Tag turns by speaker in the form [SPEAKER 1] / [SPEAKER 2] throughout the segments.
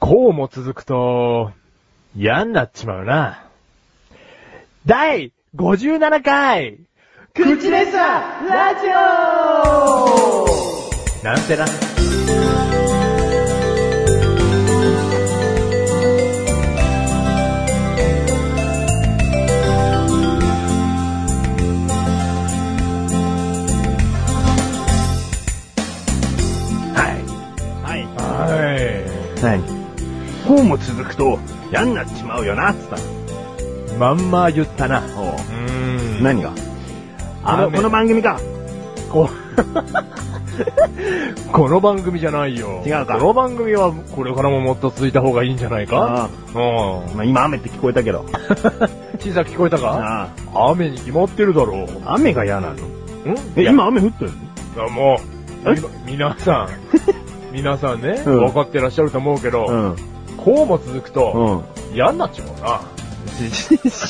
[SPEAKER 1] こうも続くと、嫌になっちまうな。第57回、口レッサーラジオなんてな。はい。
[SPEAKER 2] はい。
[SPEAKER 1] はい。
[SPEAKER 2] はい。
[SPEAKER 1] こうも続くと嫌になっちまうよな、つったのまんま言ったな。
[SPEAKER 2] おう
[SPEAKER 1] うん
[SPEAKER 2] 何が
[SPEAKER 1] あの、この番、
[SPEAKER 2] 番組か。
[SPEAKER 1] ここの番組じゃないよ。
[SPEAKER 2] 違うか
[SPEAKER 1] この番組はこれからももっと続いた方がいいんじゃないか
[SPEAKER 2] あ
[SPEAKER 1] うん。
[SPEAKER 2] まあ、今雨って聞こえたけど。
[SPEAKER 1] 小さく聞こえたか
[SPEAKER 2] あ
[SPEAKER 1] 雨に決まってるだろう。
[SPEAKER 2] あ雨が嫌なの
[SPEAKER 1] ん
[SPEAKER 2] え、
[SPEAKER 1] いや
[SPEAKER 2] 今雨降ってるの
[SPEAKER 1] いやもう、
[SPEAKER 2] え
[SPEAKER 1] み皆さ ん、皆さんね、
[SPEAKER 2] うん
[SPEAKER 1] 分かってらっしゃると思うけど、
[SPEAKER 2] ん。
[SPEAKER 1] こうも続くと
[SPEAKER 2] うん。
[SPEAKER 1] 嫌になっちまうな。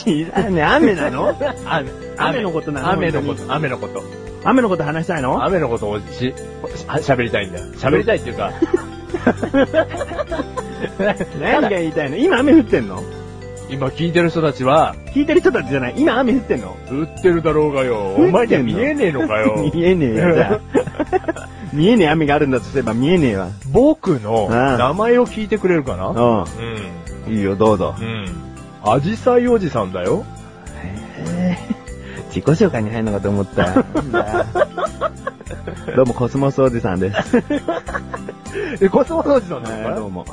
[SPEAKER 2] 知らねえ、 雨なの
[SPEAKER 1] 雨
[SPEAKER 2] 雨のことなの
[SPEAKER 1] 雨のこと、雨のこと。
[SPEAKER 2] 雨のこと話したいの
[SPEAKER 1] 雨のことをし、あ喋りたいんだよ。喋りたいっていう か、
[SPEAKER 2] 何が言いたいの今雨降ってんの
[SPEAKER 1] 今聞いてる人たちは、
[SPEAKER 2] 聞いてる人たちじゃない。今雨降ってんの
[SPEAKER 1] 売ってるだろうがよ。 お
[SPEAKER 2] 降
[SPEAKER 1] 前
[SPEAKER 2] っ
[SPEAKER 1] に
[SPEAKER 2] て
[SPEAKER 1] は
[SPEAKER 2] んの
[SPEAKER 1] 見えねえのかよ。
[SPEAKER 2] 見えねえよ、じゃあ見えねえ雨があるんだとすれば見えねえわ。
[SPEAKER 1] 僕の
[SPEAKER 2] うん
[SPEAKER 1] 名前を聞いてくれるかなう
[SPEAKER 2] うん。いいよ、どうぞ。
[SPEAKER 1] ん。うん。アジサイおじさんだよ。
[SPEAKER 2] へえ 自己紹介に入るのかと思った。 なんだどうも、コスモスおじさん です。
[SPEAKER 1] え、コスモスおじさんだ
[SPEAKER 2] どう
[SPEAKER 1] よ。
[SPEAKER 2] も。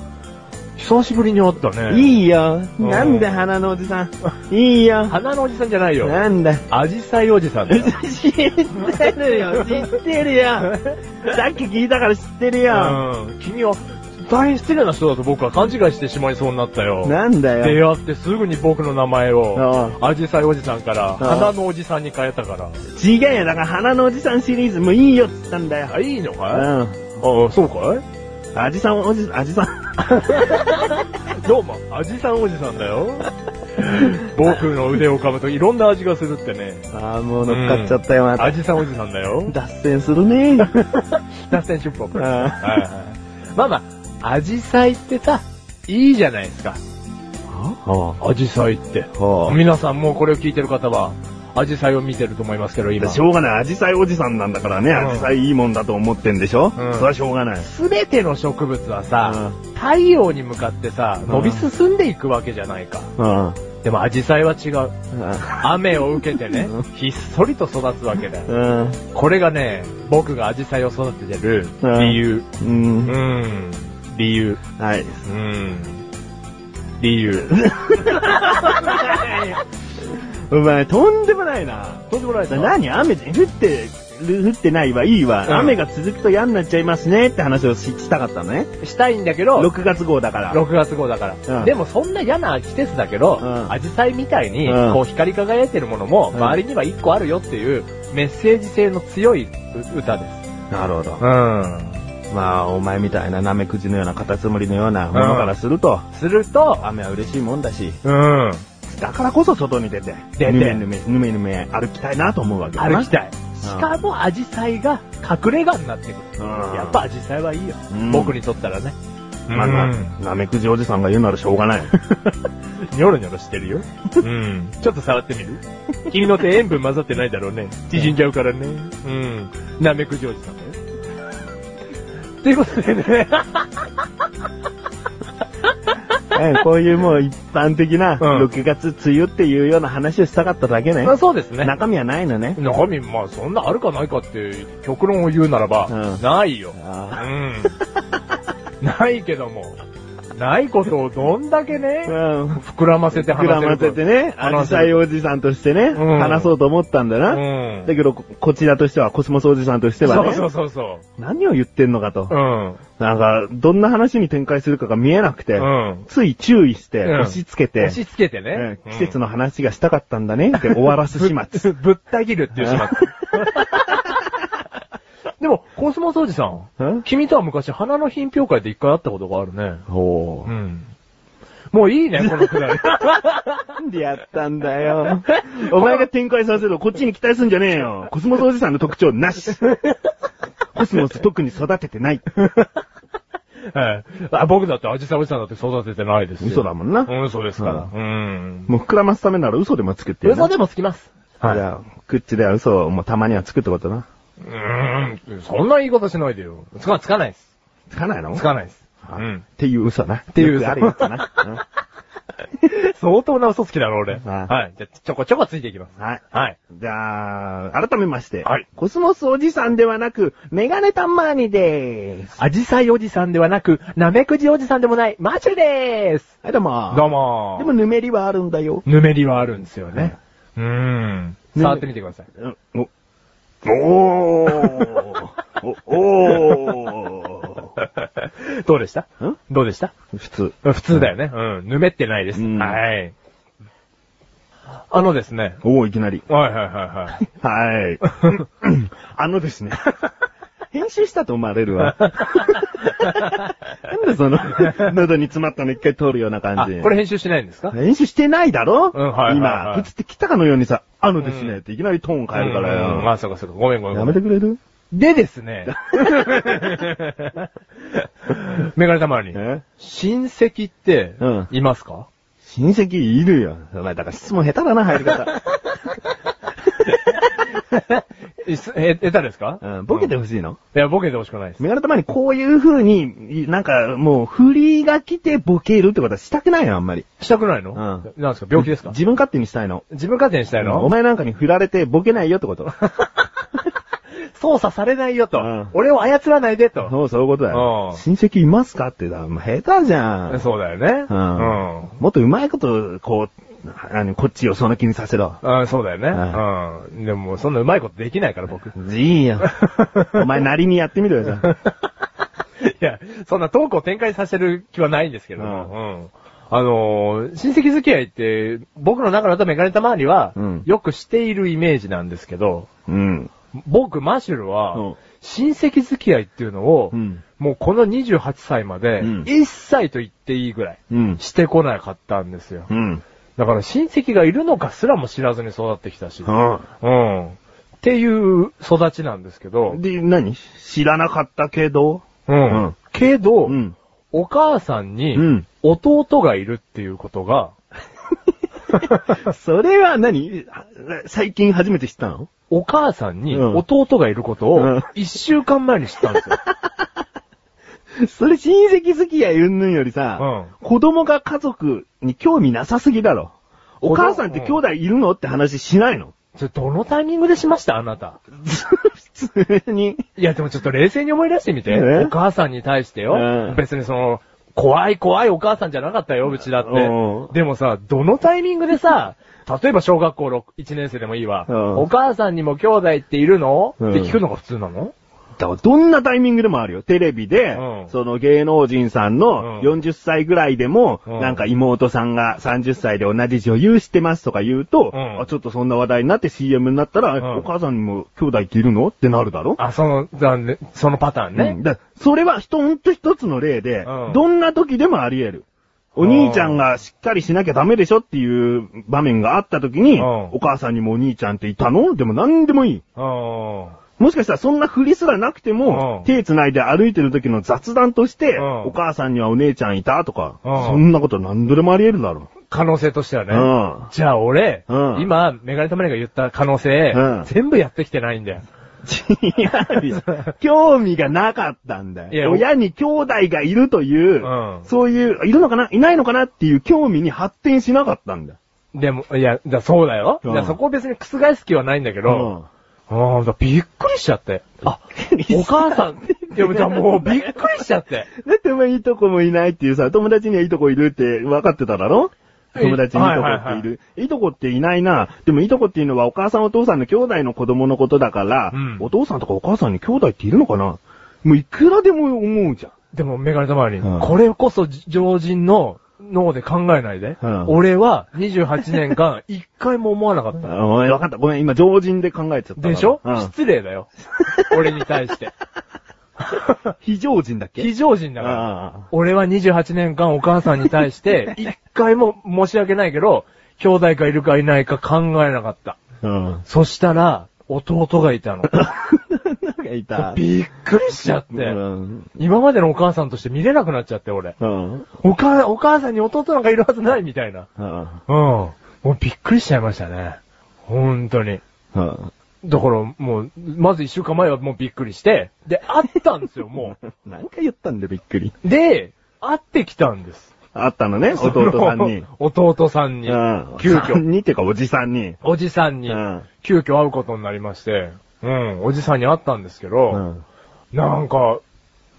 [SPEAKER 1] 久しぶりに会ったね。い。
[SPEAKER 2] いいよ。
[SPEAKER 1] うん
[SPEAKER 2] なんだ、花のおじさん。いいよ。
[SPEAKER 1] 花のおじさんじゃないよ。
[SPEAKER 2] なんだ。
[SPEAKER 1] アジサイおじさんだよ。
[SPEAKER 2] 知ってるよ、知って るよ。さっき聞いたから知ってるよ。
[SPEAKER 1] うん。君は、大変失礼な人だと僕は勘違いしてしまいそうになったよ。
[SPEAKER 2] なんだよ。
[SPEAKER 1] 出会ってすぐに僕の名前を、アジサイおじさんから、
[SPEAKER 2] うん
[SPEAKER 1] 花のおじさんに変えたから。
[SPEAKER 2] 違うよ、だから花のおじさんシリーズもういいよって言ったんだよ。
[SPEAKER 1] あ、いいの
[SPEAKER 2] う
[SPEAKER 1] かい
[SPEAKER 2] ん。
[SPEAKER 1] ああ、そうかい
[SPEAKER 2] あじさんおじ、あじさん。
[SPEAKER 1] どうも、アジさんおじさんだ よ。僕の腕を噛むといろんな味がするってね。
[SPEAKER 2] あーもう乗っかっちゃったよ、また
[SPEAKER 1] ア。ジさんおじさんだよ。
[SPEAKER 2] 脱線するね。
[SPEAKER 1] 脱線出発。
[SPEAKER 2] うん
[SPEAKER 1] はいはい。まあまあ、アジサイってさ、いいじゃないですか。
[SPEAKER 2] は
[SPEAKER 1] アジサイって。
[SPEAKER 2] あ、は
[SPEAKER 1] 皆さんもうこれを聞いてる方は、アジサイを見てると思いますけど、今。
[SPEAKER 2] しょうがない、アジサイおじさんなんだからね、
[SPEAKER 1] うん
[SPEAKER 2] アジサイいいもんだと思ってんでしょ、
[SPEAKER 1] ん
[SPEAKER 2] それはしょうがない。
[SPEAKER 1] すべての植物はさ、太陽に向かってさ、伸び進んでいくわけじゃないか。
[SPEAKER 2] うん。うん。
[SPEAKER 1] でもアジサイは違う。雨を受けてね、ひっそりと育つわけだよ。
[SPEAKER 2] うん。
[SPEAKER 1] これがね、僕がアジサイを育ててる理由。
[SPEAKER 2] うん
[SPEAKER 1] う。ん。理由。
[SPEAKER 2] はい。
[SPEAKER 1] うん。理由。
[SPEAKER 2] お前、とんでもないな。
[SPEAKER 1] とんでもないですか
[SPEAKER 2] 何雨で降ってる、降ってないわ、いいわ、
[SPEAKER 1] うん
[SPEAKER 2] 雨が続くと嫌になっちゃいますねって話をししたかったのね。
[SPEAKER 1] したいんだけど、
[SPEAKER 2] 6月号だから。
[SPEAKER 1] 6月号だから。
[SPEAKER 2] うん
[SPEAKER 1] でもそんな嫌な季節だけど、
[SPEAKER 2] うん
[SPEAKER 1] アジサイみたいに、
[SPEAKER 2] うん
[SPEAKER 1] こう光り輝いてるものも、
[SPEAKER 2] うん
[SPEAKER 1] 周りには1個あるよっていう、メッセージ性の強いう歌です。
[SPEAKER 2] なるほど。
[SPEAKER 1] うん。
[SPEAKER 2] まあ、お前みたいなナメクジのようなカタツムリのようなものからすると、
[SPEAKER 1] すると、
[SPEAKER 2] 雨は嬉しいもんだし、
[SPEAKER 1] うん。
[SPEAKER 2] だからこそ外に出て、
[SPEAKER 1] 出て
[SPEAKER 2] ぬめぬめ、ぬめぬめ歩きたいなと思うわけだな
[SPEAKER 1] 歩きたい。しかも、アジサイが隠れ家になってくる。
[SPEAKER 2] うん
[SPEAKER 1] やっぱアジサイはいいよ
[SPEAKER 2] うん。
[SPEAKER 1] 僕にとったらね。
[SPEAKER 2] まあまあ、ナメクジおじさんが言うならしょうがない。
[SPEAKER 1] ニョロニョロしてるよ。うん。ちょっと触ってみる君の手塩分混ざってないだろう ね。縮んじゃうからね。うん。なめくじおじさんだよ。ということでね。
[SPEAKER 2] ええこういうもう一般的な、
[SPEAKER 1] うん
[SPEAKER 2] 6月梅雨っていうような話をしたかっただけね。
[SPEAKER 1] まあ そうですね。
[SPEAKER 2] 中身はないのね。
[SPEAKER 1] 中身、まあそんなあるかないかっていう極論を言うならば、
[SPEAKER 2] うん
[SPEAKER 1] ないよ。う
[SPEAKER 2] あ
[SPEAKER 1] ん。ないけども、ないことをどんだけ
[SPEAKER 2] あ
[SPEAKER 1] ね、
[SPEAKER 2] うん。
[SPEAKER 1] 膨らませて
[SPEAKER 2] 膨
[SPEAKER 1] 話
[SPEAKER 2] ら
[SPEAKER 1] せ
[SPEAKER 2] ま
[SPEAKER 1] るか
[SPEAKER 2] せてね、ア
[SPEAKER 1] 話
[SPEAKER 2] ジ
[SPEAKER 1] せ
[SPEAKER 2] サイ
[SPEAKER 1] る
[SPEAKER 2] おじさんとしてね、
[SPEAKER 1] うん
[SPEAKER 2] 話そうと思ったんだな。
[SPEAKER 1] うん。
[SPEAKER 2] だけどこ、こちらとしては、コスモスおじさんとしては
[SPEAKER 1] そう
[SPEAKER 2] ね、
[SPEAKER 1] そうそうそ
[SPEAKER 2] 何を言ってんのかと
[SPEAKER 1] う。う。ん。
[SPEAKER 2] なんか、どんな話に展開するかが見えなくて、
[SPEAKER 1] うん。
[SPEAKER 2] つい注意して、
[SPEAKER 1] うん
[SPEAKER 2] 押し付けて、
[SPEAKER 1] 押し付けて
[SPEAKER 2] うん
[SPEAKER 1] ね。
[SPEAKER 2] 季節の話がしたかったんだねって終わらす始末。
[SPEAKER 1] 末。ぶった切るっていう始末。でも、コスモスおじさん、
[SPEAKER 2] うん
[SPEAKER 1] 君とは昔花の品評会で一回会ったことがあるね。
[SPEAKER 2] ほ
[SPEAKER 1] うん。もういいね、このく だり。
[SPEAKER 2] なんでやったんだよ。お前が展開させろ。こっちに期待すんじゃねえよ。コスモスおじさんの特徴なし。コスモス特に育ててない。
[SPEAKER 1] はい。あ僕だって、アジサおじさんだって育ててないですよ。
[SPEAKER 2] 嘘だもんな
[SPEAKER 1] うん、嘘ですから。うん。
[SPEAKER 2] もう膨らますためなら嘘でもつくっていうな。
[SPEAKER 1] 嘘でもつきます。
[SPEAKER 2] じゃあ、クッチでは嘘をもうたまにはつくってことな。
[SPEAKER 1] うーん、そんな言い方しないでよ。つか、つかないです。
[SPEAKER 2] つかないの
[SPEAKER 1] つかないです。
[SPEAKER 2] あ
[SPEAKER 1] うん
[SPEAKER 2] っていう嘘な。って
[SPEAKER 1] いう嘘
[SPEAKER 2] あるやつな。
[SPEAKER 1] 相当な嘘つきだろ、俺。
[SPEAKER 2] あ
[SPEAKER 1] はい。じゃあ、ちょこちょこついていきます。
[SPEAKER 2] うんはい。
[SPEAKER 1] はい。
[SPEAKER 2] じゃあ、改めまして。
[SPEAKER 1] はい
[SPEAKER 2] コスモスおじさんではなく、メガネタンマーニでーす。
[SPEAKER 1] アジサイおじさんではなく、ナメクジおじさんでもない、マチュでーす。
[SPEAKER 2] はい、どうも。
[SPEAKER 1] どう。も
[SPEAKER 2] でも、ぬめりはあるんだよ。
[SPEAKER 1] ぬめりはあるんですよね。うーん。
[SPEAKER 2] め
[SPEAKER 1] 触ってみてください。
[SPEAKER 2] うんお、おー。お、お
[SPEAKER 1] どうでした
[SPEAKER 2] ー。ん
[SPEAKER 1] どうでした
[SPEAKER 2] 普通。
[SPEAKER 1] 普通だよね。うん。ぬめってないです。
[SPEAKER 2] うん
[SPEAKER 1] はい。あのですね。
[SPEAKER 2] おー、いきなり。
[SPEAKER 1] はいはいはいはい。
[SPEAKER 2] はい。あのですね。編集したと思われるわ。なんでその、喉に詰まったの一回通るよう な
[SPEAKER 1] あ、
[SPEAKER 2] 感じ。
[SPEAKER 1] これ編集しないんですか
[SPEAKER 2] 練習してないだろ
[SPEAKER 1] うんはいはいはい
[SPEAKER 2] 今、映ってきたかのようにさ、あのですね、っていきなりトーン変えるから
[SPEAKER 1] うんうんうん
[SPEAKER 2] よ。
[SPEAKER 1] あ、そうかそうか。ごめんごめんご
[SPEAKER 2] や
[SPEAKER 1] め
[SPEAKER 2] め
[SPEAKER 1] ん。
[SPEAKER 2] てくれる
[SPEAKER 1] でです ね。メガネたまに。
[SPEAKER 2] え
[SPEAKER 1] 親戚って
[SPEAKER 2] うん、
[SPEAKER 1] いますか、
[SPEAKER 2] 親戚いるよ。お前、だから質問下手だな、入り方。
[SPEAKER 1] え、すえ、えたですか
[SPEAKER 2] うん、ボケて
[SPEAKER 1] うん
[SPEAKER 2] ほしいの
[SPEAKER 1] いや、ボケてほしくないです。
[SPEAKER 2] メガネたまにこういう風に、なんか、もう、振りが来てボケるってことはしたくないよ、あんまり。
[SPEAKER 1] したくないの
[SPEAKER 2] うん
[SPEAKER 1] なんですか病気ですか
[SPEAKER 2] 自分勝手にしたいの。
[SPEAKER 1] 自分勝手にしたいの
[SPEAKER 2] お前なんかに振られてボケないよってこと。
[SPEAKER 1] 操作されないよと
[SPEAKER 2] うん
[SPEAKER 1] 俺を操らないでと
[SPEAKER 2] そう、そういうことだ
[SPEAKER 1] う。
[SPEAKER 2] よ
[SPEAKER 1] ん
[SPEAKER 2] 親戚いますかってだ、もう下手じゃん。
[SPEAKER 1] そうだよね。
[SPEAKER 2] うん
[SPEAKER 1] うん
[SPEAKER 2] もっとうまいこと、こう、あの、こっちをその気にさせろ。
[SPEAKER 1] あそうだよね。
[SPEAKER 2] は
[SPEAKER 1] うん。でも、そんなうまいことできないから、僕。 い
[SPEAKER 2] いい よ。お前なりにやってみろよ、じゃ あ。
[SPEAKER 1] や、そんなトークを展開させる気はないんですけども。うん。あのー親戚付き合いって、僕の中だとメガネた周りは
[SPEAKER 2] うん、
[SPEAKER 1] よくしているイメージなんですけど、
[SPEAKER 2] うん。
[SPEAKER 1] 僕、マシュル
[SPEAKER 2] うん
[SPEAKER 1] は、親戚付き合いっていうのを、
[SPEAKER 2] うん
[SPEAKER 1] もうこの28歳まで
[SPEAKER 2] うん、
[SPEAKER 1] 一切と言っていいぐらい、
[SPEAKER 2] うん。
[SPEAKER 1] してこなかったんですよ。
[SPEAKER 2] うん。
[SPEAKER 1] だから親戚がいるのかすらも知らずに育ってきたし、
[SPEAKER 2] う
[SPEAKER 1] うん。っていう育ちなんですけど
[SPEAKER 2] ん。、で、何知らなかったけど
[SPEAKER 1] うん。
[SPEAKER 2] うん
[SPEAKER 1] けど、
[SPEAKER 2] うん。
[SPEAKER 1] お母さん
[SPEAKER 2] う
[SPEAKER 1] に
[SPEAKER 2] ん、
[SPEAKER 1] 弟がいるっていうことが、
[SPEAKER 2] それは何あ最近初めて知ったの
[SPEAKER 1] お母さんに
[SPEAKER 2] うん
[SPEAKER 1] 弟がいること
[SPEAKER 2] う
[SPEAKER 1] を
[SPEAKER 2] ん、
[SPEAKER 1] 一週間前に知ったんです よ。
[SPEAKER 2] それ親戚付き合い云々よりさ、子供が家族に興味なさすぎだろ。お母さんって兄弟いるのって話しない の
[SPEAKER 1] それどのタイミングでしましたあなた。
[SPEAKER 2] 普通に。
[SPEAKER 1] いや、でもちょっと冷静に思い出してみて。
[SPEAKER 2] え
[SPEAKER 1] お母さんに対してよ。
[SPEAKER 2] うん
[SPEAKER 1] 別にその、怖い怖いお母さんじゃなかったよ、うちだって
[SPEAKER 2] うん。
[SPEAKER 1] でもさ、どのタイミングで さ、例えば小学校6 1年生でもいいわ。
[SPEAKER 2] うん
[SPEAKER 1] お母さんにも兄弟っているの、
[SPEAKER 2] うん
[SPEAKER 1] って聞くのが普通なの
[SPEAKER 2] だからどんなタイミングでもあるよ。テレビで、
[SPEAKER 1] うん
[SPEAKER 2] その芸能人さん
[SPEAKER 1] うん
[SPEAKER 2] の40歳ぐらいでも、
[SPEAKER 1] うん
[SPEAKER 2] なんか妹さんが30歳で同じ女優してますとか言うと、
[SPEAKER 1] うん
[SPEAKER 2] あちょっとそんな話題になって CM になったら、
[SPEAKER 1] うん
[SPEAKER 2] お母さんにも兄弟っているのってなるだろ
[SPEAKER 1] あ、その、だねそのパターンね。
[SPEAKER 2] うんだからそれは人ほんと一つの例で、
[SPEAKER 1] うん
[SPEAKER 2] どんな時でもあり得る。お兄ちゃんがしっかりしなきゃダメでしょっていう場面があった時に、
[SPEAKER 1] うん
[SPEAKER 2] お母さんにもお兄ちゃんっていたのでも何でもいい。
[SPEAKER 1] うん。
[SPEAKER 2] もしかしたらそんなふりすらなくても、
[SPEAKER 1] うん
[SPEAKER 2] 手繋いで歩いてる時の雑談として、
[SPEAKER 1] うん
[SPEAKER 2] お母さんにはお姉ちゃんいたとか、
[SPEAKER 1] うん
[SPEAKER 2] そんなこと何度でもあり得るだろ
[SPEAKER 1] 可能性としては
[SPEAKER 2] う。
[SPEAKER 1] ね。
[SPEAKER 2] うん
[SPEAKER 1] じゃあ俺、
[SPEAKER 2] うん
[SPEAKER 1] 今、メガネたまりが言った可能性、
[SPEAKER 2] うん
[SPEAKER 1] 全部やってきてないんだよ。
[SPEAKER 2] 違う よ興味がなかったんだ
[SPEAKER 1] いや
[SPEAKER 2] よ。親に兄弟がいるという、
[SPEAKER 1] うん
[SPEAKER 2] そういう、いるのかないないのかなっていう興味に発展しなかったんだよ。
[SPEAKER 1] でも、いや、だそうだよ。
[SPEAKER 2] うん
[SPEAKER 1] いやそこを別に覆す気はないんだけど、あーだびっくりしちゃって。あ、お母さん、いや、じゃあもうびっくりしちゃって。
[SPEAKER 2] だってお前いいとこもいないっていうさ、友達にはいいとこいるって分かってただろ
[SPEAKER 1] はい
[SPEAKER 2] 友達にいいとこ
[SPEAKER 1] はい
[SPEAKER 2] っ
[SPEAKER 1] はい
[SPEAKER 2] て
[SPEAKER 1] はい
[SPEAKER 2] いる。いいとこっていないな。でもいいとこっていうのはお母さんお父さんの兄弟の子供のことだから、
[SPEAKER 1] うん
[SPEAKER 2] お父さんとかお母さんに兄弟っているのかなもういくらでも思うじゃん。
[SPEAKER 1] でも、メガネたまり、
[SPEAKER 2] うん
[SPEAKER 1] これこそ常人の脳で考えないで。
[SPEAKER 2] うん
[SPEAKER 1] 俺は28年間一回も思わなかった。
[SPEAKER 2] あお前分かった。ごめん、今常人で考えちゃったから。
[SPEAKER 1] でしょ、
[SPEAKER 2] うん。
[SPEAKER 1] 失礼だよ。俺に対 して。
[SPEAKER 2] 非常人だっけ
[SPEAKER 1] 非常人だから。
[SPEAKER 2] あ
[SPEAKER 1] 俺は28年間お母さんに対 して、一回も申し訳ないけど、兄弟がいるかいないか考えなかった。
[SPEAKER 2] あ。うん。
[SPEAKER 1] そしたら、弟がいたの。
[SPEAKER 2] なんかがいた。
[SPEAKER 1] びっくりしちゃって。
[SPEAKER 2] うん。
[SPEAKER 1] 今までのお母さんとして見れなくなっちゃって、俺。
[SPEAKER 2] うん。
[SPEAKER 1] お母、お母さんに弟なんかいるはずないみたいな。
[SPEAKER 2] うん。
[SPEAKER 1] うん。もうびっくりしちゃいましたね。本当に。
[SPEAKER 2] うん。
[SPEAKER 1] だから、もう、まず一週間前はもうびっくりして、で、会ったんですよ、も
[SPEAKER 2] なんか言ったんでびっくり。
[SPEAKER 1] う。で、会ってきたんです。
[SPEAKER 2] あったのね、弟さんに。。
[SPEAKER 1] 弟さん
[SPEAKER 2] う
[SPEAKER 1] に。
[SPEAKER 2] ん。
[SPEAKER 1] 急
[SPEAKER 2] さ ん
[SPEAKER 1] 遽、
[SPEAKER 2] にってかおじさんに。
[SPEAKER 1] おじさん
[SPEAKER 2] う
[SPEAKER 1] に、
[SPEAKER 2] ん。
[SPEAKER 1] 急遽会うことになりまして、うん、おじさんに会ったんですけど、
[SPEAKER 2] うん。
[SPEAKER 1] なんか、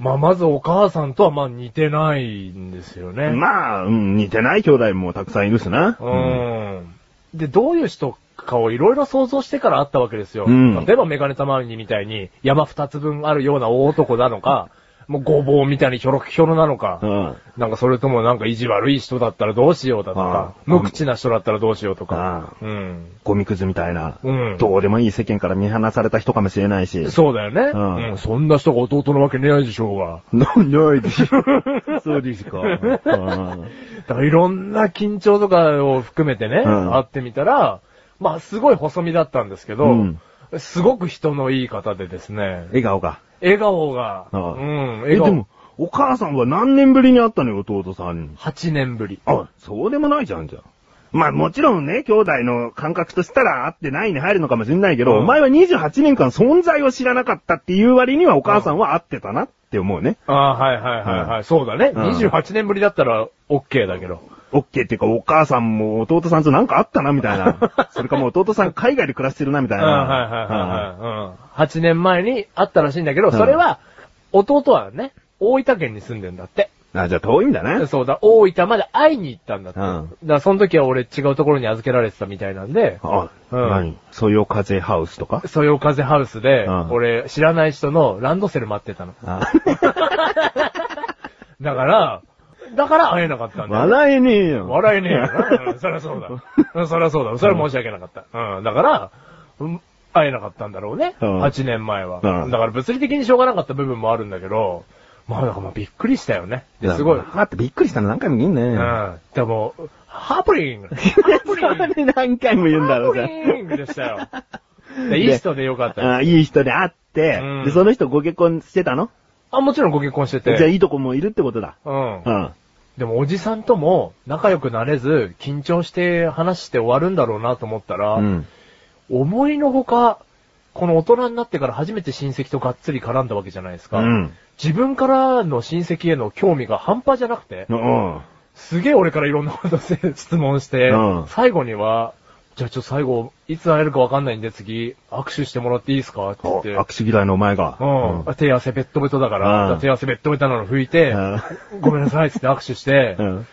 [SPEAKER 1] まあ、まずお母さんとはまあ似てないんですよね。
[SPEAKER 2] まあ、うん、似てない兄弟もたくさんいるしな。
[SPEAKER 1] うん。で、どういう人かをいろいろ想像してから会ったわけですよ。
[SPEAKER 2] うん
[SPEAKER 1] 例えばメガネたまにみたいに山二つ分あるような大男なのか、もうごぼうみたいにひょろひょろなのか、
[SPEAKER 2] うん。
[SPEAKER 1] なんかそれともなんか意地悪い人だったらどうしようだとか
[SPEAKER 2] あ、あ
[SPEAKER 1] 無口な人だったらどうしようとか
[SPEAKER 2] あ。
[SPEAKER 1] うん。
[SPEAKER 2] ゴミくずみたいな。
[SPEAKER 1] うん。
[SPEAKER 2] どうでもいい世間から見放された人かもしれないし。
[SPEAKER 1] そうだよね、
[SPEAKER 2] うん
[SPEAKER 1] うん。そんな人が弟なわけないでしょうが。
[SPEAKER 2] な、ないでしょ。 そうですか。うん
[SPEAKER 1] だからいろんな緊張とかを含めてね、
[SPEAKER 2] うん
[SPEAKER 1] 会ってみたら、まあすごい細身だったんですけど、
[SPEAKER 2] うん
[SPEAKER 1] すごく人のいい方でですね、
[SPEAKER 2] 笑顔が。
[SPEAKER 1] 笑顔が、
[SPEAKER 2] ああ
[SPEAKER 1] うん、笑
[SPEAKER 2] え、で
[SPEAKER 1] 顔。
[SPEAKER 2] も、お母さんは何年ぶりに会ったのよ、弟さんに。
[SPEAKER 1] 8年ぶり。
[SPEAKER 2] あ、そうでもないじゃん、じゃあ。まあもちろんね、兄弟の感覚としたら会ってないに入るのかもしれないけど、
[SPEAKER 1] うん
[SPEAKER 2] お前は28年間存在を知らなかったっていう割にはお母さんは会ってたなって思うね。
[SPEAKER 1] ああ、はいはいはいはい。そうだね。
[SPEAKER 2] うん
[SPEAKER 1] 28年ぶりだったら OK だけど。
[SPEAKER 2] オッケーっていうか、お母さんも弟さんとなんかあったな、みたい な。それかもう弟さん海外で暮らしてるな、みたいな。
[SPEAKER 1] うんはいはいはいはい。うん。8年前に会ったらしいんだけど、それは、弟はね、大分県に住んでんだって。
[SPEAKER 2] うんあ、じゃあ遠いんだね。
[SPEAKER 1] そうだ、大分まで会いに行ったんだって。
[SPEAKER 2] うん
[SPEAKER 1] だからその時は俺違うところに預けられてたみたいなんで、
[SPEAKER 2] あ、
[SPEAKER 1] うん
[SPEAKER 2] 何そよ風ハウスとか
[SPEAKER 1] そよ風ハウスで、
[SPEAKER 2] うん
[SPEAKER 1] 俺知らない人のランドセル待ってたの。
[SPEAKER 2] あ
[SPEAKER 1] だから、だから会えなかったんだよ。
[SPEAKER 2] 笑えねえよ。
[SPEAKER 1] 笑えねえよ な。うんそりゃそうだ。うんそりゃそうだ。それは申し訳なかった。うん。だから、うん会えなかったんだろうね。
[SPEAKER 2] うん
[SPEAKER 1] 8年前は。
[SPEAKER 2] うん
[SPEAKER 1] だから物理的にしょうがなかった部分もあるんだけど、まあだからまあびっくりしたよね。ですごい。
[SPEAKER 2] 待って、びっくりしたの何回も言うんだ
[SPEAKER 1] う
[SPEAKER 2] よ。
[SPEAKER 1] ん。でも、ハプニングハプニング
[SPEAKER 2] それ 何回も言うんだろう
[SPEAKER 1] ハ
[SPEAKER 2] さ。
[SPEAKER 1] プニングでしたよ。でいい人でよかったよ。
[SPEAKER 2] あいい人で会って、
[SPEAKER 1] うん
[SPEAKER 2] で、その人ご結婚してたの
[SPEAKER 1] あ、もちろんご結婚して
[SPEAKER 2] じゃあ
[SPEAKER 1] て。
[SPEAKER 2] いいとこもいるってことだ。
[SPEAKER 1] うん
[SPEAKER 2] う。ん。
[SPEAKER 1] でもおじさんとも仲良くなれず、緊張して話して終わるんだろうなと思ったら、
[SPEAKER 2] うん。
[SPEAKER 1] 思いのほか、この大人になってから初めて親戚とがっつり絡んだわけじゃないです
[SPEAKER 2] う
[SPEAKER 1] か。
[SPEAKER 2] ん。
[SPEAKER 1] 自分からの親戚への興味が半端じゃなくて、
[SPEAKER 2] うん。
[SPEAKER 1] すげえ俺からいろんなことせ質問して、
[SPEAKER 2] うん
[SPEAKER 1] 最後には、じゃあちょっと最後、いつ会えるかわかんないんで次、握手してもらっていいですかって言って、
[SPEAKER 2] 握手嫌いのお前が。
[SPEAKER 1] うん、手汗ベッドベトだか
[SPEAKER 2] う
[SPEAKER 1] ら、
[SPEAKER 2] ん
[SPEAKER 1] 手汗ベッドベトなの拭いて、ごめんなさいっつって握手して、
[SPEAKER 2] うん。うん。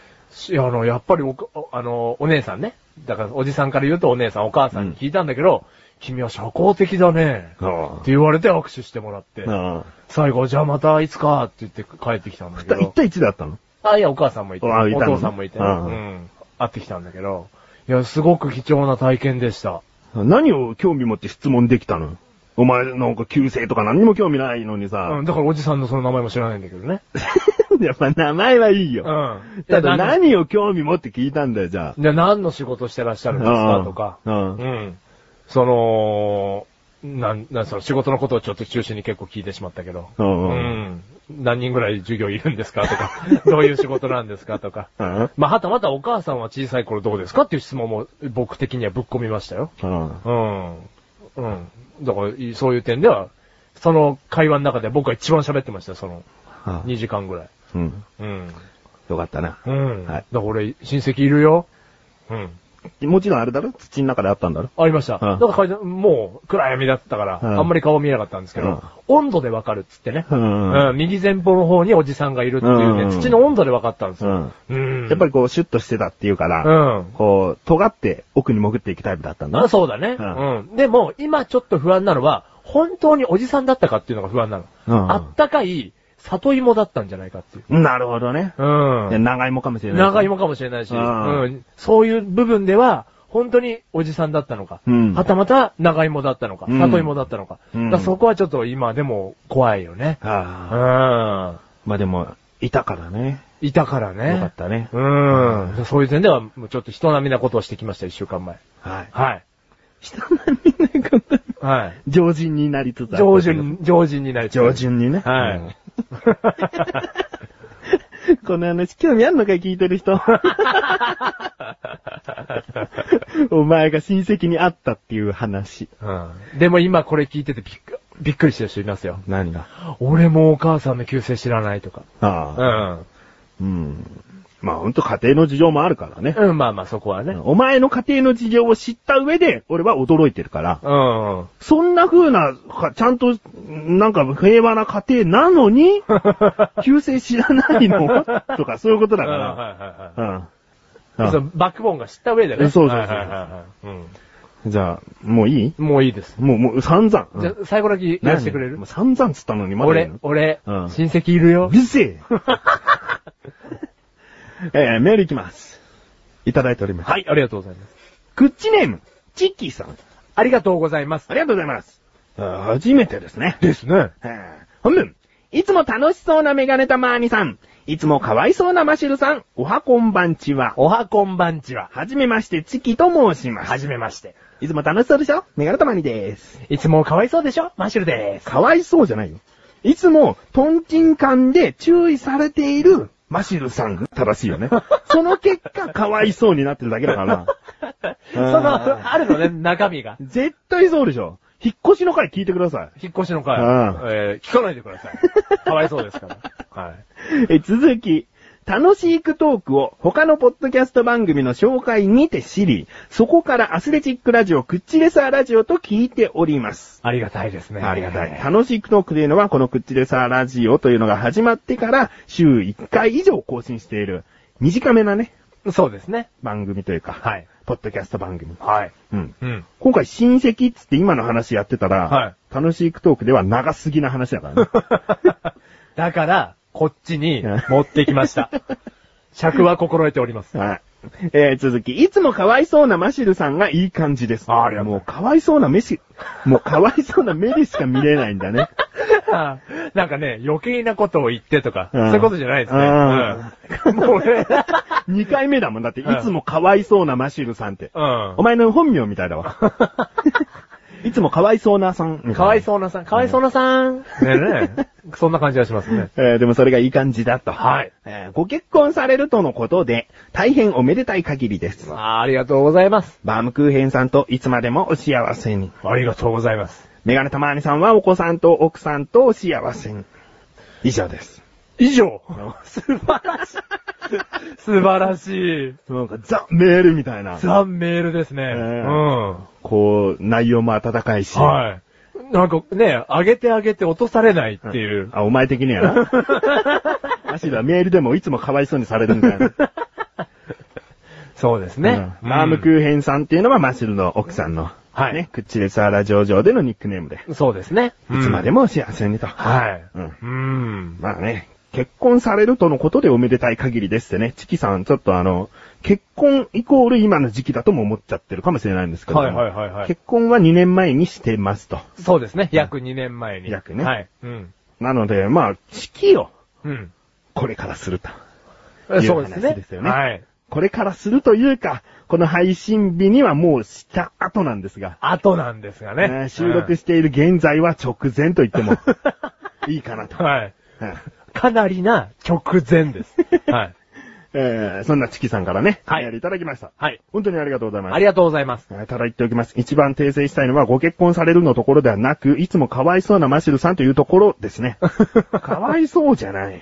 [SPEAKER 1] いや、あの、やっぱりおか、おあの、お姉さんね。だから、おじさんから言うとお姉さん、お母さんに聞いたんだけど、君は社交的だね。
[SPEAKER 2] うん
[SPEAKER 1] って言われて握手してもらって、
[SPEAKER 2] うん。
[SPEAKER 1] 最後、じゃあまたいつかって言って帰ってきたんだけ
[SPEAKER 2] 1
[SPEAKER 1] ど。
[SPEAKER 2] 対1だったの
[SPEAKER 1] あ、いや、お母さんもいて、
[SPEAKER 2] あいた
[SPEAKER 1] お
[SPEAKER 2] の
[SPEAKER 1] 父さんもいて、ね、う
[SPEAKER 2] うん
[SPEAKER 1] ん。会ってきたんだけど、いや、すごく貴重な体験でした。
[SPEAKER 2] 何を興味持って質問できたのお前なんか旧姓とか何にも興味ないのに
[SPEAKER 1] う
[SPEAKER 2] さ
[SPEAKER 1] ん、。だからおじさんのその名前も知らないんだけどね。
[SPEAKER 2] やっぱ名前はいいうよ。
[SPEAKER 1] ん。
[SPEAKER 2] ただ
[SPEAKER 1] 何
[SPEAKER 2] 何を興味持って聞いたんだよ、じゃ
[SPEAKER 1] で、何の仕事してらっしゃ
[SPEAKER 2] あ。
[SPEAKER 1] るんですかとか。
[SPEAKER 2] うん。うん
[SPEAKER 1] うん。その、なん、なん、その仕事のことをちょっと中心に結構聞いてしまったけど。
[SPEAKER 2] う
[SPEAKER 1] うん
[SPEAKER 2] うん。
[SPEAKER 1] ん。何人ぐらい授業いるんですか とか、どういう仕事なんですかとか。
[SPEAKER 2] うん。
[SPEAKER 1] まあ、はたまたお母さんは小さい頃どうですかっていう質問も僕的にはぶっ込みましたよ。
[SPEAKER 2] うん。
[SPEAKER 1] うん。うん。だから、いそういう点では、その会話の中で僕が一番喋ってましたよ、その2時間ぐらい。
[SPEAKER 2] うん。
[SPEAKER 1] うん。
[SPEAKER 2] よかったな。
[SPEAKER 1] うん。
[SPEAKER 2] はい
[SPEAKER 1] だから俺、親戚いるよ。うん。
[SPEAKER 2] もちろんあれだろ土の中であったんだろ
[SPEAKER 1] ありました。
[SPEAKER 2] うん
[SPEAKER 1] だから階段もう暗闇だったから、
[SPEAKER 2] うん
[SPEAKER 1] あんまり顔見えなかったんですけど、温度でわかるっつってね、
[SPEAKER 2] ん
[SPEAKER 1] うん右前方の方におじさんがいるっていうね、
[SPEAKER 2] うん
[SPEAKER 1] 土の温度でわかったんです
[SPEAKER 2] う
[SPEAKER 1] よ。
[SPEAKER 2] ん。
[SPEAKER 1] うん。
[SPEAKER 2] やっぱ
[SPEAKER 1] り、
[SPEAKER 2] りこう、シュッとしてたっていうか
[SPEAKER 1] う
[SPEAKER 2] ら、
[SPEAKER 1] ん。
[SPEAKER 2] こう、尖って奥に潜っていくタイプだったんだ
[SPEAKER 1] あ。そうだね、う
[SPEAKER 2] うんん。
[SPEAKER 1] でも、今ちょっと不安なのは、本当におじさんだったかっていうのが不安なの。
[SPEAKER 2] うん
[SPEAKER 1] あったかい里芋だったんじゃないかっていう。
[SPEAKER 2] なるほどね。
[SPEAKER 1] う
[SPEAKER 2] いや
[SPEAKER 1] ん。
[SPEAKER 2] 長芋かもしれない。
[SPEAKER 1] 長。芋かもしれないし、
[SPEAKER 2] うん
[SPEAKER 1] うん。そういう部分では、本当におじさんだったのか、
[SPEAKER 2] うん
[SPEAKER 1] はたまた長芋だったのか、
[SPEAKER 2] うん
[SPEAKER 1] 里芋だったのか。
[SPEAKER 2] うん
[SPEAKER 1] だからそこはちょっと今でも怖いよね。う
[SPEAKER 2] ああ。
[SPEAKER 1] ん。
[SPEAKER 2] まあでも、いたからね。
[SPEAKER 1] いたからね。
[SPEAKER 2] よかったね。
[SPEAKER 1] うん。そういう点では、もうちょっと人並みなことをしてきました、一週間前。
[SPEAKER 2] はい。
[SPEAKER 1] はい。
[SPEAKER 2] 人並みないことに
[SPEAKER 1] はい。
[SPEAKER 2] 上旬になりつつある。
[SPEAKER 1] 上旬、上旬になりつつ
[SPEAKER 2] 上。旬にね。
[SPEAKER 1] は
[SPEAKER 2] うん
[SPEAKER 1] い。
[SPEAKER 2] この話興味あんのかい聞いてる 人。お前が親戚に会ったっていう話。
[SPEAKER 1] うん。でも今これ聞いててびっくびっくりしてる人いますよ。
[SPEAKER 2] 何が
[SPEAKER 1] 俺もお母さんの旧姓知らないとか。
[SPEAKER 2] ああ。
[SPEAKER 1] う
[SPEAKER 2] うん。まあほんと家庭の事情もあるからね。
[SPEAKER 1] ん。うん、まあまあそこはね。
[SPEAKER 2] お前の家庭の事情を知った上で、俺は驚いてるから。
[SPEAKER 1] うん。
[SPEAKER 2] そんな風な、かちゃんと、なんか平和な家庭なの に、旧姓知らないのとかそういうことだ
[SPEAKER 1] うんはい
[SPEAKER 2] か
[SPEAKER 1] はいはい
[SPEAKER 2] ら。う
[SPEAKER 1] そ
[SPEAKER 2] ん。
[SPEAKER 1] のバックボーンが知った上でね。
[SPEAKER 2] そうそうそう
[SPEAKER 1] はいはいはいはい
[SPEAKER 2] うん。じゃあ、もういい
[SPEAKER 1] うんもういいです。
[SPEAKER 2] もう、もう散々。
[SPEAKER 1] じゃあ、最後だけやらせてくれる
[SPEAKER 2] もう散々つったのにまだ言う
[SPEAKER 1] 俺
[SPEAKER 2] の、
[SPEAKER 1] 俺、
[SPEAKER 2] う
[SPEAKER 1] 親
[SPEAKER 2] ん
[SPEAKER 1] 戚いるよ
[SPEAKER 2] う。るせ ええー、メールいきます。いただいております。
[SPEAKER 1] はい、ありがとうございます。
[SPEAKER 2] クッチネーム、チッキーさん。
[SPEAKER 1] ありがとうございます
[SPEAKER 2] あ。りがとうございます。あー初めてですね。
[SPEAKER 1] ですね。
[SPEAKER 2] えー本文、いつも楽しそうなメガネたまーにさん。いつもかわいそうなマシルさん。おはこんばんちは。
[SPEAKER 1] おはこんばんちは。
[SPEAKER 2] はじめまして、チッキーと申します。
[SPEAKER 1] はじめまして。
[SPEAKER 2] いつも楽しそうでしょメガネたまにです。
[SPEAKER 1] いつもかわいそうでしょマッシュルです。
[SPEAKER 2] かわいそうじゃないよ。いつも、トンチンカンで注意されているマシルさんが正しいよね。 その結果、かわいそうになってるだけだ から。
[SPEAKER 1] その、あるのね、中身が。
[SPEAKER 2] 絶対そうでしょ。引っ越しの回聞いてください。
[SPEAKER 1] 引っ越しの会
[SPEAKER 2] う。
[SPEAKER 1] えー聞かないでください。かわいそうですから。はい。
[SPEAKER 2] え続き、楽しいクトークを他のポッドキャスト番組の紹介にて知り、そこからアスレチックラジオ、クッチレサーラジオと聞いております。
[SPEAKER 1] ありがたいですね。
[SPEAKER 2] ありがたい。楽しいクトークというのは、このクッチレサーラジオというのが始まってから、週1回以上更新している、短めなね、
[SPEAKER 1] そうですね。
[SPEAKER 2] 番組というか、
[SPEAKER 1] はい
[SPEAKER 2] ポッドキャスト番組。
[SPEAKER 1] はい。
[SPEAKER 2] うん。
[SPEAKER 1] うん。
[SPEAKER 2] 今回、親戚っつって今の話やってたら、
[SPEAKER 1] はい
[SPEAKER 2] 楽しいクトークでは長すぎな話だからね。
[SPEAKER 1] だから、こっちに持ってきま した。尺は心得ております。
[SPEAKER 2] はい。えー、続き、いつもかわいそうなマシルさんがいい感じです。
[SPEAKER 1] あありがとう
[SPEAKER 2] もうかわいそうな目し、もうかわいそうな目でしか見れないん だね。
[SPEAKER 1] あーなんかね、余計なことを言ってとか、
[SPEAKER 2] う
[SPEAKER 1] そうんいうことじゃないですね。
[SPEAKER 2] う
[SPEAKER 1] うんも うね、
[SPEAKER 2] 2回目だもんだって、い
[SPEAKER 1] うん
[SPEAKER 2] つもかわいそうなマシルさんって。お
[SPEAKER 1] う
[SPEAKER 2] 前の本名みたいだ わ。いつもかわいそうなさんみ
[SPEAKER 1] ん。
[SPEAKER 2] たいな。
[SPEAKER 1] かわいそうなさん、かわいそうなさん。ねえねえ。そんな感じがしますね。
[SPEAKER 2] えーでもそれがいい感じだと。
[SPEAKER 1] はい
[SPEAKER 2] えーご結婚されるとのことで、大変おめでたい限りです。
[SPEAKER 1] あーありがとうございます。
[SPEAKER 2] バームクーヘンさんといつまでもお幸せに。
[SPEAKER 1] ありがとうございます。
[SPEAKER 2] メガネたまーにさんはお子さんと奥さんとお幸せに。以上です。
[SPEAKER 1] 以上素晴らしい素晴らしい
[SPEAKER 2] なんかザ・メールみたいな。
[SPEAKER 1] ザ・メールですね。
[SPEAKER 2] ええ
[SPEAKER 1] うん。
[SPEAKER 2] こう、内容も温かいし。
[SPEAKER 1] はい。なんかね、上げて上げて落とされないっていう。
[SPEAKER 2] あ、お前的にはな。マシルはメールでもいつもかわいそうにされるんだよね。
[SPEAKER 1] そうです
[SPEAKER 2] う
[SPEAKER 1] ね
[SPEAKER 2] ん。バームクーヘンさんっていうのはマシルの奥さんの。
[SPEAKER 1] はい
[SPEAKER 2] ね。クッチレスアラ上場でのニックネームで。
[SPEAKER 1] うんそうですね。
[SPEAKER 2] いつまで
[SPEAKER 1] も。
[SPEAKER 2] も幸せにと。
[SPEAKER 1] はい。
[SPEAKER 2] うん
[SPEAKER 1] うん。
[SPEAKER 2] まあね、結婚されるとのことでおめでたい限りですってね、チキさん、ちょっとあの、結婚イコール今の時期だとも思っちゃってるかもしれないんですけども、
[SPEAKER 1] はいはいはいはい
[SPEAKER 2] 結婚は2年前にしてますと。
[SPEAKER 1] そうですね。約2年前に。
[SPEAKER 2] 約ね
[SPEAKER 1] はい。うん。
[SPEAKER 2] なので、まあ、式を
[SPEAKER 1] うん。
[SPEAKER 2] これからすると。
[SPEAKER 1] え
[SPEAKER 2] いう
[SPEAKER 1] そうです
[SPEAKER 2] 話
[SPEAKER 1] ね。
[SPEAKER 2] ですよね
[SPEAKER 1] はい。
[SPEAKER 2] これからするというか、この配信日にはもうした後なんですが、
[SPEAKER 1] 後なんですが
[SPEAKER 2] えー
[SPEAKER 1] ね。
[SPEAKER 2] 収録
[SPEAKER 1] し
[SPEAKER 2] している現在は直前と 言ってもいいかなと。
[SPEAKER 1] はい。
[SPEAKER 2] うん
[SPEAKER 1] かなりな直前 です。はい。
[SPEAKER 2] えーそんなチキさんからね、
[SPEAKER 1] はい
[SPEAKER 2] メールいただきました。
[SPEAKER 1] はい。
[SPEAKER 2] 本当にありがとうございます
[SPEAKER 1] あ。りがとうございます。
[SPEAKER 2] えーただ言っておきます。一番訂正したいのは、ご結婚されるのところではなく、いつもかわいそうなマシルさんというところです ね。かわいそうじゃない。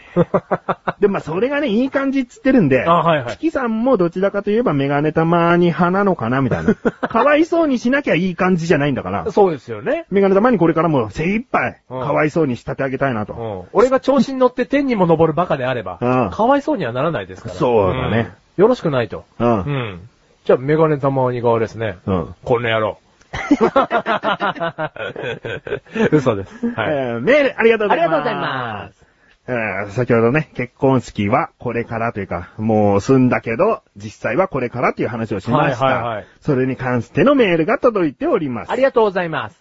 [SPEAKER 2] で、まあ、それがね、いい感じっつってるんで、
[SPEAKER 1] あはいはい
[SPEAKER 2] チキさんもどちらかといえばメガネたまに派なのかな、みたいな。かわいそうにしなきゃいい感じじゃないんだから、
[SPEAKER 1] そうですよね。
[SPEAKER 2] メガネたまにこれからも精一杯、か
[SPEAKER 1] うん
[SPEAKER 2] わいそうに仕立て上げたいな
[SPEAKER 1] う
[SPEAKER 2] と。
[SPEAKER 1] ん。俺が調子に乗って天にも昇るバカであれば、
[SPEAKER 2] うん
[SPEAKER 1] かわいそうにはならないですから。
[SPEAKER 2] そうだね
[SPEAKER 1] うんよろしくないと。
[SPEAKER 2] うん。うん。
[SPEAKER 1] ん。じゃあ、メガネ玉鬼側ですね。この野郎。 嘘です。はい。
[SPEAKER 2] えーメール、ありがとうござい
[SPEAKER 1] ありが
[SPEAKER 2] ます。
[SPEAKER 1] とうございます。
[SPEAKER 2] えー先ほどね、結婚式はこれからというか、もう済んだけど、実際はこれからという話をしました。
[SPEAKER 1] はいはいはい
[SPEAKER 2] それに関してのメールが届いております。
[SPEAKER 1] ありがとうございます。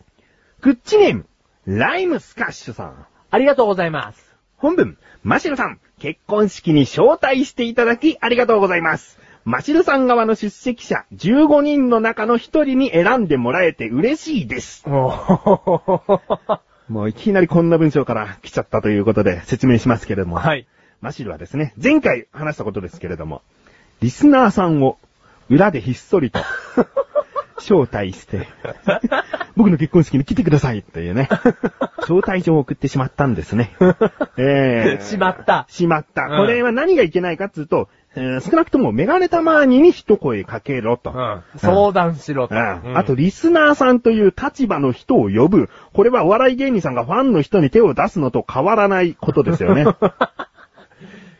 [SPEAKER 2] グッチネーム、ライムスカッシュさん。
[SPEAKER 1] ありがとうございます。
[SPEAKER 2] 本文、マシロさん、結婚式に招待していただきありがとうございます。マシルさん側の出席者15人の中の1人に選んでもらえて嬉しいです。
[SPEAKER 1] おー
[SPEAKER 2] もういきなりこんな文章から来ちゃったということで説明しますけれども。
[SPEAKER 1] はい。
[SPEAKER 2] マシルはですね、前回話したことですけれども、リスナーさんを裏でひっそ りと招待して、 僕の結婚式に来てくださいというね、招待状を送ってしまったんですね。え ー
[SPEAKER 1] しまった
[SPEAKER 2] しまった。
[SPEAKER 1] うん
[SPEAKER 2] これは何がいけないかっていうと、えー少なくともメガネたまーにに一声かけろと。
[SPEAKER 1] うん。相談しろと。
[SPEAKER 2] うんあと、リスナーさんという立場の人を呼ぶ。これはお笑い芸人さんがファンの人に手を出すのと変わらないことですよね。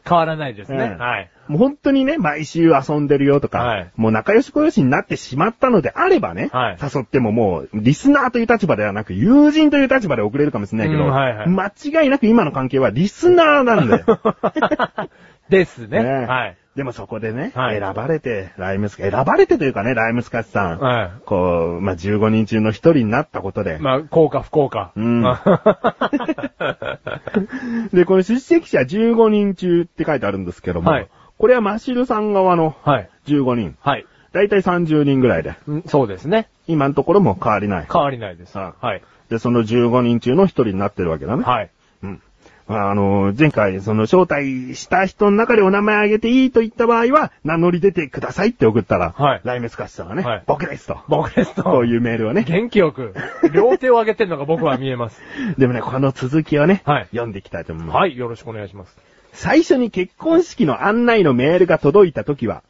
[SPEAKER 1] 変わらないですね。
[SPEAKER 2] うん
[SPEAKER 1] はい。
[SPEAKER 2] もう本当にね、毎週遊んでるよとか、
[SPEAKER 1] はい
[SPEAKER 2] もう仲良し小良しになってしまったのであればね、
[SPEAKER 1] はい
[SPEAKER 2] 誘ってももう、リスナーという立場ではなく、友人という立場で送れるかもしれないけど、
[SPEAKER 1] うんはいはい
[SPEAKER 2] 間違いなく今の関係はリスナーなん だよ。
[SPEAKER 1] ですね。
[SPEAKER 2] ね
[SPEAKER 1] はい。
[SPEAKER 2] でもそこでね、
[SPEAKER 1] はい
[SPEAKER 2] 選ばれて、ライムスカ、選ばれてというかね、ライムスカスさん、
[SPEAKER 1] はい
[SPEAKER 2] こう、まあ、15人中の一人になったことで、
[SPEAKER 1] まあ、こうか不幸か。
[SPEAKER 2] うん
[SPEAKER 1] まあ
[SPEAKER 2] で、この出席者15人中って書いてあるんですけども、
[SPEAKER 1] はい
[SPEAKER 2] これはマシルさん側の
[SPEAKER 1] はい。
[SPEAKER 2] 15人、
[SPEAKER 1] はい。
[SPEAKER 2] だいたい30人ぐらいで、
[SPEAKER 1] うんそうですね。
[SPEAKER 2] 今のところも変わりない。
[SPEAKER 1] 変わりないです。
[SPEAKER 2] あ
[SPEAKER 1] はい。
[SPEAKER 2] で、その15人中の1人になってるわけだね。
[SPEAKER 1] はい。
[SPEAKER 2] うん。まああの、前回、その招待した人の中でお名前あげていいと言った場合は、名乗り出てくださいって送ったら、
[SPEAKER 1] はい
[SPEAKER 2] ライムスカッシュさんがね、
[SPEAKER 1] はい
[SPEAKER 2] 僕ですと。
[SPEAKER 1] 僕です
[SPEAKER 2] ことう、いうメールをね。
[SPEAKER 1] 元気よく、両手を上げてるのが僕は見えます。
[SPEAKER 2] でもね、この続きをね、
[SPEAKER 1] はい
[SPEAKER 2] 読んでいきたいと思います。
[SPEAKER 1] はい、よろしくお願いします。
[SPEAKER 2] 最初に結婚式の案内のメールが届いた時は、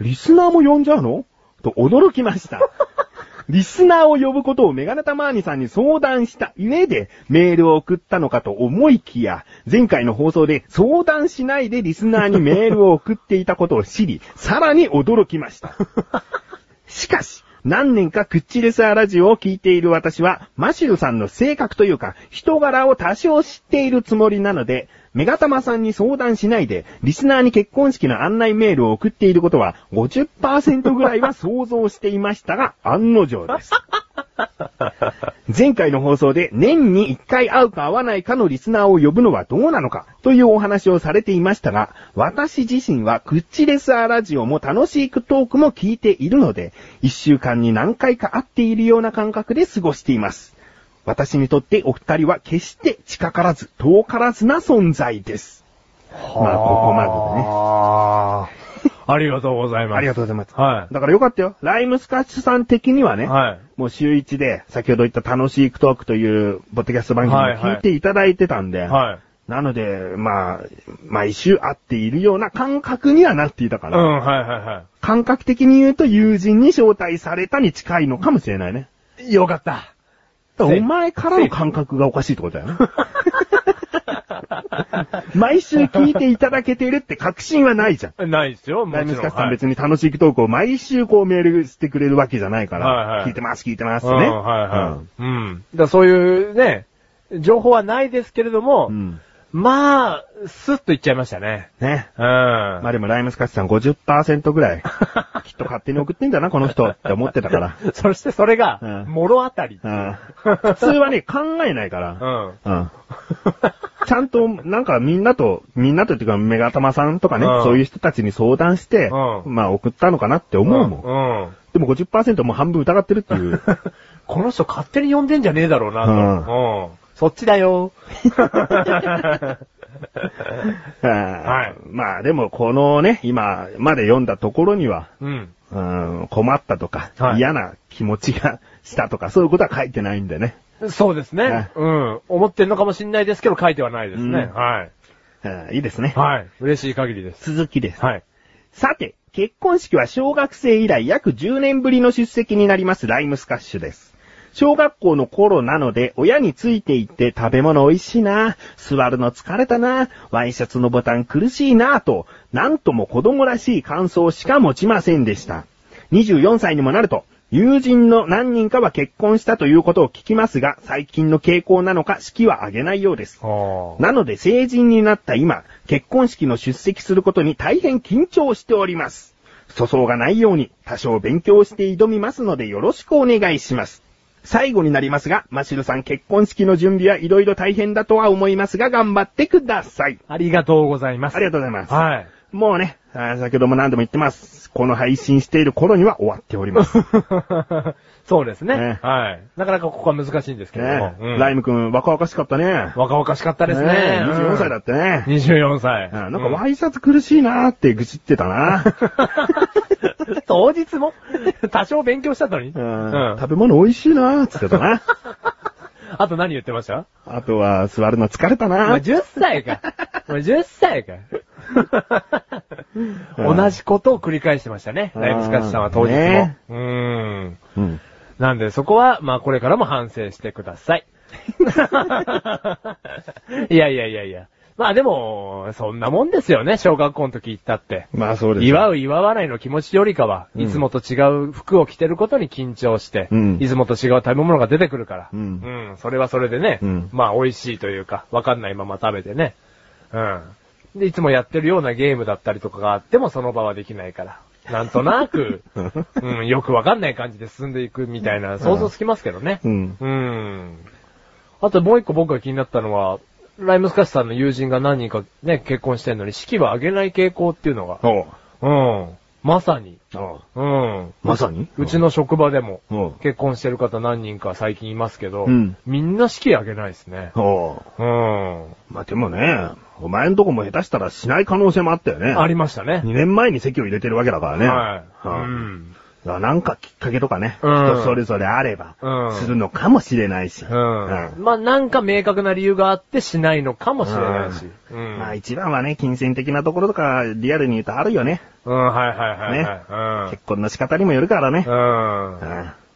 [SPEAKER 2] リスナーも呼んじゃうのと驚きました。リスナーを呼ぶことをメガネタマーニさんに相談した上でメールを送ったのかと思いきや、前回の放送で相談しないでリスナーにメールを送っていたことを知り、さらに驚きました。しかし、何年かクッチレスアラジオを聞いている私は、マシルさんの性格というか、人柄を多少知っているつもりなので、メガタマさんに相談しないで、リスナーに結婚式の案内メールを送っていることは50%ぐらいは想像していましたが、案の定です。前回の放送で年に1回会うか会わないかのリスナーを呼ぶのはどうなのかというお話をされていましたが、私自身はクッチレスアラジオも楽しいトークも聞いているので、1週間に何回か会っているような感覚で過ごしています。私にとってお二人は決して近からず、遠からずな存在です。まあここまで
[SPEAKER 1] でね。
[SPEAKER 2] ね
[SPEAKER 1] ありがとうございます。
[SPEAKER 2] ありがとうございます。
[SPEAKER 1] は
[SPEAKER 2] だからよかったよ。ライムスカッシュさん的にはね、
[SPEAKER 1] い。はい。
[SPEAKER 2] もう週一で、先ほど言った楽しいトークという、ポッドキャスト番組を
[SPEAKER 1] はいはい
[SPEAKER 2] 聞いていただいてたんで、
[SPEAKER 1] はい。
[SPEAKER 2] なので、まあ、毎週会っているような感覚にはなっていたか
[SPEAKER 1] うん、
[SPEAKER 2] ら、
[SPEAKER 1] はいは
[SPEAKER 2] 感覚的に言うと友人に招待されたに近いのかもしれないね。
[SPEAKER 1] いはい。よかった。
[SPEAKER 2] だから
[SPEAKER 1] せ
[SPEAKER 2] お前からの感覚がおかしいってことだよね。 毎週聞いていただけてるって確信はないじゃん。
[SPEAKER 1] ないですよ、も
[SPEAKER 2] ライム
[SPEAKER 1] ち
[SPEAKER 2] ス
[SPEAKER 1] ろ
[SPEAKER 2] カ
[SPEAKER 1] ん。
[SPEAKER 2] スさん別に楽しいトークを毎週こうメールしてくれるわけじゃないから、
[SPEAKER 1] はいはい
[SPEAKER 2] 聞いてます聞いてますって
[SPEAKER 1] はいう
[SPEAKER 2] ね。
[SPEAKER 1] んはいは
[SPEAKER 2] う
[SPEAKER 1] い。う
[SPEAKER 2] ん
[SPEAKER 1] ん。だからそういうね、情報はないですけれども、
[SPEAKER 2] うん
[SPEAKER 1] まあ、スッといっちゃいましたね。
[SPEAKER 2] ね。
[SPEAKER 1] うん。
[SPEAKER 2] まあでもライムスカッシュさん50%ぐらい、きっと勝手に送ってんだな、この人って思ってたから。
[SPEAKER 1] そしてそれが
[SPEAKER 2] う、ん
[SPEAKER 1] もろあたり。
[SPEAKER 2] うん普通はね、考えないから。
[SPEAKER 1] ん。
[SPEAKER 2] うん。ちゃんと、なんかみんなと、みんなとっていうか、メガタマさんとかね、
[SPEAKER 1] うん
[SPEAKER 2] そういう人たちに相談して、
[SPEAKER 1] うん
[SPEAKER 2] まあ送ったのかなって思うもん。
[SPEAKER 1] ん。うん。
[SPEAKER 2] でも50%もう半分疑ってるっていう。
[SPEAKER 1] この人勝手に呼んでんじゃねえだろうな、と。
[SPEAKER 2] うん
[SPEAKER 1] うん。そっちだよ。
[SPEAKER 2] はいまあでもこのね、今まで読んだところには、
[SPEAKER 1] うん。
[SPEAKER 2] うん、困ったとか、
[SPEAKER 1] はい
[SPEAKER 2] 嫌な気持ちがしたとか、そういうことは書いてないんでね。
[SPEAKER 1] そうですね
[SPEAKER 2] ね。
[SPEAKER 1] うん。思ってんのかもしんないですけど、書いてはないですね。
[SPEAKER 2] うん
[SPEAKER 1] はい。
[SPEAKER 2] うんいいですね。
[SPEAKER 1] はい。嬉しい限りです。
[SPEAKER 2] 続きです。
[SPEAKER 1] はい。
[SPEAKER 2] さて、結婚式は小学生以来約10年ぶりの出席になりますライムスカッシュです。小学校の頃なので、親について行って食べ物美味しいな、座るの疲れたな、ワイシャツのボタン苦しいな、と、なんとも子供らしい感想しか持ちませんでした。24歳にもなると、友人の何人かは結婚したということを聞きますが、最近の傾向なのか式は挙げないようです。
[SPEAKER 1] お
[SPEAKER 2] なので成人になった今、結婚式の出席することに大変緊張しております。粗相がないように多少勉強して挑みますのでよろしくお願いします。最後になりますが、マシルさん結婚式の準備はいろいろ大変だとは思いますが頑張ってください。
[SPEAKER 1] ありがとうございます。
[SPEAKER 2] ありがとうございます。
[SPEAKER 1] はい。
[SPEAKER 2] もうね、あー先ほども何度も言ってます。この配信している頃には終わっており ます。ね
[SPEAKER 1] そうですね
[SPEAKER 2] ね
[SPEAKER 1] はい。なかなかここは難しいんですけれども。うん
[SPEAKER 2] ライム君若々しかったね。
[SPEAKER 1] 若々しかったですね。
[SPEAKER 2] え24歳だ
[SPEAKER 1] っ
[SPEAKER 2] ってね。
[SPEAKER 1] 24歳。
[SPEAKER 2] あーなんかワイシャツ苦しいなーって愚痴ってたな。
[SPEAKER 1] うん当日も 多少勉強したのに。う
[SPEAKER 2] うん
[SPEAKER 1] ん。
[SPEAKER 2] 食べ物美味しいなーって言っ てたな。
[SPEAKER 1] あと何言ってました
[SPEAKER 2] あとは座るの疲れた
[SPEAKER 1] お
[SPEAKER 2] な
[SPEAKER 1] 前
[SPEAKER 2] ー。
[SPEAKER 1] 10歳か。お前10歳か。
[SPEAKER 2] うん
[SPEAKER 1] 同じことを繰り返してましたね。
[SPEAKER 2] うん
[SPEAKER 1] ライブスカッシュさんは当日も。
[SPEAKER 2] ね
[SPEAKER 1] うーん。
[SPEAKER 2] うん。
[SPEAKER 1] なんでそこは、まあこれからも反省してくださ い。いやいやいやいや。まあでも、そんなもんですよね、小学校の時行ったって。
[SPEAKER 2] まあそうです。
[SPEAKER 1] 祝う祝わないの気持ちよりかは、
[SPEAKER 2] うん
[SPEAKER 1] いつもと違う服を着てることに緊張して、
[SPEAKER 2] うん
[SPEAKER 1] いつもと違う食べ物が出てくるから、
[SPEAKER 2] う
[SPEAKER 1] うんん、それはそれでね、
[SPEAKER 2] うん
[SPEAKER 1] まあ美味しいというか、わかんないまま食べてね、うん。で、いつもやってるようなゲームだったりとかがあってもその場はできないから、なんとな く、うん、よくわかんない感じで進んでいくみたいな想像つきますけどね。
[SPEAKER 2] うん。
[SPEAKER 1] うん。あともう一個僕が気になったのは、ライムスカッシュさんの友人が何人かね、結婚してんのに、式は挙げない傾向っていうのが、
[SPEAKER 2] お
[SPEAKER 1] う
[SPEAKER 2] う。
[SPEAKER 1] ん。まさに。
[SPEAKER 2] おう
[SPEAKER 1] うん。
[SPEAKER 2] まさに
[SPEAKER 1] うちの職場でも、
[SPEAKER 2] おう。
[SPEAKER 1] 結婚してる方何人か最近いますけど、
[SPEAKER 2] うん
[SPEAKER 1] みんな式あげないですね。
[SPEAKER 2] おう。
[SPEAKER 1] うん。
[SPEAKER 2] まあでもね、お前んとこも下手したらしない可能性もあったよね。
[SPEAKER 1] ありましたね。
[SPEAKER 2] 2年前に席を入れてるわけだからね。
[SPEAKER 1] はい。う
[SPEAKER 2] はあ
[SPEAKER 1] ん。
[SPEAKER 2] だからなんかきっかけとかね、
[SPEAKER 1] うん
[SPEAKER 2] 人それぞれあれば
[SPEAKER 1] うん、
[SPEAKER 2] するのかもしれないし。
[SPEAKER 1] うん。まあ、なんか明確な理由があってしないのかもしれないし。う
[SPEAKER 2] うん
[SPEAKER 1] ん。
[SPEAKER 2] まあ一番はね、金銭的なところとか、リアルに言うとあるよね。
[SPEAKER 1] うん、はいはいはい
[SPEAKER 2] ね
[SPEAKER 1] はい。
[SPEAKER 2] 結婚の仕方にもよるからね
[SPEAKER 1] う。ん。うん。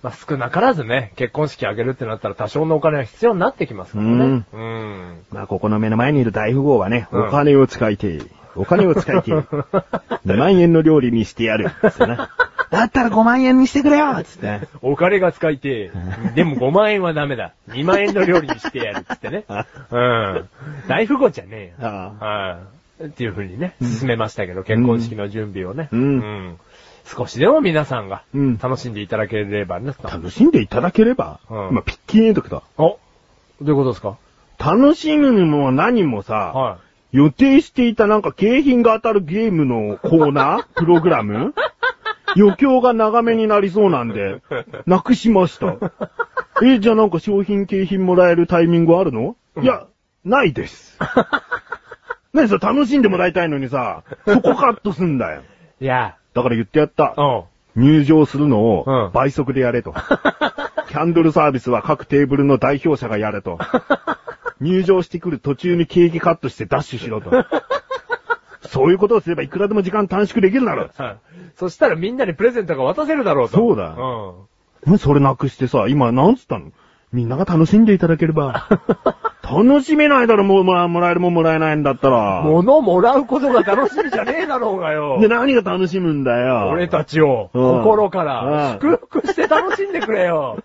[SPEAKER 1] まあ、少なからずね、結婚式あげるってなったら多少のお金が必要になってきますからね。うん。
[SPEAKER 2] まあここの目の前にいる大富豪はね、
[SPEAKER 1] うん
[SPEAKER 2] お金を使いて、お金を使 いて、2万円の料理にしてやる。つってなだったら5万円にしてくれよつって。
[SPEAKER 1] お金が使いてえ、でも5万円はダメだ。2万円の料理にしてやるっつっ てね。うん。大富豪じゃねえよ。
[SPEAKER 2] ああ
[SPEAKER 1] はい。っていうふうにね、進めましたけど、結婚式の準備をね。
[SPEAKER 2] うん
[SPEAKER 1] ん少しでも皆さんが
[SPEAKER 2] うん、
[SPEAKER 1] 楽しんでいただければね。と
[SPEAKER 2] 楽しんでいただければ、
[SPEAKER 1] うん
[SPEAKER 2] まあピッキリ言うとくと。
[SPEAKER 1] おどういうことですか
[SPEAKER 2] 楽しむも何もさ、
[SPEAKER 1] は
[SPEAKER 2] 予定していたなんか景品が当たるゲームのコーナープログラム余興が長めになりそうなんで、なくしました。え、じゃあなんか商品景品もらえるタイミングあるの、いや、ないです。何さ、楽しんでもらいたいのにさ、そこカットすんだよ。
[SPEAKER 1] い。いや、
[SPEAKER 2] だから言ってやった。
[SPEAKER 1] うん。
[SPEAKER 2] 入場するのを
[SPEAKER 1] うん
[SPEAKER 2] 倍速でやれと。 キャンドルサービスは各テーブルの代表者がや れと。入場してくる途中にケーキカットしてダッシュしろと。そういうことをすればいくらでも時間短縮できるだろ。
[SPEAKER 1] はいそしたらみんなにプレゼントが渡せるだろうと。
[SPEAKER 2] そうだ
[SPEAKER 1] うん。
[SPEAKER 2] それなくしてさ、今なんつったのみんなが楽しんでいただければ。 楽しめないだろ、もうもらもらえるもんもらえないんだったら。
[SPEAKER 1] 物もらうことが楽しみじゃねえだろうがよ。
[SPEAKER 2] で、何が楽しむんだよ。
[SPEAKER 1] 俺たちを
[SPEAKER 2] うん
[SPEAKER 1] 心から
[SPEAKER 2] うん
[SPEAKER 1] 祝福して楽しんでくれよ。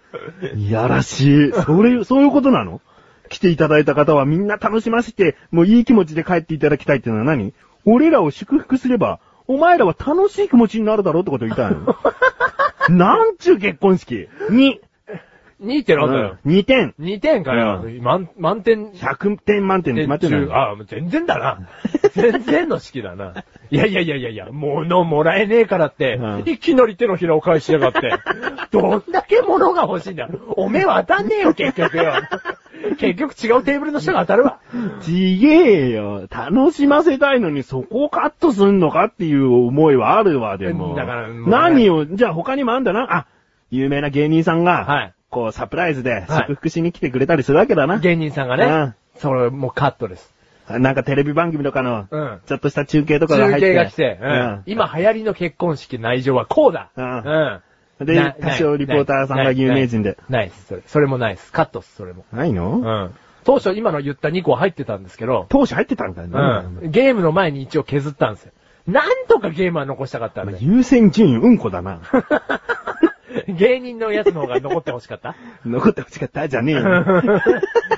[SPEAKER 2] いやらしい。それ、そういうことなの来ていただいた方はみんな楽しませて、もういい気持ちで帰っていただきたいっていうのは何俺らを祝福すれば、お前らは楽しい気持ちになるだろうってことを言いたいの なんちゅう結婚式 !2!
[SPEAKER 1] 2ってなんだよ。
[SPEAKER 2] 2点
[SPEAKER 1] 2点かよ
[SPEAKER 2] う。
[SPEAKER 1] 満満点
[SPEAKER 2] !100 点満点で決まってない
[SPEAKER 1] 中
[SPEAKER 2] の。
[SPEAKER 1] あ、もう全然だ な。全然の式だな。いやいやいやいやいや、物もらえねえからって、
[SPEAKER 2] うん
[SPEAKER 1] いきなり手のひらを返しやが って。どんだけ物が欲しいんだ。おめえは当たんねえよ、結局 よ。結局違うテーブルの人が当たるわ。
[SPEAKER 2] ちげえよ。楽しませたいのにそこをカットすんのかっていう思いはあるわ、でも。
[SPEAKER 1] だからもうね
[SPEAKER 2] 何を、じゃあ他にもあんだな。あ、有名な芸人さんが、
[SPEAKER 1] はい
[SPEAKER 2] こうサプライズで
[SPEAKER 1] はい
[SPEAKER 2] 祝福しに来てくれたりするわけだな。
[SPEAKER 1] 芸人さんがね。それもうカットです。
[SPEAKER 2] なんかテレビ番組とかの、
[SPEAKER 1] うん
[SPEAKER 2] ちょっとした中継とかが入
[SPEAKER 1] 中
[SPEAKER 2] って。
[SPEAKER 1] 継が来て、うん
[SPEAKER 2] うん
[SPEAKER 1] 今流行りの結婚式内情はこうだ。
[SPEAKER 2] うん
[SPEAKER 1] うん
[SPEAKER 2] で
[SPEAKER 1] な
[SPEAKER 2] 多少リポーターさんが有名人で
[SPEAKER 1] ないないないです、それ。それもないです。カットです、それも。
[SPEAKER 2] ないの、
[SPEAKER 1] うん。当初今の言った2個入ってたんですけど、
[SPEAKER 2] 当初入ってたんだよ
[SPEAKER 1] う
[SPEAKER 2] な、
[SPEAKER 1] ん。ゲームの前に一応削ったんですよ。なんとかゲームは残したかったん
[SPEAKER 2] まあ
[SPEAKER 1] で。
[SPEAKER 2] 優先順位うんこ だな。
[SPEAKER 1] 芸人のやつの方が残ってほしか った。
[SPEAKER 2] 残ってほしかったじゃねえ よ。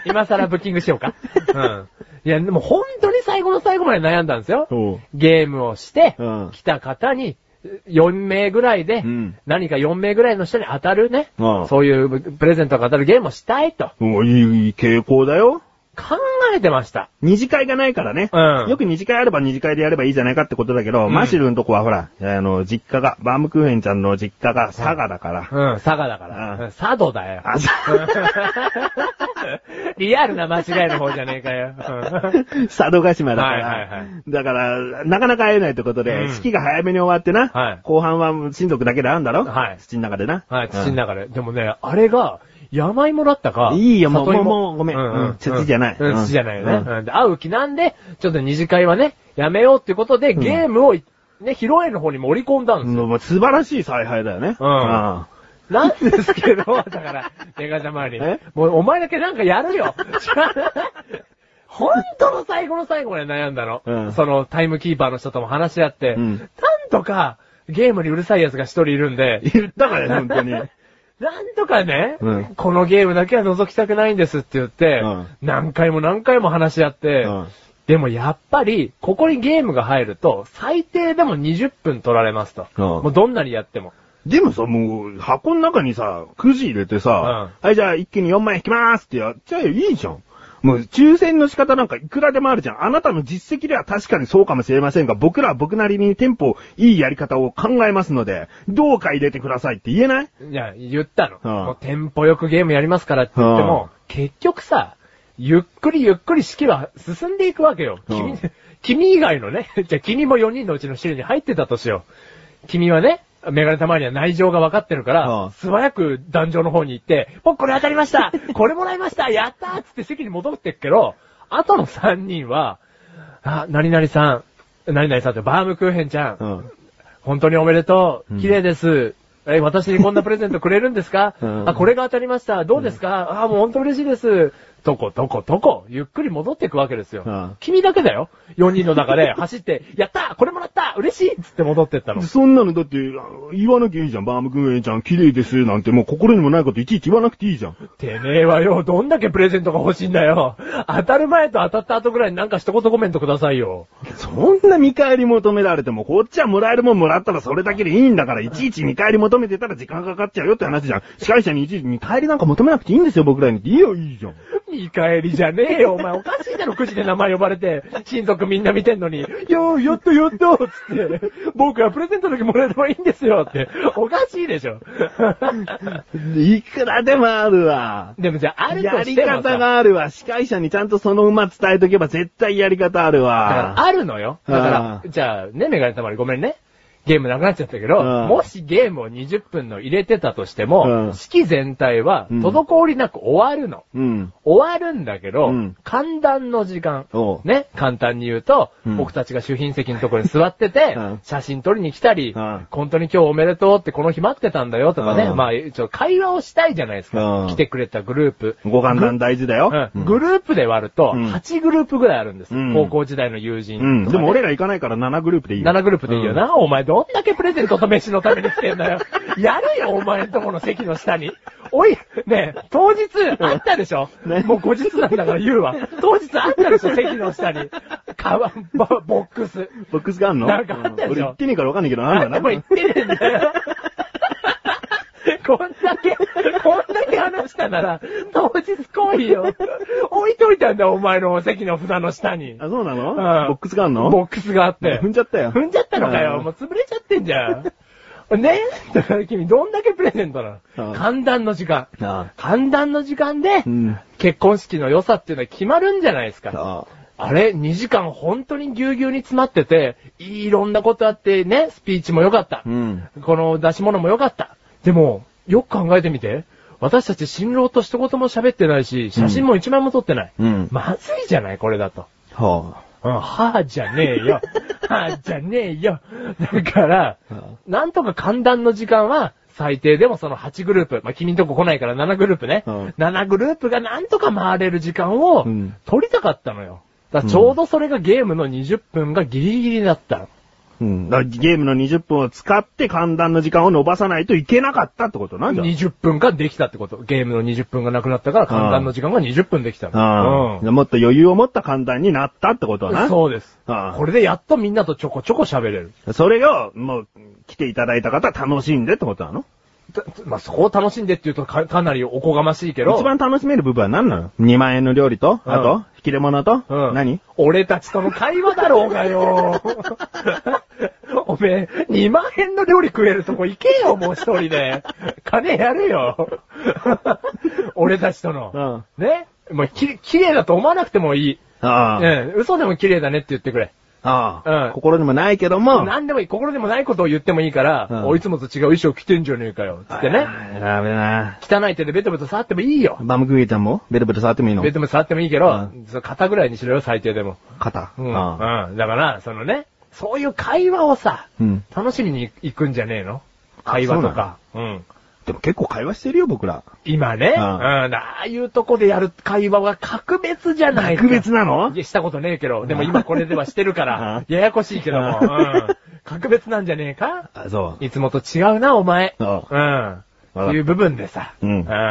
[SPEAKER 1] 今更ブッキングしようか。うん。いや、でも本当に最後の最後まで悩んだんですよ。
[SPEAKER 2] そう
[SPEAKER 1] ゲームをして、
[SPEAKER 2] うん
[SPEAKER 1] 来た方に、4名ぐらいで、
[SPEAKER 2] うん
[SPEAKER 1] 何か4名ぐらいの人に当たるね、
[SPEAKER 2] うん
[SPEAKER 1] そういうプレゼントが当たるゲームをしたいと
[SPEAKER 2] もういい傾向だよ。
[SPEAKER 1] 考えてました。
[SPEAKER 2] 二次会がないからね。
[SPEAKER 1] うん
[SPEAKER 2] よく二次会あれば二次会でやればいいじゃないかってことだけど、
[SPEAKER 1] うん
[SPEAKER 2] マシルのとこはほら、あの、実家が、バームクーヘンちゃんの実家が佐賀だから。
[SPEAKER 1] うん、佐賀だから。
[SPEAKER 2] うん
[SPEAKER 1] うん佐渡だよ。
[SPEAKER 2] あ、さ
[SPEAKER 1] リアルな間違いの方じゃねえかよ。うん
[SPEAKER 2] 佐渡島だから。
[SPEAKER 1] はいはいはい
[SPEAKER 2] だから、なかなか会えないってことで、
[SPEAKER 1] うん
[SPEAKER 2] 式が早めに終わってな、
[SPEAKER 1] はい
[SPEAKER 2] 後半は親族だけで会うんだろ
[SPEAKER 1] はい
[SPEAKER 2] 土の中でな。
[SPEAKER 1] はい、土の
[SPEAKER 2] 中。
[SPEAKER 1] 中で。でもね、あれが、山芋だったか。
[SPEAKER 2] いいよもう
[SPEAKER 1] 里芋
[SPEAKER 2] もうもうごめんうん土じゃない
[SPEAKER 1] うん、
[SPEAKER 2] うん
[SPEAKER 1] 土じゃないよ
[SPEAKER 2] う
[SPEAKER 1] ね。
[SPEAKER 2] ん
[SPEAKER 1] うんで会う気なんで、ちょっと二次会はね、やめようっていうことで、
[SPEAKER 2] ん
[SPEAKER 1] ゲームを、ね、披露宴の方にも織り込んだんですよ。
[SPEAKER 2] もう素晴らしい采配だよね。
[SPEAKER 1] うんなんですけど、 だから、メガジャマリ
[SPEAKER 2] え。
[SPEAKER 1] もうお前だけなんかやるよ。 本当の最後の最後まで悩んだの。
[SPEAKER 2] うん
[SPEAKER 1] そのタイムキーパーの人とも話し合って、
[SPEAKER 2] うん
[SPEAKER 1] なんとか、ゲームにうるさい奴が一人いるんで、
[SPEAKER 2] 言ったからね、本当に。
[SPEAKER 1] なんとかね、
[SPEAKER 2] うん
[SPEAKER 1] このゲームだけは覗きたくないんですって言って、
[SPEAKER 2] うん
[SPEAKER 1] 何回も何回も話し合って、
[SPEAKER 2] うん
[SPEAKER 1] でもやっぱり、ここにゲームが入ると、最低でも20分取られますと。
[SPEAKER 2] うん
[SPEAKER 1] もうどんなにやっても。
[SPEAKER 2] でもさ、もう、箱の中にさ、くじ入れてさ、はい、じゃあ一気に4枚引きますってやっちゃえばいいじゃん。もう、抽選の仕方なんかいくらでもあるじゃん。あなたの実績では確かにそうかもしれませんが、僕らは僕なりにテンポ、いいやり方を考えますので、どうか入れてくださいって言えない
[SPEAKER 1] いや、言ったの。
[SPEAKER 2] うん
[SPEAKER 1] もうテンポよくゲームやりますからって言っても、結局さ、ゆっくりゆっくり式は進んでいくわけよ。君、
[SPEAKER 2] うん
[SPEAKER 1] 君以外のね、 じゃあ君も4人のうちの汁に入ってたとしよう。君はね、メガネたまには内情が分かってるから、
[SPEAKER 2] うん
[SPEAKER 1] 素早く壇上の方に行って、僕これ当たりま したこれもらいましたやったーっつって席に戻ってっけど、後の3人は、あ、何々さん、何々さんってバームクーヘンちゃん、
[SPEAKER 2] ん。
[SPEAKER 1] 本当におめでと
[SPEAKER 2] う
[SPEAKER 1] う。
[SPEAKER 2] ん
[SPEAKER 1] 綺麗です。え、私にこんなプレゼントくれるんですか、
[SPEAKER 2] うん
[SPEAKER 1] あ、これが当たりました。どうですか、あ、もう本当嬉しいです。とことことこ、ゆっくり戻っていくわけですよ。
[SPEAKER 2] うん
[SPEAKER 1] 君だけだよ。4人の中で 走って、やったこれもらった嬉しいっつって戻ってったの。
[SPEAKER 2] そんなのだって、言わなきゃいいじゃん。バームクーヘンちゃん、綺麗ですなんてもう心にもないこといちいち言わなくていいじゃん。
[SPEAKER 1] てめえはよ、どんだけプレゼントが欲しいんだよ。当たる前と当たった後ぐらいになんか一言コメントくださいよ。
[SPEAKER 2] そんな見返り求められても、こっちはもらえるもんもらったらそれだけでいいんだから、いちいち見返り求めてたら時間かかっちゃうよって話じゃん。司会者にいちいち見返りなんか求めなくていいんですよ、僕らに。いいよ、いいじゃん。
[SPEAKER 1] 見返りじゃねえよ、お前。おかしいだろ、くじで名前呼ばれて。親族みんな見てんのに。よー、よっとよっとつって。僕はプレゼントだけもらえればいいんですよって。おかしいでしょ。
[SPEAKER 2] いくらでもあるわ。
[SPEAKER 1] でもじゃあ、あると
[SPEAKER 2] や
[SPEAKER 1] し
[SPEAKER 2] り
[SPEAKER 1] てもさ。
[SPEAKER 2] 方があるわ。司会者にちゃんとその馬伝えとけば絶対やり方ある
[SPEAKER 1] だから
[SPEAKER 2] わ。
[SPEAKER 1] あるのよ。だか
[SPEAKER 2] あ
[SPEAKER 1] ら、じゃあ、ね、メガネたまりごめんね。ゲームなくなっちゃったけど、
[SPEAKER 2] うん
[SPEAKER 1] もしゲームを20分の入れてたとしても、
[SPEAKER 2] うん
[SPEAKER 1] 式全体は
[SPEAKER 2] うん
[SPEAKER 1] 滞りなく終わるの。
[SPEAKER 2] うん。
[SPEAKER 1] 終わるんだけど、
[SPEAKER 2] うん
[SPEAKER 1] 寒暖の時間
[SPEAKER 2] おう。
[SPEAKER 1] ね、簡単に言うと、
[SPEAKER 2] うん
[SPEAKER 1] 僕たちが主賓席のところに座ってて、
[SPEAKER 2] うん
[SPEAKER 1] 写真撮りに来たり、
[SPEAKER 2] うん
[SPEAKER 1] 本当に今日おめでとうってこの日待ってたんだよとかね、
[SPEAKER 2] うん
[SPEAKER 1] まあ、ちょ会話をしたいじゃないですか。
[SPEAKER 2] うん
[SPEAKER 1] 来てくれたグループ。
[SPEAKER 2] ご判断大事だよ。
[SPEAKER 1] うんグループで割ると、
[SPEAKER 2] うん
[SPEAKER 1] 8グループぐらいあるんです。
[SPEAKER 2] うん
[SPEAKER 1] 高校時代の友人とかね、
[SPEAKER 2] うん。でも俺ら行かないから7グループでいいよ。
[SPEAKER 1] 7グループでいいよな。お前どんだけプレゼントと飯のために来てん だよ。やるよ、お前んとこの席の下に。おい、ねえ、当日あったでしょ、
[SPEAKER 2] ね
[SPEAKER 1] もう後日なんだから言うわ。当日あったでしょ席の下に。カバン、ボボックス。
[SPEAKER 2] ボックスがあんの
[SPEAKER 1] なんかあったでしょ
[SPEAKER 2] 俺行ってねえからわかんないけど、なんだ
[SPEAKER 1] で
[SPEAKER 2] な。
[SPEAKER 1] も言ってねえんだよ。こんだけ、こんだけ話したなら、当日来いよ。置いといたんだよ、お前の席の札の下に。
[SPEAKER 2] あ、そうなの
[SPEAKER 1] うん
[SPEAKER 2] ボックスがあんの
[SPEAKER 1] ボックスがあって。
[SPEAKER 2] 踏んじゃったよ。
[SPEAKER 1] 踏んじゃったのかよ。
[SPEAKER 2] うん
[SPEAKER 1] もう潰れちゃってんじゃん。ね だから君どんだけプレゼントな
[SPEAKER 2] う
[SPEAKER 1] の
[SPEAKER 2] ん
[SPEAKER 1] 寒暖の時間。
[SPEAKER 2] あ
[SPEAKER 1] 寒暖の時間で
[SPEAKER 2] あ。う、ん。
[SPEAKER 1] 結婚式の良さっていうのは決まるんじゃないですか。
[SPEAKER 2] あ
[SPEAKER 1] あれ、2時間本当にぎゅうぎゅうに詰まってて、いろんなことあってね、スピーチも良かった
[SPEAKER 2] あ。うん。
[SPEAKER 1] この出し物も良かった。でも、よく考えてみて。私たち新郎と一言も喋ってないし、写真も一枚も撮ってない。
[SPEAKER 2] うん。
[SPEAKER 1] まずいじゃないこれだと。
[SPEAKER 2] は
[SPEAKER 1] うん、はぁじゃねえ よ。はぁじゃねえよ。だから、
[SPEAKER 2] あ。
[SPEAKER 1] なんとか寒暖の時間は、最低でもその8グループ、まあ、君んとこ来ないから7グループね。
[SPEAKER 2] うん
[SPEAKER 1] 7グループがなんとか回れる時間を
[SPEAKER 2] うん、
[SPEAKER 1] 取りたかったのよ。だからちょうどそれがゲームの20分がギリギリだったの。
[SPEAKER 2] うん。だからゲームの20分を使って寒暖の時間を伸ばさないといけなかったってことなんじゃん。
[SPEAKER 1] 20分ができたってこと。ゲームの20分がなくなったから、寒暖の時間が20分できた
[SPEAKER 2] あ
[SPEAKER 1] の。
[SPEAKER 2] あ。もっと余裕を持った寒暖になったってこと
[SPEAKER 1] うん。
[SPEAKER 2] な。
[SPEAKER 1] そうです。
[SPEAKER 2] ああ
[SPEAKER 1] これでやっとみんなとちょこちょこ喋れる。
[SPEAKER 2] それを、もう、来ていただいた方は楽しんでってことなの
[SPEAKER 1] たまあ、そこを楽しんでって言うとかかなりおこがましいけど。
[SPEAKER 2] 一番楽しめる部分は何なの ?2 万円の料理と、あ
[SPEAKER 1] う
[SPEAKER 2] と
[SPEAKER 1] ん、
[SPEAKER 2] 引き出物と、
[SPEAKER 1] うん。
[SPEAKER 2] 何
[SPEAKER 1] 俺たちとの会話だろうが よ。おめえ、2万円の料理食えるとこ行けよ、もう一人で。金やれ よ。俺たちとの。ねもうき、綺麗だと思わなくてもいい。
[SPEAKER 2] ああ、
[SPEAKER 1] うん。嘘でも綺麗だねって言ってくれ。
[SPEAKER 2] ああ、
[SPEAKER 1] うん
[SPEAKER 2] 心にもないけども、
[SPEAKER 1] 何でもいい、心でもないことを言ってもいいから、
[SPEAKER 2] うん
[SPEAKER 1] おいつもと違う衣装着てんじゃねえかよ。つってね。
[SPEAKER 2] ああダメだな。
[SPEAKER 1] 汚い手でベトベト触ってもいいよ。
[SPEAKER 2] バムクーイちゃんもベルベル触ってもいいの
[SPEAKER 1] ベトベト触ってもいいけど、
[SPEAKER 2] う
[SPEAKER 1] その肩ぐらいにしろよ、最低でも。
[SPEAKER 2] 肩。
[SPEAKER 1] うん。
[SPEAKER 2] ああ
[SPEAKER 1] うん。だから、そのね、そういう会話をさ、
[SPEAKER 2] うん
[SPEAKER 1] 楽しみに行くんじゃねえの会話とか。うん。
[SPEAKER 2] でも結構会話してるよ、僕ら。
[SPEAKER 1] 今ね、
[SPEAKER 2] う
[SPEAKER 1] うんん、ああいうとこでやる会話は格別じゃないか
[SPEAKER 2] 格別なの
[SPEAKER 1] いや、したことねえけど、でも今これではしてるか
[SPEAKER 2] ああ
[SPEAKER 1] ら、ややこしいけども、
[SPEAKER 2] あ
[SPEAKER 1] う
[SPEAKER 2] あ
[SPEAKER 1] ん。格別なんじゃねえか
[SPEAKER 2] あそう。
[SPEAKER 1] いつもと違うな、お前。
[SPEAKER 2] あ
[SPEAKER 1] うん。
[SPEAKER 2] わかった
[SPEAKER 1] いう部分でさ。
[SPEAKER 2] うん
[SPEAKER 1] だ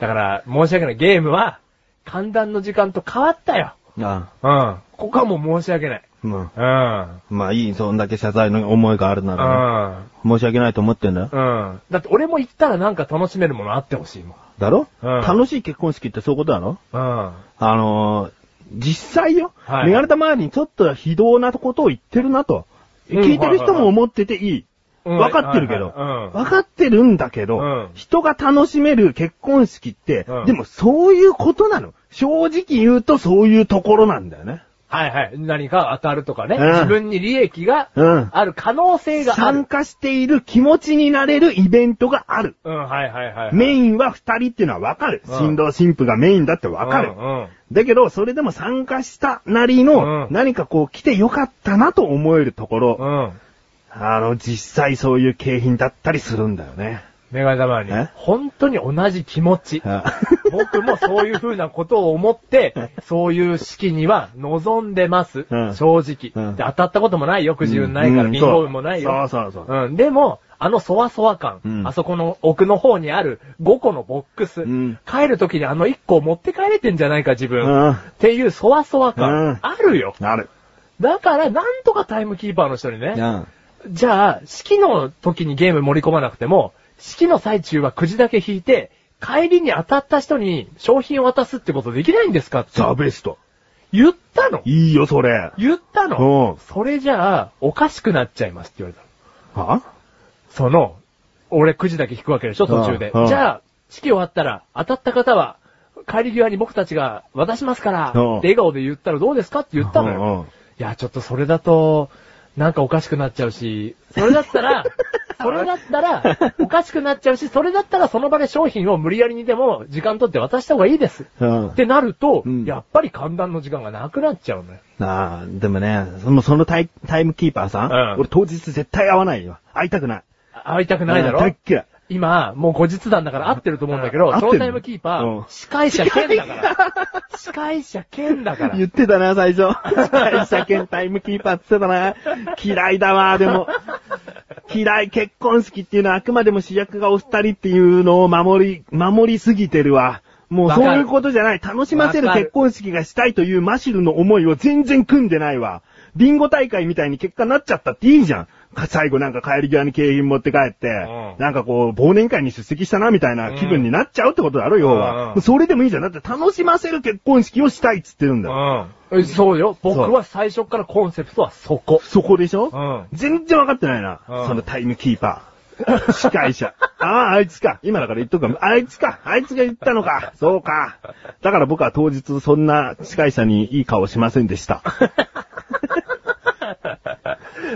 [SPEAKER 1] から、申し訳ない。ゲームは、寒暖の時間と変わったよ。
[SPEAKER 2] あ
[SPEAKER 1] うん。ここはもう申し訳ない。
[SPEAKER 2] あ、うん。
[SPEAKER 1] うん。
[SPEAKER 2] まあいい、そんだけ謝罪の思いがあるならね、申し訳ないと思ってんだよ。
[SPEAKER 1] うん。うん。だって俺も行ったらなんか楽しめるものあってほしいもん。
[SPEAKER 2] だろ、
[SPEAKER 1] うん
[SPEAKER 2] 楽しい結婚式ってそういうことだろ
[SPEAKER 1] うん。
[SPEAKER 2] あのー、実際よ、
[SPEAKER 1] はい
[SPEAKER 2] メガネた周りにちょっと非道なことを言ってるなと。
[SPEAKER 1] うん
[SPEAKER 2] 聞いてる人も思ってていい。
[SPEAKER 1] うん
[SPEAKER 2] わかってるけ
[SPEAKER 1] は
[SPEAKER 2] ど。
[SPEAKER 1] いはいはいうん
[SPEAKER 2] わかってるんだけど、
[SPEAKER 1] うん
[SPEAKER 2] 人が楽しめる結婚式って、
[SPEAKER 1] うん
[SPEAKER 2] でもそういうことなの。正直言うとそういうところなんだよね。
[SPEAKER 1] はいはい。何か当たるとかね。
[SPEAKER 2] うん
[SPEAKER 1] 自分に利益が
[SPEAKER 2] うん
[SPEAKER 1] ある可能性があ
[SPEAKER 2] 参
[SPEAKER 1] る。
[SPEAKER 2] 加している気持ちになれるイベントがある。
[SPEAKER 1] うん、はいはいはい。
[SPEAKER 2] メインは二人っていうのはわかる。
[SPEAKER 1] うん
[SPEAKER 2] 新郎新婦がメインだってわかる。
[SPEAKER 1] うん、うん。
[SPEAKER 2] だけど、それでも参加したなり
[SPEAKER 1] う
[SPEAKER 2] の
[SPEAKER 1] ん、
[SPEAKER 2] 何かこう来てよかったなと思えるところ、
[SPEAKER 1] うん。
[SPEAKER 2] あの、実際そういう景品だったりするんだよね。
[SPEAKER 1] メガネ玉に
[SPEAKER 2] え。
[SPEAKER 1] 本当に同じ気持ち。僕もそういう風なことを思って、そういう式には望んでます。
[SPEAKER 2] うん
[SPEAKER 1] 正直、
[SPEAKER 2] うん
[SPEAKER 1] で。当たったこともないよ、くじ運ないから、
[SPEAKER 2] うん
[SPEAKER 1] リンゴ運もないよ。
[SPEAKER 2] そうそうそう
[SPEAKER 1] うん。でも、あのそわそわ感、
[SPEAKER 2] うん
[SPEAKER 1] あそこの奥の方にある5個のボックス、
[SPEAKER 2] うん
[SPEAKER 1] 帰る時にあの1個を持って帰れてんじゃないか、自分。
[SPEAKER 2] うん
[SPEAKER 1] っていうそわそわ感、
[SPEAKER 2] うん
[SPEAKER 1] あるよ。
[SPEAKER 2] なる。
[SPEAKER 1] だから、なんとかタイムキーパーの人にね、
[SPEAKER 2] うん。
[SPEAKER 1] じゃあ、式の時にゲーム盛り込まなくても、式の最中はくじだけ引いて、帰りに当たった人に商品を渡すってことできないんですかって
[SPEAKER 2] ザベスト。
[SPEAKER 1] 言ったの
[SPEAKER 2] いいよ、それ。
[SPEAKER 1] 言った
[SPEAKER 2] うん
[SPEAKER 1] のそれじゃあ、おかしくなっちゃいますって言われたの。
[SPEAKER 2] は
[SPEAKER 1] その、俺くじだけ引くわけでしょ、途中で
[SPEAKER 2] うんうん。
[SPEAKER 1] じゃあ、式終わったら、当たった方は、帰り際に僕たちが渡しますから、って
[SPEAKER 2] うん
[SPEAKER 1] 笑顔で言ったらどうですかって言ったのよ。いや、ちょっとそれだと、なんかおかしくなっちゃうし、それだった ら、それだったら、おかしくなっちゃうし、それだったらその場で商品を無理やりにでも時間取って渡した方がいいです。
[SPEAKER 2] うん。うん
[SPEAKER 1] っ。てなると、
[SPEAKER 2] うん
[SPEAKER 1] やっぱり寒暖の時間がなくなっちゃうのよ。
[SPEAKER 2] ああ、でもね、そのそのタイタイムキーパーさん、
[SPEAKER 1] うん
[SPEAKER 2] 俺当日絶対会わないよ。会いたくない。
[SPEAKER 1] あ会いたくないだろ
[SPEAKER 2] うん大っ嫌い。
[SPEAKER 1] 今、もう後日談だから合ってると思うんだけ
[SPEAKER 2] うん合
[SPEAKER 1] ど、
[SPEAKER 2] って
[SPEAKER 1] ショ
[SPEAKER 2] る
[SPEAKER 1] ータイムキーパ
[SPEAKER 2] うん
[SPEAKER 1] ー、司会者兼だから。司会者兼だから。
[SPEAKER 2] 言ってたな、最初。会社兼タイムキーパーって言ってたな。嫌いだわ、でも。嫌い、結婚式っていうのはあくまでも主役がお二人っていうのを守り、守りすぎてるわ。もう
[SPEAKER 1] わか
[SPEAKER 2] そ
[SPEAKER 1] る
[SPEAKER 2] ういうことじゃない。楽しませる
[SPEAKER 1] わかる
[SPEAKER 2] 結婚式がしたいというマシルの思いを全然組んでないわ。ビンゴ大会みたいに結果になっちゃったっていいじゃん。か最後なんか帰り際に景品持って帰って、
[SPEAKER 1] うん
[SPEAKER 2] なんかこう、忘年会に出席したなみたいな気分になっちゃうってことだろ、要は。
[SPEAKER 1] うんうん
[SPEAKER 2] それでもいいじゃん。だって楽しませる結婚式をしたいっつってるんだよ。
[SPEAKER 1] うん。そうよ。僕は最初からコンセプトはそこ。
[SPEAKER 2] そこでしょ、
[SPEAKER 1] うん
[SPEAKER 2] 全然わかってないな、
[SPEAKER 1] うん
[SPEAKER 2] そのタイムキーパ ー。司会者。ああ、あいつか。今だから言っとくか。あいつか。あいつが言ったの か。そうか。だから僕は当日そんな司会者にいい顔しませんでした。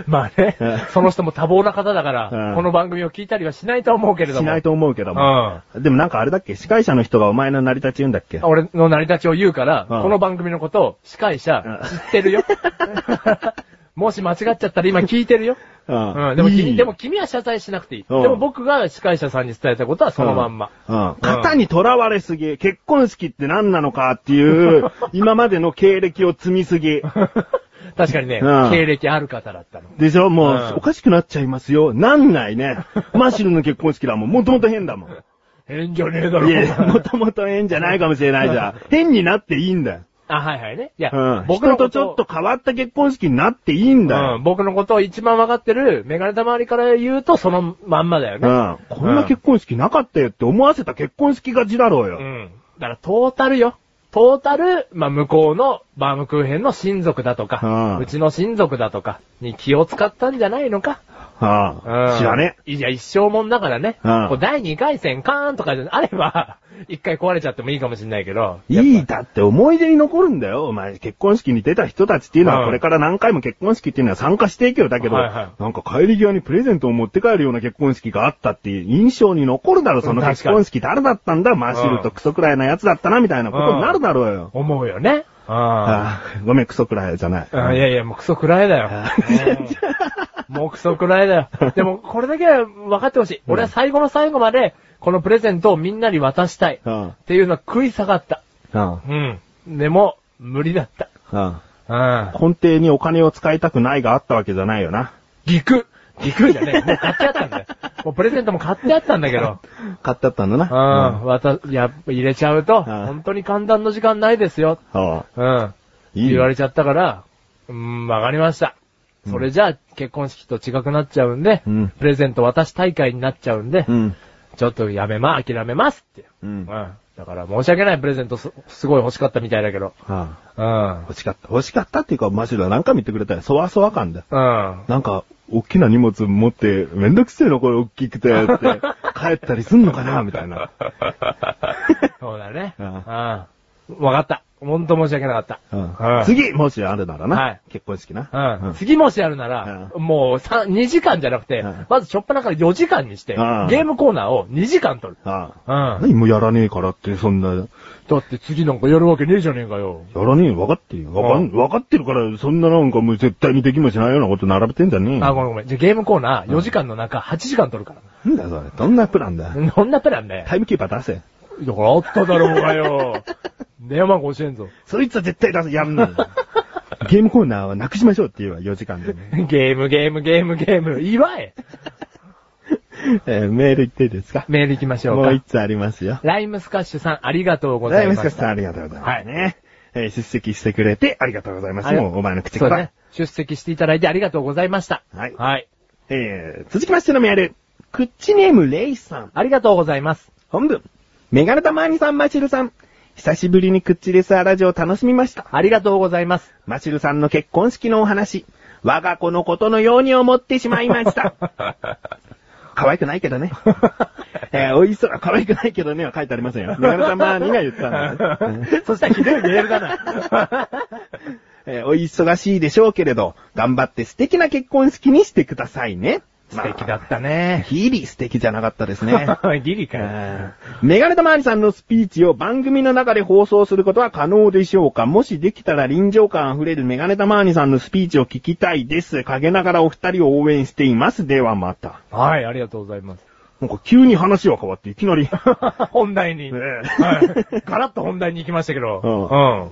[SPEAKER 1] まあね
[SPEAKER 2] うん、
[SPEAKER 1] その人も多忙な方だか
[SPEAKER 2] う
[SPEAKER 1] ら
[SPEAKER 2] ん、
[SPEAKER 1] この番組を聞いたりはしないとは思うけれど
[SPEAKER 2] し
[SPEAKER 1] も。
[SPEAKER 2] ないと思うけども。でもなんかあれだっけ司会者の人がお前の成り立ち言うんだっけ
[SPEAKER 1] 俺の成り立ちを言うから、
[SPEAKER 2] うん
[SPEAKER 1] この番組のことを司会者
[SPEAKER 2] うん
[SPEAKER 1] 知って るよ。もし間違っちゃったら今聞いてるよ。
[SPEAKER 2] うん
[SPEAKER 1] うん。でも
[SPEAKER 2] いい
[SPEAKER 1] 君、でも君は謝罪しなくていい。で
[SPEAKER 2] うん
[SPEAKER 1] も僕が司会者さんに伝えたことはそのまんま。
[SPEAKER 2] うん。うん型にとらわれすぎ。結婚式って何なのかっ ていう、今までの経歴を積みすぎ。
[SPEAKER 1] 確かにね
[SPEAKER 2] うん、
[SPEAKER 1] 経歴ある方だったの。
[SPEAKER 2] でしょもう、
[SPEAKER 1] うん
[SPEAKER 2] おかしくなっちゃいますよ。なんないね。 マシルの結婚式だもん。もともと変だもん。
[SPEAKER 1] 変じゃねえだろ。
[SPEAKER 2] いや、もともと変じゃないかもしれないじゃん。変になっていいんだよ。
[SPEAKER 1] あ、はいはいね。いや、
[SPEAKER 2] うん。
[SPEAKER 1] 僕
[SPEAKER 2] 人
[SPEAKER 1] のことと
[SPEAKER 2] ちょっと変わった結婚式になっていいんだ
[SPEAKER 1] う
[SPEAKER 2] よ。
[SPEAKER 1] ん、僕のことを一番わかってるメガネたまわりから言うとそのまんまだよ
[SPEAKER 2] う
[SPEAKER 1] ね。
[SPEAKER 2] ん。こんな結婚式なかったよって思わせた結婚式勝ちだろう
[SPEAKER 1] う
[SPEAKER 2] よ。
[SPEAKER 1] ん。だからトータルよ。トータル、まあ、向こうのバームクーヘンの親族だと
[SPEAKER 2] うん
[SPEAKER 1] か、うちの親族だとかに気を使ったんじゃないのか。
[SPEAKER 2] は
[SPEAKER 1] う
[SPEAKER 2] あ。
[SPEAKER 1] ん
[SPEAKER 2] 知らねえ。
[SPEAKER 1] いや、一生もんだからね。
[SPEAKER 2] うん
[SPEAKER 1] こう第2回戦カーンとかじゃあれば、 一回壊れちゃってもいいかもしれないけど。
[SPEAKER 2] いいだって思い出に残るんだよ。お前、結婚式に出た人たちっていうの
[SPEAKER 1] う
[SPEAKER 2] は、
[SPEAKER 1] ん
[SPEAKER 2] これから何回も結婚式っていうのは参加していけよ。だけど、
[SPEAKER 1] はいはい
[SPEAKER 2] なんか帰り際にプレゼントを持って帰るような結婚式があったっていう印象に残るだろ。その
[SPEAKER 1] うん確
[SPEAKER 2] 結
[SPEAKER 1] かに
[SPEAKER 2] 婚式誰だったんだマシュルとクソくらいなやつだったな、みたいなことになるだろうよ。
[SPEAKER 1] 思うよね。うん。
[SPEAKER 2] ああごめん、クソくらいじゃない。
[SPEAKER 1] うんいやいや、もうクソくらいだよ。うん もうクソくらいだよ。でも、これだけは分かってほしい。俺は最後の最後まで、このプレゼントをみんなに渡したい。っ
[SPEAKER 2] うん。
[SPEAKER 1] ていうのは食い下がった。
[SPEAKER 2] うん。
[SPEAKER 1] うん。でも、無理だった。
[SPEAKER 2] うん。
[SPEAKER 1] うん。
[SPEAKER 2] 根底にお金を使いたくないがあったわけじゃないよな。
[SPEAKER 1] ぎく。ぎくじゃねえ。もう買ってあったん だよ。もうプレゼントも買ってあったんだけど。
[SPEAKER 2] 買ってあったんだな。
[SPEAKER 1] うん。わた、やっぱ入れちゃうと、
[SPEAKER 2] うん
[SPEAKER 1] 本当に簡単の時間ないですよ。
[SPEAKER 2] うん。あ
[SPEAKER 1] うん。
[SPEAKER 2] いいね
[SPEAKER 1] 言われちゃったから、うん、わかりました。それじゃあ、結婚式と違くなっちゃうんで、
[SPEAKER 2] うん
[SPEAKER 1] プレゼント渡し大会になっちゃうんで、
[SPEAKER 2] あうん。
[SPEAKER 1] ちょっとやめま、諦めますって。
[SPEAKER 2] う。
[SPEAKER 1] うん
[SPEAKER 2] あ
[SPEAKER 1] だから、申し訳ないプレゼントす、すごい欲しかったみたいだけど。
[SPEAKER 2] あ
[SPEAKER 1] うん。
[SPEAKER 2] 欲しかった。欲しかったっていうか、マジで何回も言ってくれたよ。そわそわ感だよ。
[SPEAKER 1] うん。
[SPEAKER 2] なんか、大きな荷物持って、めんどくせえのこれ大きくて、 って、帰ったりすんのかなみたいな。
[SPEAKER 1] そうだね。
[SPEAKER 2] う
[SPEAKER 1] うんん。わかった。ほんと申し訳なかった。
[SPEAKER 2] うん
[SPEAKER 1] 次
[SPEAKER 2] 次、もしあるならな。
[SPEAKER 1] はい
[SPEAKER 2] 結婚式な。
[SPEAKER 1] う
[SPEAKER 2] うん
[SPEAKER 1] ん。次もしやるなら、もう3、2時間じゃなくて、
[SPEAKER 2] うん
[SPEAKER 1] まずしょっぱなから4時間にして、
[SPEAKER 2] うん
[SPEAKER 1] ゲームコーナーを2時間取る。
[SPEAKER 2] ああ
[SPEAKER 1] うん。
[SPEAKER 2] 何もやらねえからって、そんな、や
[SPEAKER 1] だって次なんかやるわけねえじゃねえかよ。
[SPEAKER 2] らねえよ。分かってるよ。わかん、分かってるから、そんななんかもう絶対にできもしないようなこと並べてんじゃねえよ
[SPEAKER 1] あ、ごめんごめん。じゃあゲームコーナー4時間の中8時間取るか
[SPEAKER 2] なんだよそれ。どんなプランだよ。
[SPEAKER 1] ら。そんなプランで。
[SPEAKER 2] タイムキーパー出せ。
[SPEAKER 1] だからあっただろうがよ。電話番号教えんぞ。
[SPEAKER 2] そいつは絶対出せ。や んない。ゲームコーナーはなくしましょうって言うわ、4時間でね。
[SPEAKER 1] ゲーム、ゲーム、ゲーム、ゲーム。言わえ。
[SPEAKER 2] えーメールいっていいですか
[SPEAKER 1] メール行きましょう
[SPEAKER 2] も
[SPEAKER 1] か。
[SPEAKER 2] う一つありますよ。
[SPEAKER 1] ライムスカッシュさん、ありがとうござ
[SPEAKER 2] ライ
[SPEAKER 1] いま
[SPEAKER 2] ム
[SPEAKER 1] し
[SPEAKER 2] ス
[SPEAKER 1] た。
[SPEAKER 2] カさんありがとうございます。
[SPEAKER 1] はい
[SPEAKER 2] ね。えー出席してくれてありがとうございます。
[SPEAKER 1] はい
[SPEAKER 2] もうお前の口
[SPEAKER 1] そ
[SPEAKER 2] か
[SPEAKER 1] う
[SPEAKER 2] ら。
[SPEAKER 1] ね。出席していただいてありがとうございました。
[SPEAKER 2] はい
[SPEAKER 1] はい。
[SPEAKER 2] えー続きましてのメール。クッチネームレイさん。
[SPEAKER 1] ありがとうございます。
[SPEAKER 2] 本文。メガネタマーニさん、マシルさん。久しぶりにクッチレスアラジオを楽しみました。
[SPEAKER 1] ありがとうござい ます。
[SPEAKER 2] マシルさんの結婚式のお話。我が子のことのように思ってしまい ました。可愛くないけどね。えー、おいしそうな可愛くないけどねは書いてありませんよ。メガネタマーニが言ったんだね。うん
[SPEAKER 1] そしたらひどいメールだ な。
[SPEAKER 2] えーお忙しいでしょうけれど、頑張って素敵な結婚式にしてくださいね。
[SPEAKER 1] 素敵だ
[SPEAKER 2] まあ
[SPEAKER 1] ったね。
[SPEAKER 2] ギリ素敵じゃなかったです ね。
[SPEAKER 1] ギリかよ。
[SPEAKER 2] えーメガネたまわりさんのスピーチを番組の中で放送することは可能でしょうかもしできたら臨場感あふれるメガネたまわりさんのスピーチを聞きたいです。陰ながらお二人を応援しています。ではまた。
[SPEAKER 1] はい、ありがとうございます。
[SPEAKER 2] なんか急に話は変わっていきなり。
[SPEAKER 1] 本題に。
[SPEAKER 2] ねえ
[SPEAKER 1] はい。ガラッと本題に行きましたけど。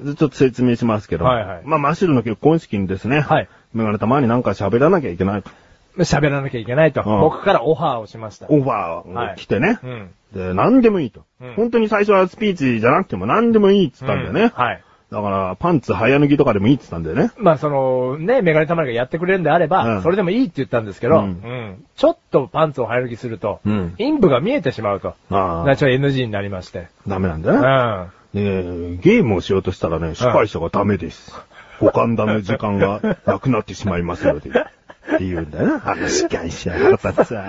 [SPEAKER 2] ちょっと説明しますけど。
[SPEAKER 1] はいはい
[SPEAKER 2] まあ、マッシュルの結婚式にですね。
[SPEAKER 1] はい
[SPEAKER 2] メガネたまわりなんか喋らなきゃいけないと。
[SPEAKER 1] 喋らなきゃいけないと。
[SPEAKER 2] うん
[SPEAKER 1] 僕からオファーをしました。
[SPEAKER 2] オファーが来てね。
[SPEAKER 1] うん。
[SPEAKER 2] で、何でもいいと。
[SPEAKER 1] うん
[SPEAKER 2] 本当に最初はスピーチじゃなくても何でもいいって言ったんだよね。
[SPEAKER 1] うはい。
[SPEAKER 2] だから、パンツ早脱ぎとかでもいいって言ったんだよね。
[SPEAKER 1] まあその、ね、メガネたまりがやってくれるんであれば、
[SPEAKER 2] うん
[SPEAKER 1] それでもいいって言ったんですけど、
[SPEAKER 2] うん
[SPEAKER 1] うんちょっとパンツを早脱ぎすると、
[SPEAKER 2] うん
[SPEAKER 1] 陰部が見えてしまうと。
[SPEAKER 2] あ
[SPEAKER 1] な
[SPEAKER 2] あ
[SPEAKER 1] ちょ、NG になりまして。
[SPEAKER 2] ダメなん
[SPEAKER 1] う
[SPEAKER 2] だね。
[SPEAKER 1] ん。
[SPEAKER 2] で、ゲームをしようとしたらね、司会者がダメです。ご勘だの時間がなくなってしまいますので。って言うんだよな。あの司会者がさ。
[SPEAKER 1] 相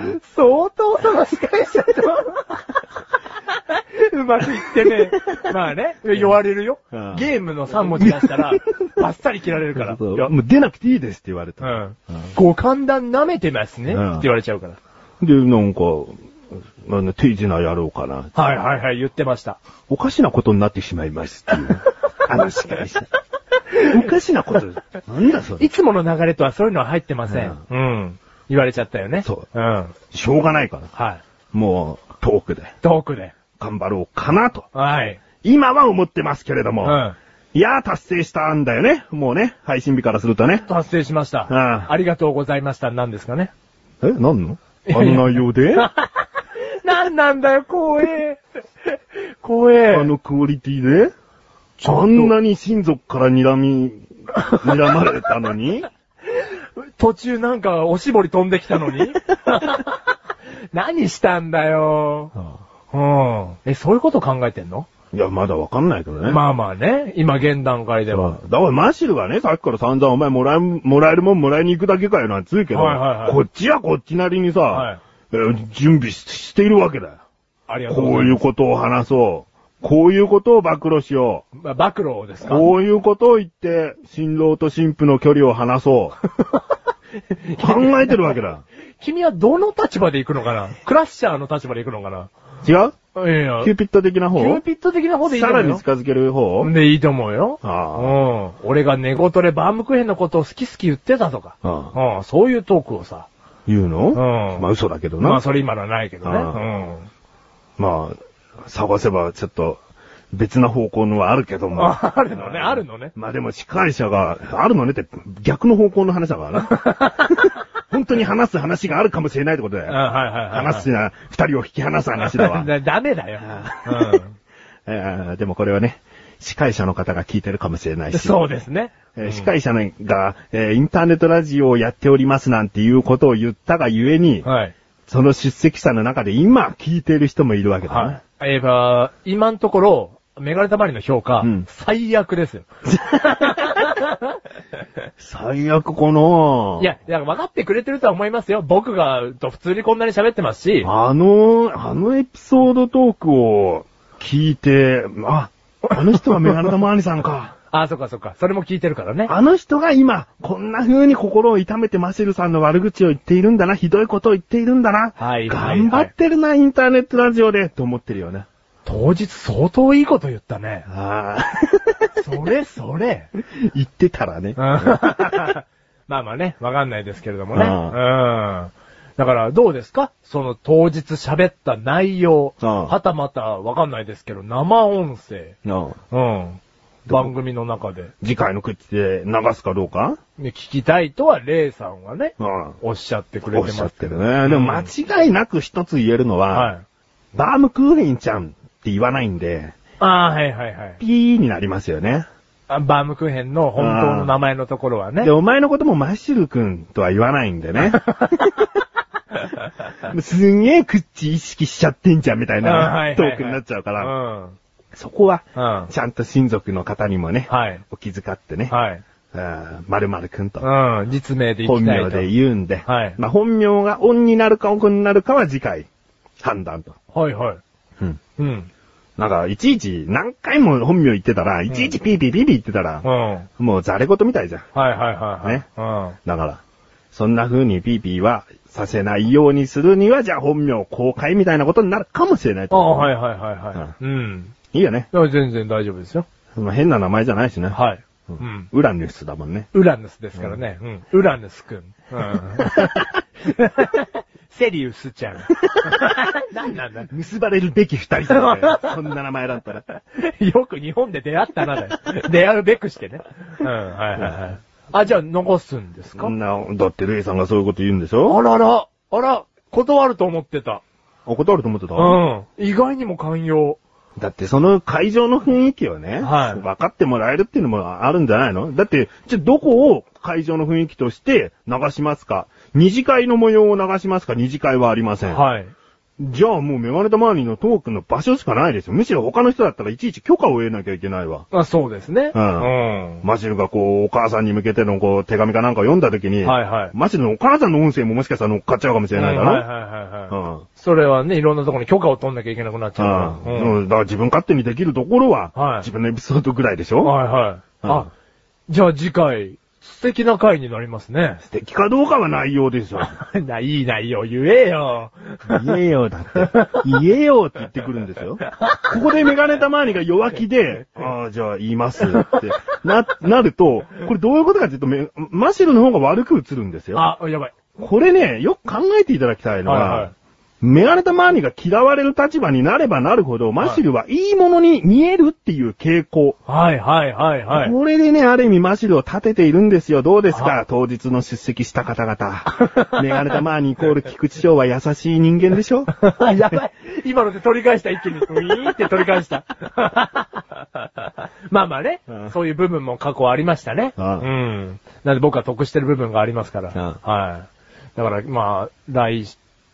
[SPEAKER 1] 当探し返しちゃ うまくいってね。まあね、言われるよ。
[SPEAKER 2] うん
[SPEAKER 1] ゲームの3文字出した ら、バッサリ切られるから。
[SPEAKER 2] そう
[SPEAKER 1] いや
[SPEAKER 2] もう出なくていいですって言われ
[SPEAKER 1] う
[SPEAKER 2] た。
[SPEAKER 1] ん。ご勘断舐めてますね、
[SPEAKER 2] うん
[SPEAKER 1] って言われちゃうから。
[SPEAKER 2] で、なんか、あの、手品やろうかな。
[SPEAKER 1] はいはいはい、言ってました。
[SPEAKER 2] おかしなことになってしまいますって いう。あの司会者。おかしなこと。なんだそれ
[SPEAKER 1] い。つもの流れとはそういうのは入ってません。うん。言われちゃったよね。。
[SPEAKER 2] そう
[SPEAKER 1] うん。
[SPEAKER 2] しょうがないから。
[SPEAKER 1] はい。
[SPEAKER 2] もう、トークで
[SPEAKER 1] トークで。
[SPEAKER 2] 頑張ろうかなと。
[SPEAKER 1] はい。
[SPEAKER 2] 今は思ってますけれど
[SPEAKER 1] う
[SPEAKER 2] も。
[SPEAKER 1] ん。
[SPEAKER 2] いやー、達成したんだよね。もうね、配信日からするとね。
[SPEAKER 1] 達成しました。
[SPEAKER 2] うん
[SPEAKER 1] ありがとうございました。なんですかね。
[SPEAKER 2] え、なんの
[SPEAKER 1] いやいや
[SPEAKER 2] 容であ
[SPEAKER 1] なんなんだよ、光栄。光栄。
[SPEAKER 2] のクオリティでそんなに親族から睨み、睨まれたのに
[SPEAKER 1] 途中なんかおしぼり飛んできたの に何したんだよ。うん。え、そういうこと考えてんの
[SPEAKER 2] いや、まだわかんないけどね。
[SPEAKER 1] まあまあね、今現段階で
[SPEAKER 2] だ
[SPEAKER 1] は
[SPEAKER 2] か。らマシルがね、さっきから散々お前もらえ、もらえるもんもらいに行くだけかよなんつうけど、
[SPEAKER 1] はいはいはい
[SPEAKER 2] こっちはこっちなりにさ、
[SPEAKER 1] はい
[SPEAKER 2] えー準備ししているわけだよ。
[SPEAKER 1] ありがとうご
[SPEAKER 2] こ
[SPEAKER 1] ざ
[SPEAKER 2] う
[SPEAKER 1] い
[SPEAKER 2] い
[SPEAKER 1] ま
[SPEAKER 2] うことを話そう。こういうことを暴露しよ
[SPEAKER 1] す。まあ暴露をです
[SPEAKER 2] う。
[SPEAKER 1] か
[SPEAKER 2] こういうことを言って、新郎と新婦の距離を話そう。 考えてるわけだ。
[SPEAKER 1] 君はどの立場で行くのかなクラッシャーの立場で行くのかな
[SPEAKER 2] 違う
[SPEAKER 1] いやいや、
[SPEAKER 2] キュ
[SPEAKER 1] キ
[SPEAKER 2] ーピッド的な方
[SPEAKER 1] ューピット的な方でいいと
[SPEAKER 2] さ
[SPEAKER 1] 思
[SPEAKER 2] ら
[SPEAKER 1] う
[SPEAKER 2] に
[SPEAKER 1] よ。
[SPEAKER 2] 近づける方、
[SPEAKER 1] でいいと思うよ。
[SPEAKER 2] あ
[SPEAKER 1] うん。俺が寝言でバームクーヘンのことを好き好き言ってたとか。
[SPEAKER 2] ああ
[SPEAKER 1] うん。そういうトークをさ。
[SPEAKER 2] 言うの、
[SPEAKER 1] うん
[SPEAKER 2] まあ嘘だけどな。
[SPEAKER 1] まあそれ今のはないけどね。
[SPEAKER 2] ああ
[SPEAKER 1] うん。
[SPEAKER 2] まあ、探せばちょっと別な方向のはあるけども。
[SPEAKER 1] ああるのね、あるのね。
[SPEAKER 2] まあでも司会者が、あるのねって逆の方向の話だからな。 本当に話す話があるかもしれないってことだ
[SPEAKER 1] うん、
[SPEAKER 2] よ。
[SPEAKER 1] はいはいはい。
[SPEAKER 2] 話すな、二人を引き離す 話だわ。
[SPEAKER 1] だダメだよ。
[SPEAKER 2] あえーでもこれはね、司会者の方が聞いてるかもしれな
[SPEAKER 1] うん。
[SPEAKER 2] いし。
[SPEAKER 1] そうですね。
[SPEAKER 2] えー司会者が、えーインターネットラジオをやっておりますなんていうことを言ったがゆえに、
[SPEAKER 1] はい。
[SPEAKER 2] その出席者の中で今聞いてる人もいるわけだね。
[SPEAKER 1] はい。えば、今のところ、メガネたまりの評価、
[SPEAKER 2] うん
[SPEAKER 1] 最悪ですよ。
[SPEAKER 2] 最悪かない
[SPEAKER 1] や、いや、分かってくれてるとは思いますよ。僕が、と普通にこんなに喋ってますし、
[SPEAKER 2] あの、あのエピソードトークを聞いて、あ、あの人はメガネタマーニさ んか。
[SPEAKER 1] あ、そっかそっか、それも聞いてるからね。
[SPEAKER 2] あの人が今、こんな風に心を痛めてマシルさんの悪口を言っているんだな、ひどいことを言っているんだな。
[SPEAKER 1] はいはいはい
[SPEAKER 2] 頑張ってるな、インターネットラジオで、と思ってるよね。
[SPEAKER 1] 当日相当いいこと言ったね。
[SPEAKER 2] ああ、
[SPEAKER 1] それそれ。
[SPEAKER 2] 言ってたらね
[SPEAKER 1] うん。まあまあね、わかんないですけれどもね。う
[SPEAKER 2] うん
[SPEAKER 1] ん。だから、どうですかその当日喋った内容。
[SPEAKER 2] うん
[SPEAKER 1] はたまた、わかんないですけど、生音声。うん。番組の中で。
[SPEAKER 2] 次回の口で流すかどうか
[SPEAKER 1] ね聞きたいとは、レイさんはね、
[SPEAKER 2] うん。
[SPEAKER 1] おっしゃってくれ
[SPEAKER 2] おってしゃ
[SPEAKER 1] ま
[SPEAKER 2] っ
[SPEAKER 1] す
[SPEAKER 2] て
[SPEAKER 1] け
[SPEAKER 2] る
[SPEAKER 1] ど。
[SPEAKER 2] ね。でも間違いなく一つ言えるのは、
[SPEAKER 1] はい。
[SPEAKER 2] バームクーヘンちゃんって言わないんで、
[SPEAKER 1] ああ、はいはいはい
[SPEAKER 2] ピーになりますよね。
[SPEAKER 1] あ。バームクーヘンの本当の名前のところはね
[SPEAKER 2] で、。お前のこともマッシュル君とは言わないん でね。すんげえ口意識しちゃってんじゃんみたい
[SPEAKER 1] あはいはいは
[SPEAKER 2] ないトークになっちゃうから、
[SPEAKER 1] うん。
[SPEAKER 2] そこは、
[SPEAKER 1] うん。
[SPEAKER 2] ちゃんと親族の方にもね、
[SPEAKER 1] はい。
[SPEAKER 2] お気遣ってね、
[SPEAKER 1] はい。
[SPEAKER 2] あー〇〇君と、
[SPEAKER 1] うん。実名で行
[SPEAKER 2] 本
[SPEAKER 1] きたい
[SPEAKER 2] 名
[SPEAKER 1] と。
[SPEAKER 2] で言うんで、
[SPEAKER 1] はい
[SPEAKER 2] まあ本名がオンになるかオフになるかは次回、判断と。
[SPEAKER 1] はいはい。
[SPEAKER 2] うん
[SPEAKER 1] うん。
[SPEAKER 2] なんか、いちいち何回も本名言ってたら、いちいちピーピーピーピー言ってたら
[SPEAKER 1] う、ん。
[SPEAKER 2] もうザレ言みたいじゃん。
[SPEAKER 1] はいはいはいはい。
[SPEAKER 2] ね
[SPEAKER 1] うん。
[SPEAKER 2] だから、そんな風にピーピーはさせないようにするには、じゃあ本名公開みたいなことになるかもしれない
[SPEAKER 1] あ
[SPEAKER 2] と。
[SPEAKER 1] あ、はいはいはいはい。うん。
[SPEAKER 2] い。いいよね。
[SPEAKER 1] いや全然大丈夫ですよ。
[SPEAKER 2] まあ、変な名前じゃないしね。
[SPEAKER 1] はい。う
[SPEAKER 2] うんん。。ウラヌスだもんね。
[SPEAKER 1] ウラヌスですからね。うん。ウラヌスくん。 うん。セリウス ちゃん。なんなんだ
[SPEAKER 2] 結ばれるべき二 人だね。そんな名前だったら。
[SPEAKER 1] よく日本で出会ったなだよ。出会うべくしてね。うん、はいはいはい。あ、じゃあ残すんですか
[SPEAKER 2] こんな、だってレイさんがそういうこと言うんでしょ
[SPEAKER 1] あらら、あら、断ると思ってた。
[SPEAKER 2] お断ると思ってた
[SPEAKER 1] うん。意外にも寛容。
[SPEAKER 2] だってその会場の雰囲気をね、
[SPEAKER 1] はい
[SPEAKER 2] 分かってもらえるっていうのもあるんじゃないのだって、じゃあどこを会場の雰囲気として流しますか二次会の模様を流しますか二次会はありません。
[SPEAKER 1] はい。
[SPEAKER 2] じゃあもうメガネタマーニーのトークの場所しかないですよ。むしろ他の人だったらいちいち許可を得なきゃいけないわ。
[SPEAKER 1] あ、そうですね。
[SPEAKER 2] う
[SPEAKER 1] うん。
[SPEAKER 2] マシルがこう、お母さんに向けてのこう、手紙かなんかを読んだ時に、
[SPEAKER 1] はいはい
[SPEAKER 2] マシルのお母さんの音声ももしかしたら乗っかっちゃうかもしれないだろ、
[SPEAKER 1] はいはいはいはい。
[SPEAKER 2] うん。
[SPEAKER 1] それはね、いろんなところに許可を取んなきゃいけなくなっちゃうから。
[SPEAKER 2] うん。だから自分勝手にできるところは、
[SPEAKER 1] はい
[SPEAKER 2] 自分のエピソードぐらいでしょ
[SPEAKER 1] はいはい。
[SPEAKER 2] うん
[SPEAKER 1] あ、じゃあ次回、素敵な回になりますね。
[SPEAKER 2] 素敵かどうかは内容でしょ。
[SPEAKER 1] な、いい内容言えよ。
[SPEAKER 2] 言えよ、だって。言えよって言ってくるんですよ。ここでメガネたまわりが弱気で、ああ、じゃあ言いますって、な、なると、これどういうことかっていうとめ、マシルの方が悪く映るんですよ。
[SPEAKER 1] あ、やばい。
[SPEAKER 2] これね、よく考えていただきたいのは、
[SPEAKER 1] はいはい
[SPEAKER 2] メガネタマーニが嫌われる立場になればなるほど、マシルはいいものに見えるっていう傾向。
[SPEAKER 1] はいはいはいはい。
[SPEAKER 2] これでね、ある意味マシルを立てているんですよ。どうですか
[SPEAKER 1] あ
[SPEAKER 2] 当日の出席した方々。メガネタマーニイコール菊池翔は優しい人間でしょ
[SPEAKER 1] やばい。今ので取り返した一気に、ウィーンって取り返した。 まあまあね、
[SPEAKER 2] うん
[SPEAKER 1] そういう部分も過去ありましたね。
[SPEAKER 2] う
[SPEAKER 1] うんん。なんで僕は得してる部分がありますから。
[SPEAKER 2] う
[SPEAKER 1] はい。だからまあ、来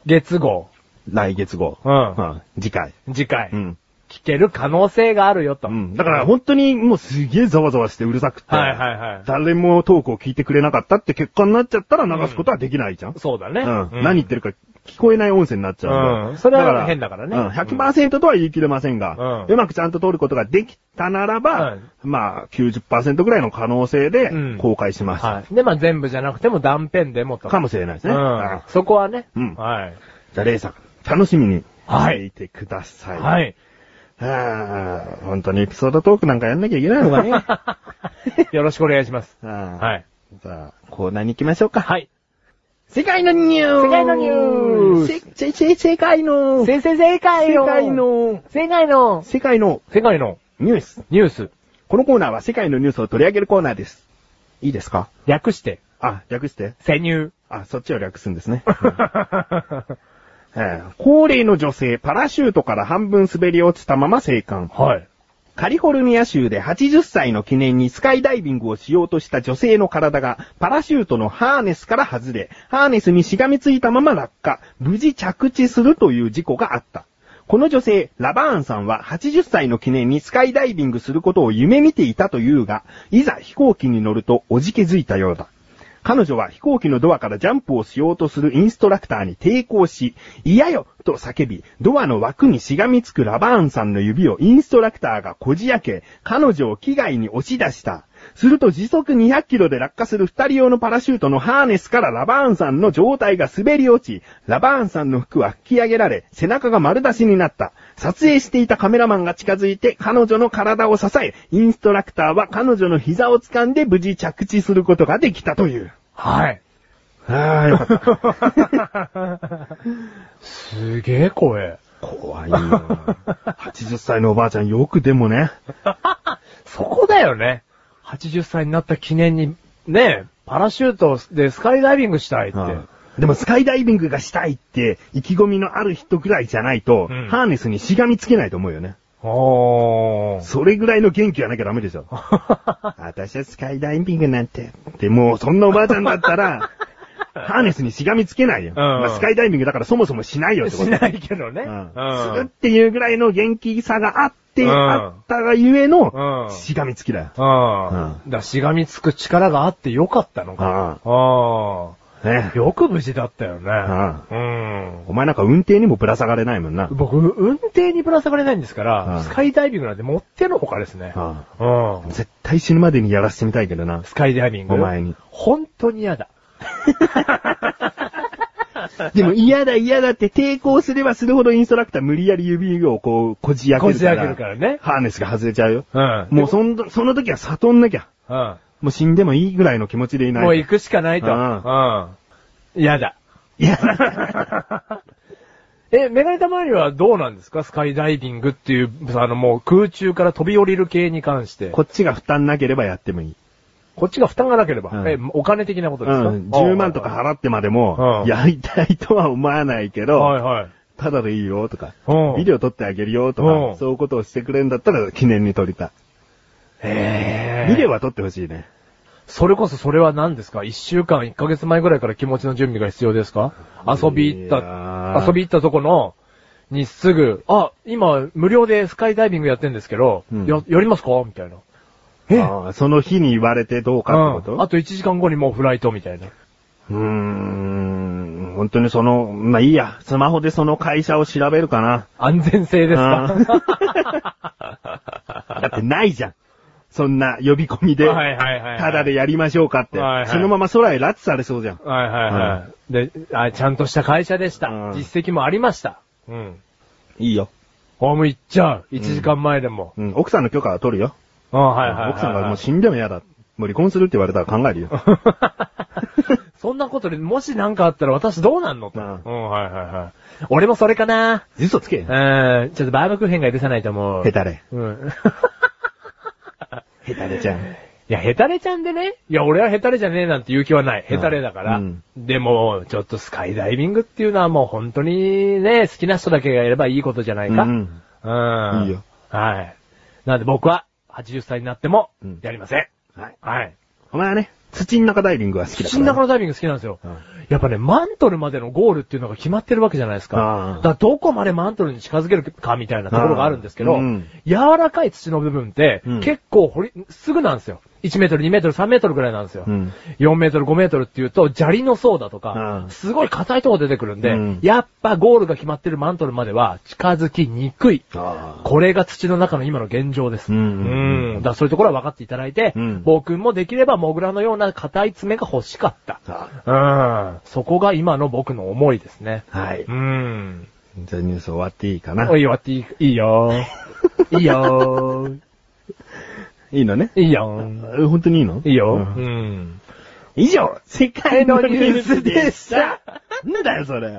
[SPEAKER 1] 月号、
[SPEAKER 2] 来月号。
[SPEAKER 1] うん
[SPEAKER 2] うん次回。
[SPEAKER 1] 次回、
[SPEAKER 2] うん。
[SPEAKER 1] 聞ける可能性があるよと。
[SPEAKER 2] うん。だから本当にもうすげえざわざわしてうるさくて。
[SPEAKER 1] はいはいはい。
[SPEAKER 2] 誰もトークを聞いてくれなかったって結果になっちゃったら流すことはできないじゃん。
[SPEAKER 1] そうだね。
[SPEAKER 2] うん
[SPEAKER 1] うん
[SPEAKER 2] 何言ってるか聞こえない音声になっちゃうんだ。
[SPEAKER 1] うんそれは
[SPEAKER 2] から
[SPEAKER 1] 変だからね
[SPEAKER 2] うん、100%とは言い切れませんが、
[SPEAKER 1] う
[SPEAKER 2] うんまくちゃんと通ることができたなら
[SPEAKER 1] う
[SPEAKER 2] ば、
[SPEAKER 1] ん
[SPEAKER 2] まあ90%ぐらいの可能性で
[SPEAKER 1] うん
[SPEAKER 2] 公開します。
[SPEAKER 1] はい。で、まあ全部じゃなくても断片でもと。
[SPEAKER 2] かもしれないですね。
[SPEAKER 1] うん
[SPEAKER 2] あ。
[SPEAKER 1] そこはね。
[SPEAKER 2] うん
[SPEAKER 1] はい。
[SPEAKER 2] じゃあ、レイさん、楽しみに
[SPEAKER 1] は
[SPEAKER 2] し
[SPEAKER 1] い
[SPEAKER 2] ていてください。
[SPEAKER 1] は。 い。
[SPEAKER 2] あー本当にエピソードトークなんかやんなきゃいけない のかね。
[SPEAKER 1] よろしくお願いします。
[SPEAKER 2] は。
[SPEAKER 1] はいい。
[SPEAKER 2] じゃあ、コーナーに行きましょうか。
[SPEAKER 1] はい。
[SPEAKER 2] 世界のニュース
[SPEAKER 1] 世界のニュース
[SPEAKER 2] スせ、せ、世界の
[SPEAKER 1] 先生正解
[SPEAKER 2] 世
[SPEAKER 1] の
[SPEAKER 2] 界の、
[SPEAKER 1] 世界の
[SPEAKER 2] 世界の
[SPEAKER 1] 世界の
[SPEAKER 2] ニュース。
[SPEAKER 1] ニュース。
[SPEAKER 2] このコーナーは世界のニュースを取り上げるコーナーです。いいですか
[SPEAKER 1] 略して、
[SPEAKER 2] あ、略して。
[SPEAKER 1] 潜入。
[SPEAKER 2] あ、そっちを略すんです ね。えー高齢の女性、パラシュートから半分滑り落ちたまま生還。
[SPEAKER 1] はい。
[SPEAKER 2] カリフォルニア州で80歳の記念にスカイダイビングをしようとした女性の体がパラシュートのハーネスから外れ、ハーネスにしがみついたまま落下、無事着地するという事故があった。この女性、ラバーンさんは80歳の記念にスカイダイビングすることを夢見ていたというが、いざ飛行機に乗るとおじけづいたようだ。彼女は飛行機のドアからジャンプをしようとするインストラクターに抵抗し、嫌よと叫び、ドアの枠にしがみつくラバーンさんの指をインストラクターがこじ開け、彼女を機外に押し出した。すると時速200キロで落下する二人用のパラシュートのハーネスからラバーンさんの状態が滑り落ち、ラバーンさんの服は引き上げられ、背中が丸出しになった。撮影していたカメラマンが近づいて彼女の体を支え、インストラクターは彼女の膝を掴んで無事着地することができたという。
[SPEAKER 1] はい。
[SPEAKER 2] ああ、よかった。
[SPEAKER 1] すげえ声。
[SPEAKER 2] 怖いよ。80歳のおばあちゃんよくでもね。
[SPEAKER 1] そこだよね。80歳になった記念に、ねえ、パラシュートでスカイダイビングしたいって。
[SPEAKER 2] でもスカイダイビングがしたいって意気込みのある人ぐらいじゃないと、
[SPEAKER 1] うん
[SPEAKER 2] ハーネスにしがみつけないと思うよね。
[SPEAKER 1] おー。
[SPEAKER 2] それぐらいの元気はなきゃダメでしょ。私はスカイダイビングなんて。でも、そんなおばあちゃんだったら、 ハーネスにしがみつけないよ。
[SPEAKER 1] ん
[SPEAKER 2] まあスカイダイビングだからそもそもしないよってこと。
[SPEAKER 1] しないけどね。
[SPEAKER 2] うん
[SPEAKER 1] うん
[SPEAKER 2] するっていうぐらいの元気さがあって、
[SPEAKER 1] うん
[SPEAKER 2] あったがゆえの、
[SPEAKER 1] うん
[SPEAKER 2] しがみつきだよ。
[SPEAKER 1] うん。だからしがみつく力があってよかったのか。
[SPEAKER 2] あ
[SPEAKER 1] あ
[SPEAKER 2] あね
[SPEAKER 1] あ。よく無事だったよね。うん。
[SPEAKER 2] お前なんか運転にもぶら下がれないもんな。
[SPEAKER 1] 僕、運転にぶら下がれないんですから、
[SPEAKER 2] うん
[SPEAKER 1] スカイダイビングなんて持ってのほかですね。
[SPEAKER 2] ああ
[SPEAKER 1] うん。
[SPEAKER 2] 絶対死ぬまでにやらしてみたいけど な。
[SPEAKER 1] スカイダイビング。
[SPEAKER 2] お前に
[SPEAKER 1] 本当に嫌だ。
[SPEAKER 2] でも嫌だ嫌だって抵抗すればするほどインストラクター無理やり指をこう、こじ開け
[SPEAKER 1] こ
[SPEAKER 2] る
[SPEAKER 1] じ
[SPEAKER 2] から。
[SPEAKER 1] 開けるからね。
[SPEAKER 2] ハーネスが外れちゃうよ。
[SPEAKER 1] うん。
[SPEAKER 2] もうそん、その時は悟んなきゃ。
[SPEAKER 1] うん。
[SPEAKER 2] もう死んでもいいぐらいの気持ちでいない。
[SPEAKER 1] もう行くしかないと。
[SPEAKER 2] う
[SPEAKER 1] うんん。嫌だ。
[SPEAKER 2] いや、
[SPEAKER 1] え、メガネたまりはどうなんですかスカイダイビングっていう、あのもう空中から飛び降りる系に関して。
[SPEAKER 2] こ
[SPEAKER 1] こ
[SPEAKER 2] っちが負担なければやってもいい。
[SPEAKER 1] っちが負担がなければ。
[SPEAKER 2] うん
[SPEAKER 1] え、お金的なこ
[SPEAKER 2] う
[SPEAKER 1] とですか、
[SPEAKER 2] ん。10万とか払ってまでも、
[SPEAKER 1] うん
[SPEAKER 2] やりたいとは思わないけど、
[SPEAKER 1] はいはい。
[SPEAKER 2] ただでいいよとか、
[SPEAKER 1] うん
[SPEAKER 2] ビデオ撮ってあげるよと
[SPEAKER 1] う
[SPEAKER 2] か
[SPEAKER 1] ん、
[SPEAKER 2] そういうことをしてくれるんだったら記念に撮りた
[SPEAKER 1] へ
[SPEAKER 2] い。
[SPEAKER 1] ー
[SPEAKER 2] ビデオは撮ってほしいね。
[SPEAKER 1] それこそそれは何ですか一週間、一ヶ月前ぐらいから気持ちの準備が必要ですか遊び行っ
[SPEAKER 2] いや
[SPEAKER 1] た、
[SPEAKER 2] ー
[SPEAKER 1] 遊び行ったとこの、にすぐ、あ、今、無料でスカイダイビングやってんですけど、
[SPEAKER 2] うん
[SPEAKER 1] や、やりますかみたいな。え
[SPEAKER 2] あーその日に言われてどうかってこ
[SPEAKER 1] う
[SPEAKER 2] と、
[SPEAKER 1] んあと1時間後にもうフライトみたいな。
[SPEAKER 2] うーん、本当にその、まあいいや、スマホでその会社を調べるかな。
[SPEAKER 1] 安全性です か
[SPEAKER 2] だってないじゃん。そんな呼び込みで、
[SPEAKER 1] はいはいはい。
[SPEAKER 2] ただで。やりましょうかって
[SPEAKER 1] はいは。い
[SPEAKER 2] そのまま空へ拉致されそうじゃん。
[SPEAKER 1] はいはいはい。であ、ちゃんとした会社でした。
[SPEAKER 2] うん
[SPEAKER 1] 実績もありました。うん。
[SPEAKER 2] いいよ。
[SPEAKER 1] ホーム行っちゃう。1時間前でも。
[SPEAKER 2] うん、奥さんの許可は取るよ。
[SPEAKER 1] うん、はいはいはいはい。
[SPEAKER 2] 奥さんがもう死んでも嫌だ。もう離婚するって言われたら考えるよ。
[SPEAKER 1] そんなことで、もしなんかあったら私どうなんのと。
[SPEAKER 2] う
[SPEAKER 1] うんん、はいはいはい。俺もそれかな。
[SPEAKER 2] 嘘つけ。
[SPEAKER 1] うん、ちょっとバームクーヘンが許さないと思う。
[SPEAKER 2] ヘタレ。
[SPEAKER 1] うん。
[SPEAKER 2] ヘタレちゃん。
[SPEAKER 1] いや、ヘタレちゃんでね。いや、俺はヘタレじゃねえなんて言う気はない。ヘタレだから。
[SPEAKER 2] うん
[SPEAKER 1] でも、ちょっとスカイダイビングっていうのはもう本当にね、好きな人だけがやればいいことじゃないか。
[SPEAKER 2] うん。
[SPEAKER 1] うん。
[SPEAKER 2] いいよ。
[SPEAKER 1] はい。なんで僕は、80歳になっても
[SPEAKER 2] うん、
[SPEAKER 1] やりません。
[SPEAKER 2] はい。
[SPEAKER 1] はい。
[SPEAKER 2] お前はね、土の中ダイビングが好きだから、
[SPEAKER 1] 土の中のダイビング好きなんですよ。
[SPEAKER 2] うん
[SPEAKER 1] やっぱね、マントルまでのゴールっていうのが決まってるわけじゃないですか。
[SPEAKER 2] ああ
[SPEAKER 1] だからどこまでマントルに近づけるかみたいなところがあるんですけど、
[SPEAKER 2] ああうん
[SPEAKER 1] 柔らかい土の部分って、
[SPEAKER 2] うん
[SPEAKER 1] 結構掘り、すぐなんですよ。1メートル、2メートル、3メートルぐらいなんですよ。
[SPEAKER 2] うん
[SPEAKER 1] 4メートル、5メートルっていうと、砂利の層だと
[SPEAKER 2] う
[SPEAKER 1] か
[SPEAKER 2] ん、
[SPEAKER 1] すごい硬いとこ出てくるんで、
[SPEAKER 2] うん
[SPEAKER 1] やっぱゴールが決まってるマントルまでは近づきにくい。
[SPEAKER 2] ああ。
[SPEAKER 1] これが土の中の今の現状です。
[SPEAKER 2] うん
[SPEAKER 1] うんだからそういうところは分かっていただいて、
[SPEAKER 2] うん
[SPEAKER 1] 僕もできればモグラのような硬い爪が欲しかった。うん。そこが今の僕の思いですね。
[SPEAKER 2] はい。
[SPEAKER 1] うん。
[SPEAKER 2] じゃあニュース終わっていいかな
[SPEAKER 1] お。いよ、っていいいいよ。いいよ。
[SPEAKER 2] いいのね。
[SPEAKER 1] いいよ。
[SPEAKER 2] え本当にいいの
[SPEAKER 1] いいよ。
[SPEAKER 2] う
[SPEAKER 1] うんん。
[SPEAKER 2] 以上、世界のニュースでした。 なんだよ、それ。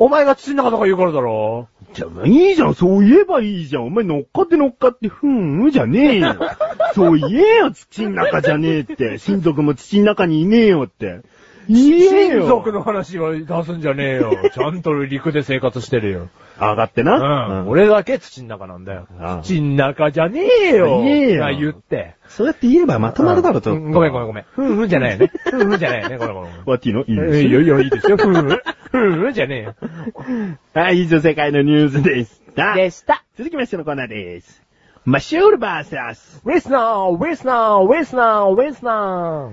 [SPEAKER 1] お前が土の中とか言うからだろ。
[SPEAKER 2] じゃあ、いいじゃん、そう言えばいいじゃん。お前乗っかって乗っかって、ふーん、じゃね えよ。そう言えよ、土の中じゃねえって。親族も土の中にいねえよって。言えよ。
[SPEAKER 1] 親族の話は出すんじゃねえよ。ちゃんと陸で生活してるよ。
[SPEAKER 2] 上がって
[SPEAKER 1] う
[SPEAKER 2] な。
[SPEAKER 1] ん。俺だけ土の中なんだよ
[SPEAKER 2] うん。
[SPEAKER 1] 土の中じゃねえよ。
[SPEAKER 2] 言えよ
[SPEAKER 1] が言って。
[SPEAKER 2] そうやって言えばまとまるだろ、ちょっと。
[SPEAKER 1] うんごめんごめんごめん。ふんふんじゃないよね。ふんふんじゃないよね。ごめんごめんごめん。
[SPEAKER 2] わっていいのいい
[SPEAKER 1] え
[SPEAKER 2] で
[SPEAKER 1] ー
[SPEAKER 2] す
[SPEAKER 1] いやいや、いいですよ。ふんふん。ふんじゃねえよ。
[SPEAKER 2] はい、以上、世界のニュースでした。
[SPEAKER 1] した。
[SPEAKER 2] 続きましてのコーナーです。マシュールバーサス。
[SPEAKER 1] ウェスナー、ウェスナー、ウェスナー、ウェスナ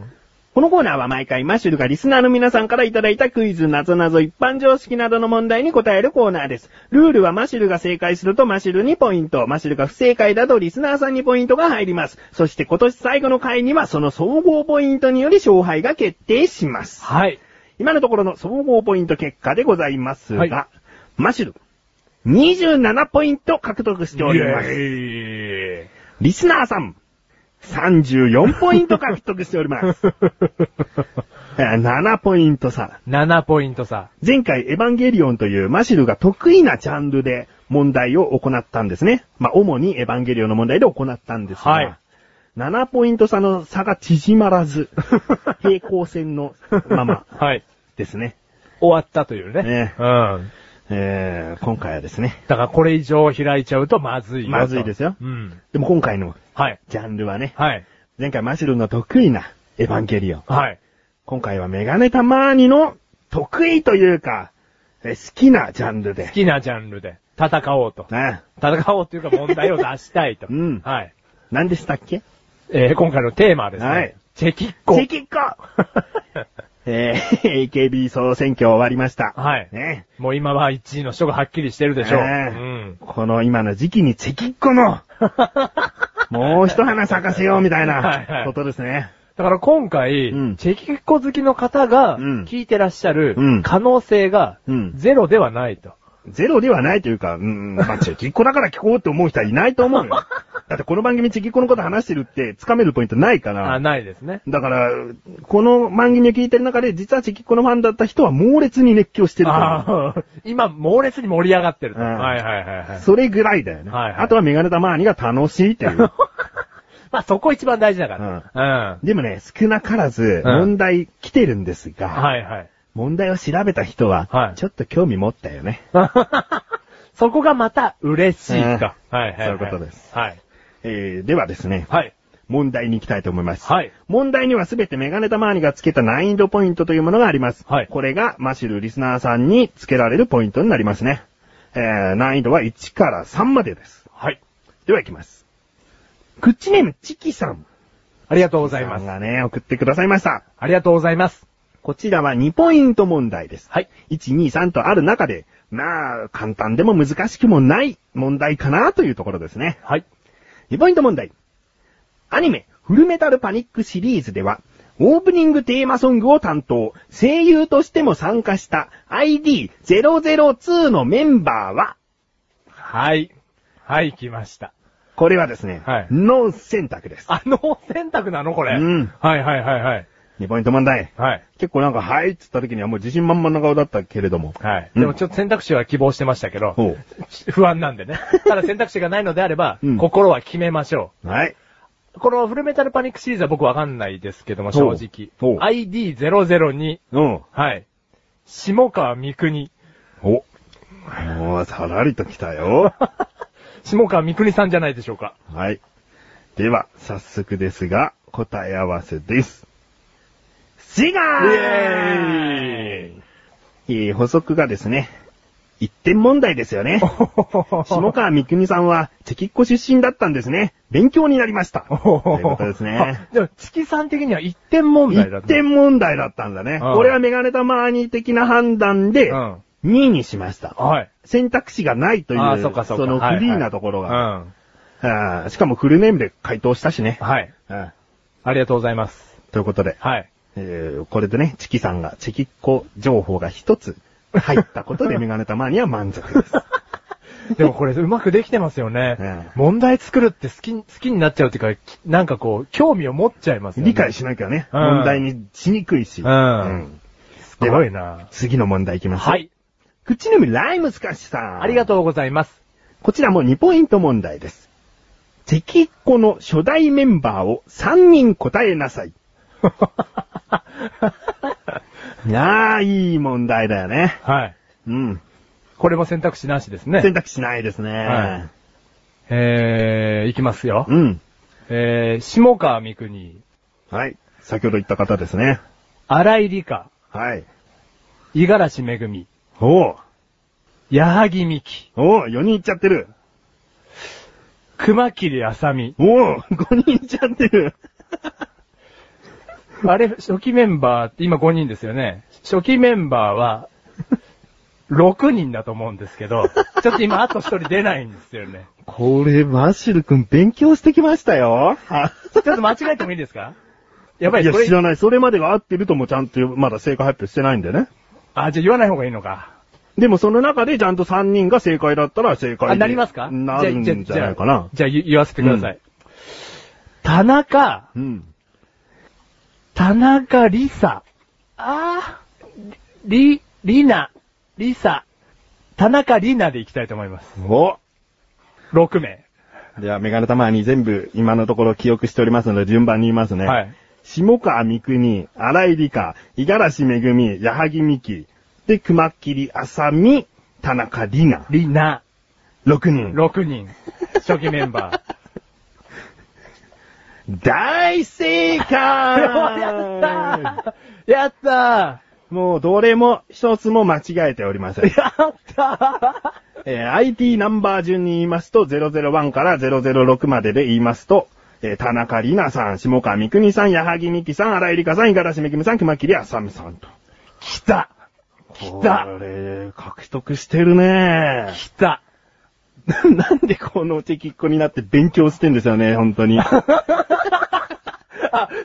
[SPEAKER 2] このコーナーは毎回マッシュルがリスナーの皆さんからいただいたクイズ、なぞなぞ、一般常識などの問題に答えるコーナーです。ルールはマッシュルが正解するとマッシュルにポイント、マッシュルが不正解だとリスナーさんにポイントが入ります。そして今年最後の回にはその総合ポイントにより勝敗が決定します
[SPEAKER 1] ー。。はい。
[SPEAKER 2] 今のところの総合ポイント結果でございますが、
[SPEAKER 1] はい
[SPEAKER 2] マシュル、27ポイント獲得しておりま
[SPEAKER 1] イ
[SPEAKER 2] す。
[SPEAKER 1] エーイ
[SPEAKER 2] リスナーさん、34ポイント獲得しております。 えー7ポイント差。
[SPEAKER 1] 7ポイント差。
[SPEAKER 2] 前回、エヴァンゲリオンというマシルが得意なジャンルで問題を行ったんですね。まあ、主にエヴァンゲリオンの問題で行ったんですが、
[SPEAKER 1] はい
[SPEAKER 2] 7ポイント差の差が縮まらず、 平行線のまま
[SPEAKER 1] はい。
[SPEAKER 2] ですね。
[SPEAKER 1] 終わったというね。
[SPEAKER 2] ね
[SPEAKER 1] うん。
[SPEAKER 2] えー、今回はですね。
[SPEAKER 1] だからこれ以上開いちゃうとまずいよと。
[SPEAKER 2] まずいですよ
[SPEAKER 1] うん。
[SPEAKER 2] でも今回の
[SPEAKER 1] はい。
[SPEAKER 2] ジャンルはね、
[SPEAKER 1] はい。
[SPEAKER 2] 前回マシルの得意なエヴァンゲリオン。
[SPEAKER 1] はい。
[SPEAKER 2] 今回はメガネタマーニの得意というか、えー好きなジャンルで
[SPEAKER 1] 好。きなジャンルで戦おうと。
[SPEAKER 2] ね
[SPEAKER 1] 戦おうっていうか問題を出したいと。
[SPEAKER 2] うん
[SPEAKER 1] はい。
[SPEAKER 2] 何でしたっけ
[SPEAKER 1] えー、今回のテーマはですね。
[SPEAKER 2] はい
[SPEAKER 1] チェキッコ。
[SPEAKER 2] チェキッコえー、AKB 総選挙終わりました。
[SPEAKER 1] はい
[SPEAKER 2] ね。
[SPEAKER 1] もう今は1位の人がはっきりしてるでしょう。
[SPEAKER 2] ね
[SPEAKER 1] うん。
[SPEAKER 2] この今の時期にチェキッコの、もう一花咲かせようみたい
[SPEAKER 1] はいは
[SPEAKER 2] ないことですね。
[SPEAKER 1] だから今回、
[SPEAKER 2] うん
[SPEAKER 1] チェキッコ好きの方が
[SPEAKER 2] うん
[SPEAKER 1] 聞いてらっしゃる
[SPEAKER 2] うん
[SPEAKER 1] 可能性が
[SPEAKER 2] うん
[SPEAKER 1] ゼロではないと。
[SPEAKER 2] ゼロではないというか、うん、まあ、チェキッコだから聞こうって思う人はいないと思 うよ。だってこの番組チェキッコのこと話してるって掴めるポイントないか
[SPEAKER 1] あ
[SPEAKER 2] ら。
[SPEAKER 1] ないですね。
[SPEAKER 2] だから、この番組を聞いてる中で、実はチェキッコのファンだった人は猛烈に熱狂してると思う。
[SPEAKER 1] あー 今、猛烈に盛り上がってると。
[SPEAKER 2] うん
[SPEAKER 1] はいはいはいはい。
[SPEAKER 2] それぐらいだよね。
[SPEAKER 1] はいはい
[SPEAKER 2] あとはメガネタマーニが楽しいっていう。
[SPEAKER 1] まあそこ一番大事だから。
[SPEAKER 2] でもね、少なからず
[SPEAKER 1] うん
[SPEAKER 2] 問題来てるんですが、
[SPEAKER 1] うん。はいはい。
[SPEAKER 2] 問題を調べた人は、
[SPEAKER 1] はい
[SPEAKER 2] ちょっと興味持ったよね。
[SPEAKER 1] そこがまた嬉しいと。はいはいはい。
[SPEAKER 2] そういうことです。
[SPEAKER 1] はい。
[SPEAKER 2] えー、ではですね、
[SPEAKER 1] はい。
[SPEAKER 2] 問題に行きたいと思います。
[SPEAKER 1] はい。
[SPEAKER 2] 問題にはすべてメガネたまわりがつけた難易度ポイントというものがあります。
[SPEAKER 1] はい
[SPEAKER 2] これがマシュルリスナーさんにつけられるポイントになりますね。えー、難易度は1から3までです。
[SPEAKER 1] はい。
[SPEAKER 2] では行きます。クッチネームチキさん。
[SPEAKER 1] ありがとうござい
[SPEAKER 2] さ
[SPEAKER 1] ま
[SPEAKER 2] ん
[SPEAKER 1] す。
[SPEAKER 2] がね、送ってくださいました。
[SPEAKER 1] ありがとうございます。
[SPEAKER 2] こちらは2ポイント問題です。
[SPEAKER 1] はい。
[SPEAKER 2] 1、2、3とある中で、まあ、簡単でも難しくもない問題かなというところですね。
[SPEAKER 1] はい。
[SPEAKER 2] 2ポイント問題。アニメ、フルメタルパニックシリーズでは、オープニングテーマソングを担当、声優としても参加した ID002 のメンバーは、
[SPEAKER 1] はい。はい、来ました。
[SPEAKER 2] これはですね、
[SPEAKER 1] はい
[SPEAKER 2] ノン選択です。
[SPEAKER 1] あの選択なのこれ。
[SPEAKER 2] うん
[SPEAKER 1] はいはいはいはい。
[SPEAKER 2] 2ポイント問題。
[SPEAKER 1] はい。
[SPEAKER 2] 結構なんか、はいって言った時にはもう自信満々な顔だったけれども。
[SPEAKER 1] はい。
[SPEAKER 2] うん
[SPEAKER 1] でもちょっと選択肢は希望してましたけど
[SPEAKER 2] ほ、
[SPEAKER 1] 不安なんで ね。ただ選択肢がないのであれば
[SPEAKER 2] うん、
[SPEAKER 1] 心は決めましょ
[SPEAKER 2] はい。
[SPEAKER 1] う。このフルメタルパニックシリーズは僕わかんないですけども、正直
[SPEAKER 2] ほう。ほう
[SPEAKER 1] ID002。
[SPEAKER 2] うん。
[SPEAKER 1] はい。下川みくに。
[SPEAKER 2] お。もう、さらりと来たよ。
[SPEAKER 1] 下川みくにさんじゃないでしょ うか。
[SPEAKER 2] はい。では、早速ですが、答え合わせです。シガー
[SPEAKER 1] イ
[SPEAKER 2] えー補足がですね、一点問題ですよね。下川みくにさんは、チェキっ子出身だったんですね。勉強になりました。ということで すね。
[SPEAKER 1] でも、チキさん的には一点問題だ
[SPEAKER 2] 一
[SPEAKER 1] った。
[SPEAKER 2] 点問題だったんだね。
[SPEAKER 1] うん
[SPEAKER 2] これはメガネタマーニー的な判断で、
[SPEAKER 1] うん
[SPEAKER 2] 2位にしました。
[SPEAKER 1] はい。
[SPEAKER 2] 選択肢がないという、
[SPEAKER 1] あーそっかそっか
[SPEAKER 2] のフ
[SPEAKER 1] はいはい
[SPEAKER 2] リーなところ
[SPEAKER 1] う
[SPEAKER 2] が、
[SPEAKER 1] ん。
[SPEAKER 2] あーしかもフルネームで回答したしね。
[SPEAKER 1] はい。
[SPEAKER 2] うん
[SPEAKER 1] ありがとうございます。
[SPEAKER 2] ということで、
[SPEAKER 1] はい。
[SPEAKER 2] えーこれでね、チキさんがチキっ子情報が一つ入ったこ とでメガネタマーニーは満足です。
[SPEAKER 1] でもこれうまくできてますよね。
[SPEAKER 2] うん
[SPEAKER 1] 問題作るって好き、好きになっちゃうっていうか、きなんかこう、興味を持っちゃいますよね。
[SPEAKER 2] 理解しなきゃね、
[SPEAKER 1] うん
[SPEAKER 2] 問題にしにくいし。
[SPEAKER 1] うんす
[SPEAKER 2] で
[SPEAKER 1] ごい
[SPEAKER 2] は
[SPEAKER 1] な、
[SPEAKER 2] 次の問題いきます。
[SPEAKER 1] はい。。
[SPEAKER 2] 口のみライムスカシさん。
[SPEAKER 1] ありが
[SPEAKER 2] う。
[SPEAKER 1] とうございます。
[SPEAKER 2] こちらも2ポイント問題です。チキっ子の初代メンバーを3人答えなさい。いやー、いい問題だよね。
[SPEAKER 1] はい。
[SPEAKER 2] うん。
[SPEAKER 1] これも選択肢なしですね。
[SPEAKER 2] 選択肢ないですね。
[SPEAKER 1] はえー、いきますよ。
[SPEAKER 2] うん。
[SPEAKER 1] えー、下川みくに、
[SPEAKER 2] はい。先ほど言った方ですね。
[SPEAKER 1] 荒井理香、
[SPEAKER 2] はい。
[SPEAKER 1] 五十嵐めぐみ、
[SPEAKER 2] おう。
[SPEAKER 1] 矢作美希、
[SPEAKER 2] おう、4人いっちゃってる。
[SPEAKER 1] 熊切あさみ。
[SPEAKER 2] おう、5人いっちゃってる。
[SPEAKER 1] あれ、初期メンバーって今5人ですよね。初期メンバーは、6人だと思うんですけ ど、ちょっと今あと1人出ないんですよね。
[SPEAKER 2] これ、マッシュル君勉強してきましたよ。は
[SPEAKER 1] ちょっと間違えてもいいですかやっぱ
[SPEAKER 2] い
[SPEAKER 1] り
[SPEAKER 2] や、
[SPEAKER 1] これ
[SPEAKER 2] 知、らない。それまでが合ってるともちゃんと、まだ正解発表してないんだよね。
[SPEAKER 1] あ、じゃあ言わない方がいいのか。
[SPEAKER 2] でもその中でちゃんと3人が正解だったら正解
[SPEAKER 1] あ、
[SPEAKER 2] に
[SPEAKER 1] なりますか
[SPEAKER 2] なるんじゃないかな。
[SPEAKER 1] じゃあじゃあじゃあ言わせてください。田中、
[SPEAKER 2] うん。
[SPEAKER 1] 田中りさ。あー、り、りな、りさ。田中りなでいきたいと思います。
[SPEAKER 2] お
[SPEAKER 1] 6名。
[SPEAKER 2] では、メガネたまに全部今のところ記憶しておりますので順番に言いますね。
[SPEAKER 1] はい。
[SPEAKER 2] 下川みくに、荒井理香、五十嵐めぐみ、矢作美希、で、熊切あさみ、田中里奈。
[SPEAKER 1] りな。
[SPEAKER 2] 6人。
[SPEAKER 1] 6人。初期メンバー。
[SPEAKER 2] 大正
[SPEAKER 1] やっ
[SPEAKER 2] 解
[SPEAKER 1] たーやった
[SPEAKER 2] もう、どれも一つも間違えておりません
[SPEAKER 1] ー。やった
[SPEAKER 2] えー IT ナンバー順に言いますと、001から006までで言いますと、えー田中里奈さん、下川みくにさん、矢作美希さん、荒井理香さん、五十嵐めぐみさん、熊切あさみさんと。
[SPEAKER 1] ー来た来た
[SPEAKER 2] これ、獲得してるね
[SPEAKER 1] 来た
[SPEAKER 2] ななんでこの敵っ子になって勉強してんですよね、本当 に。
[SPEAKER 1] あ、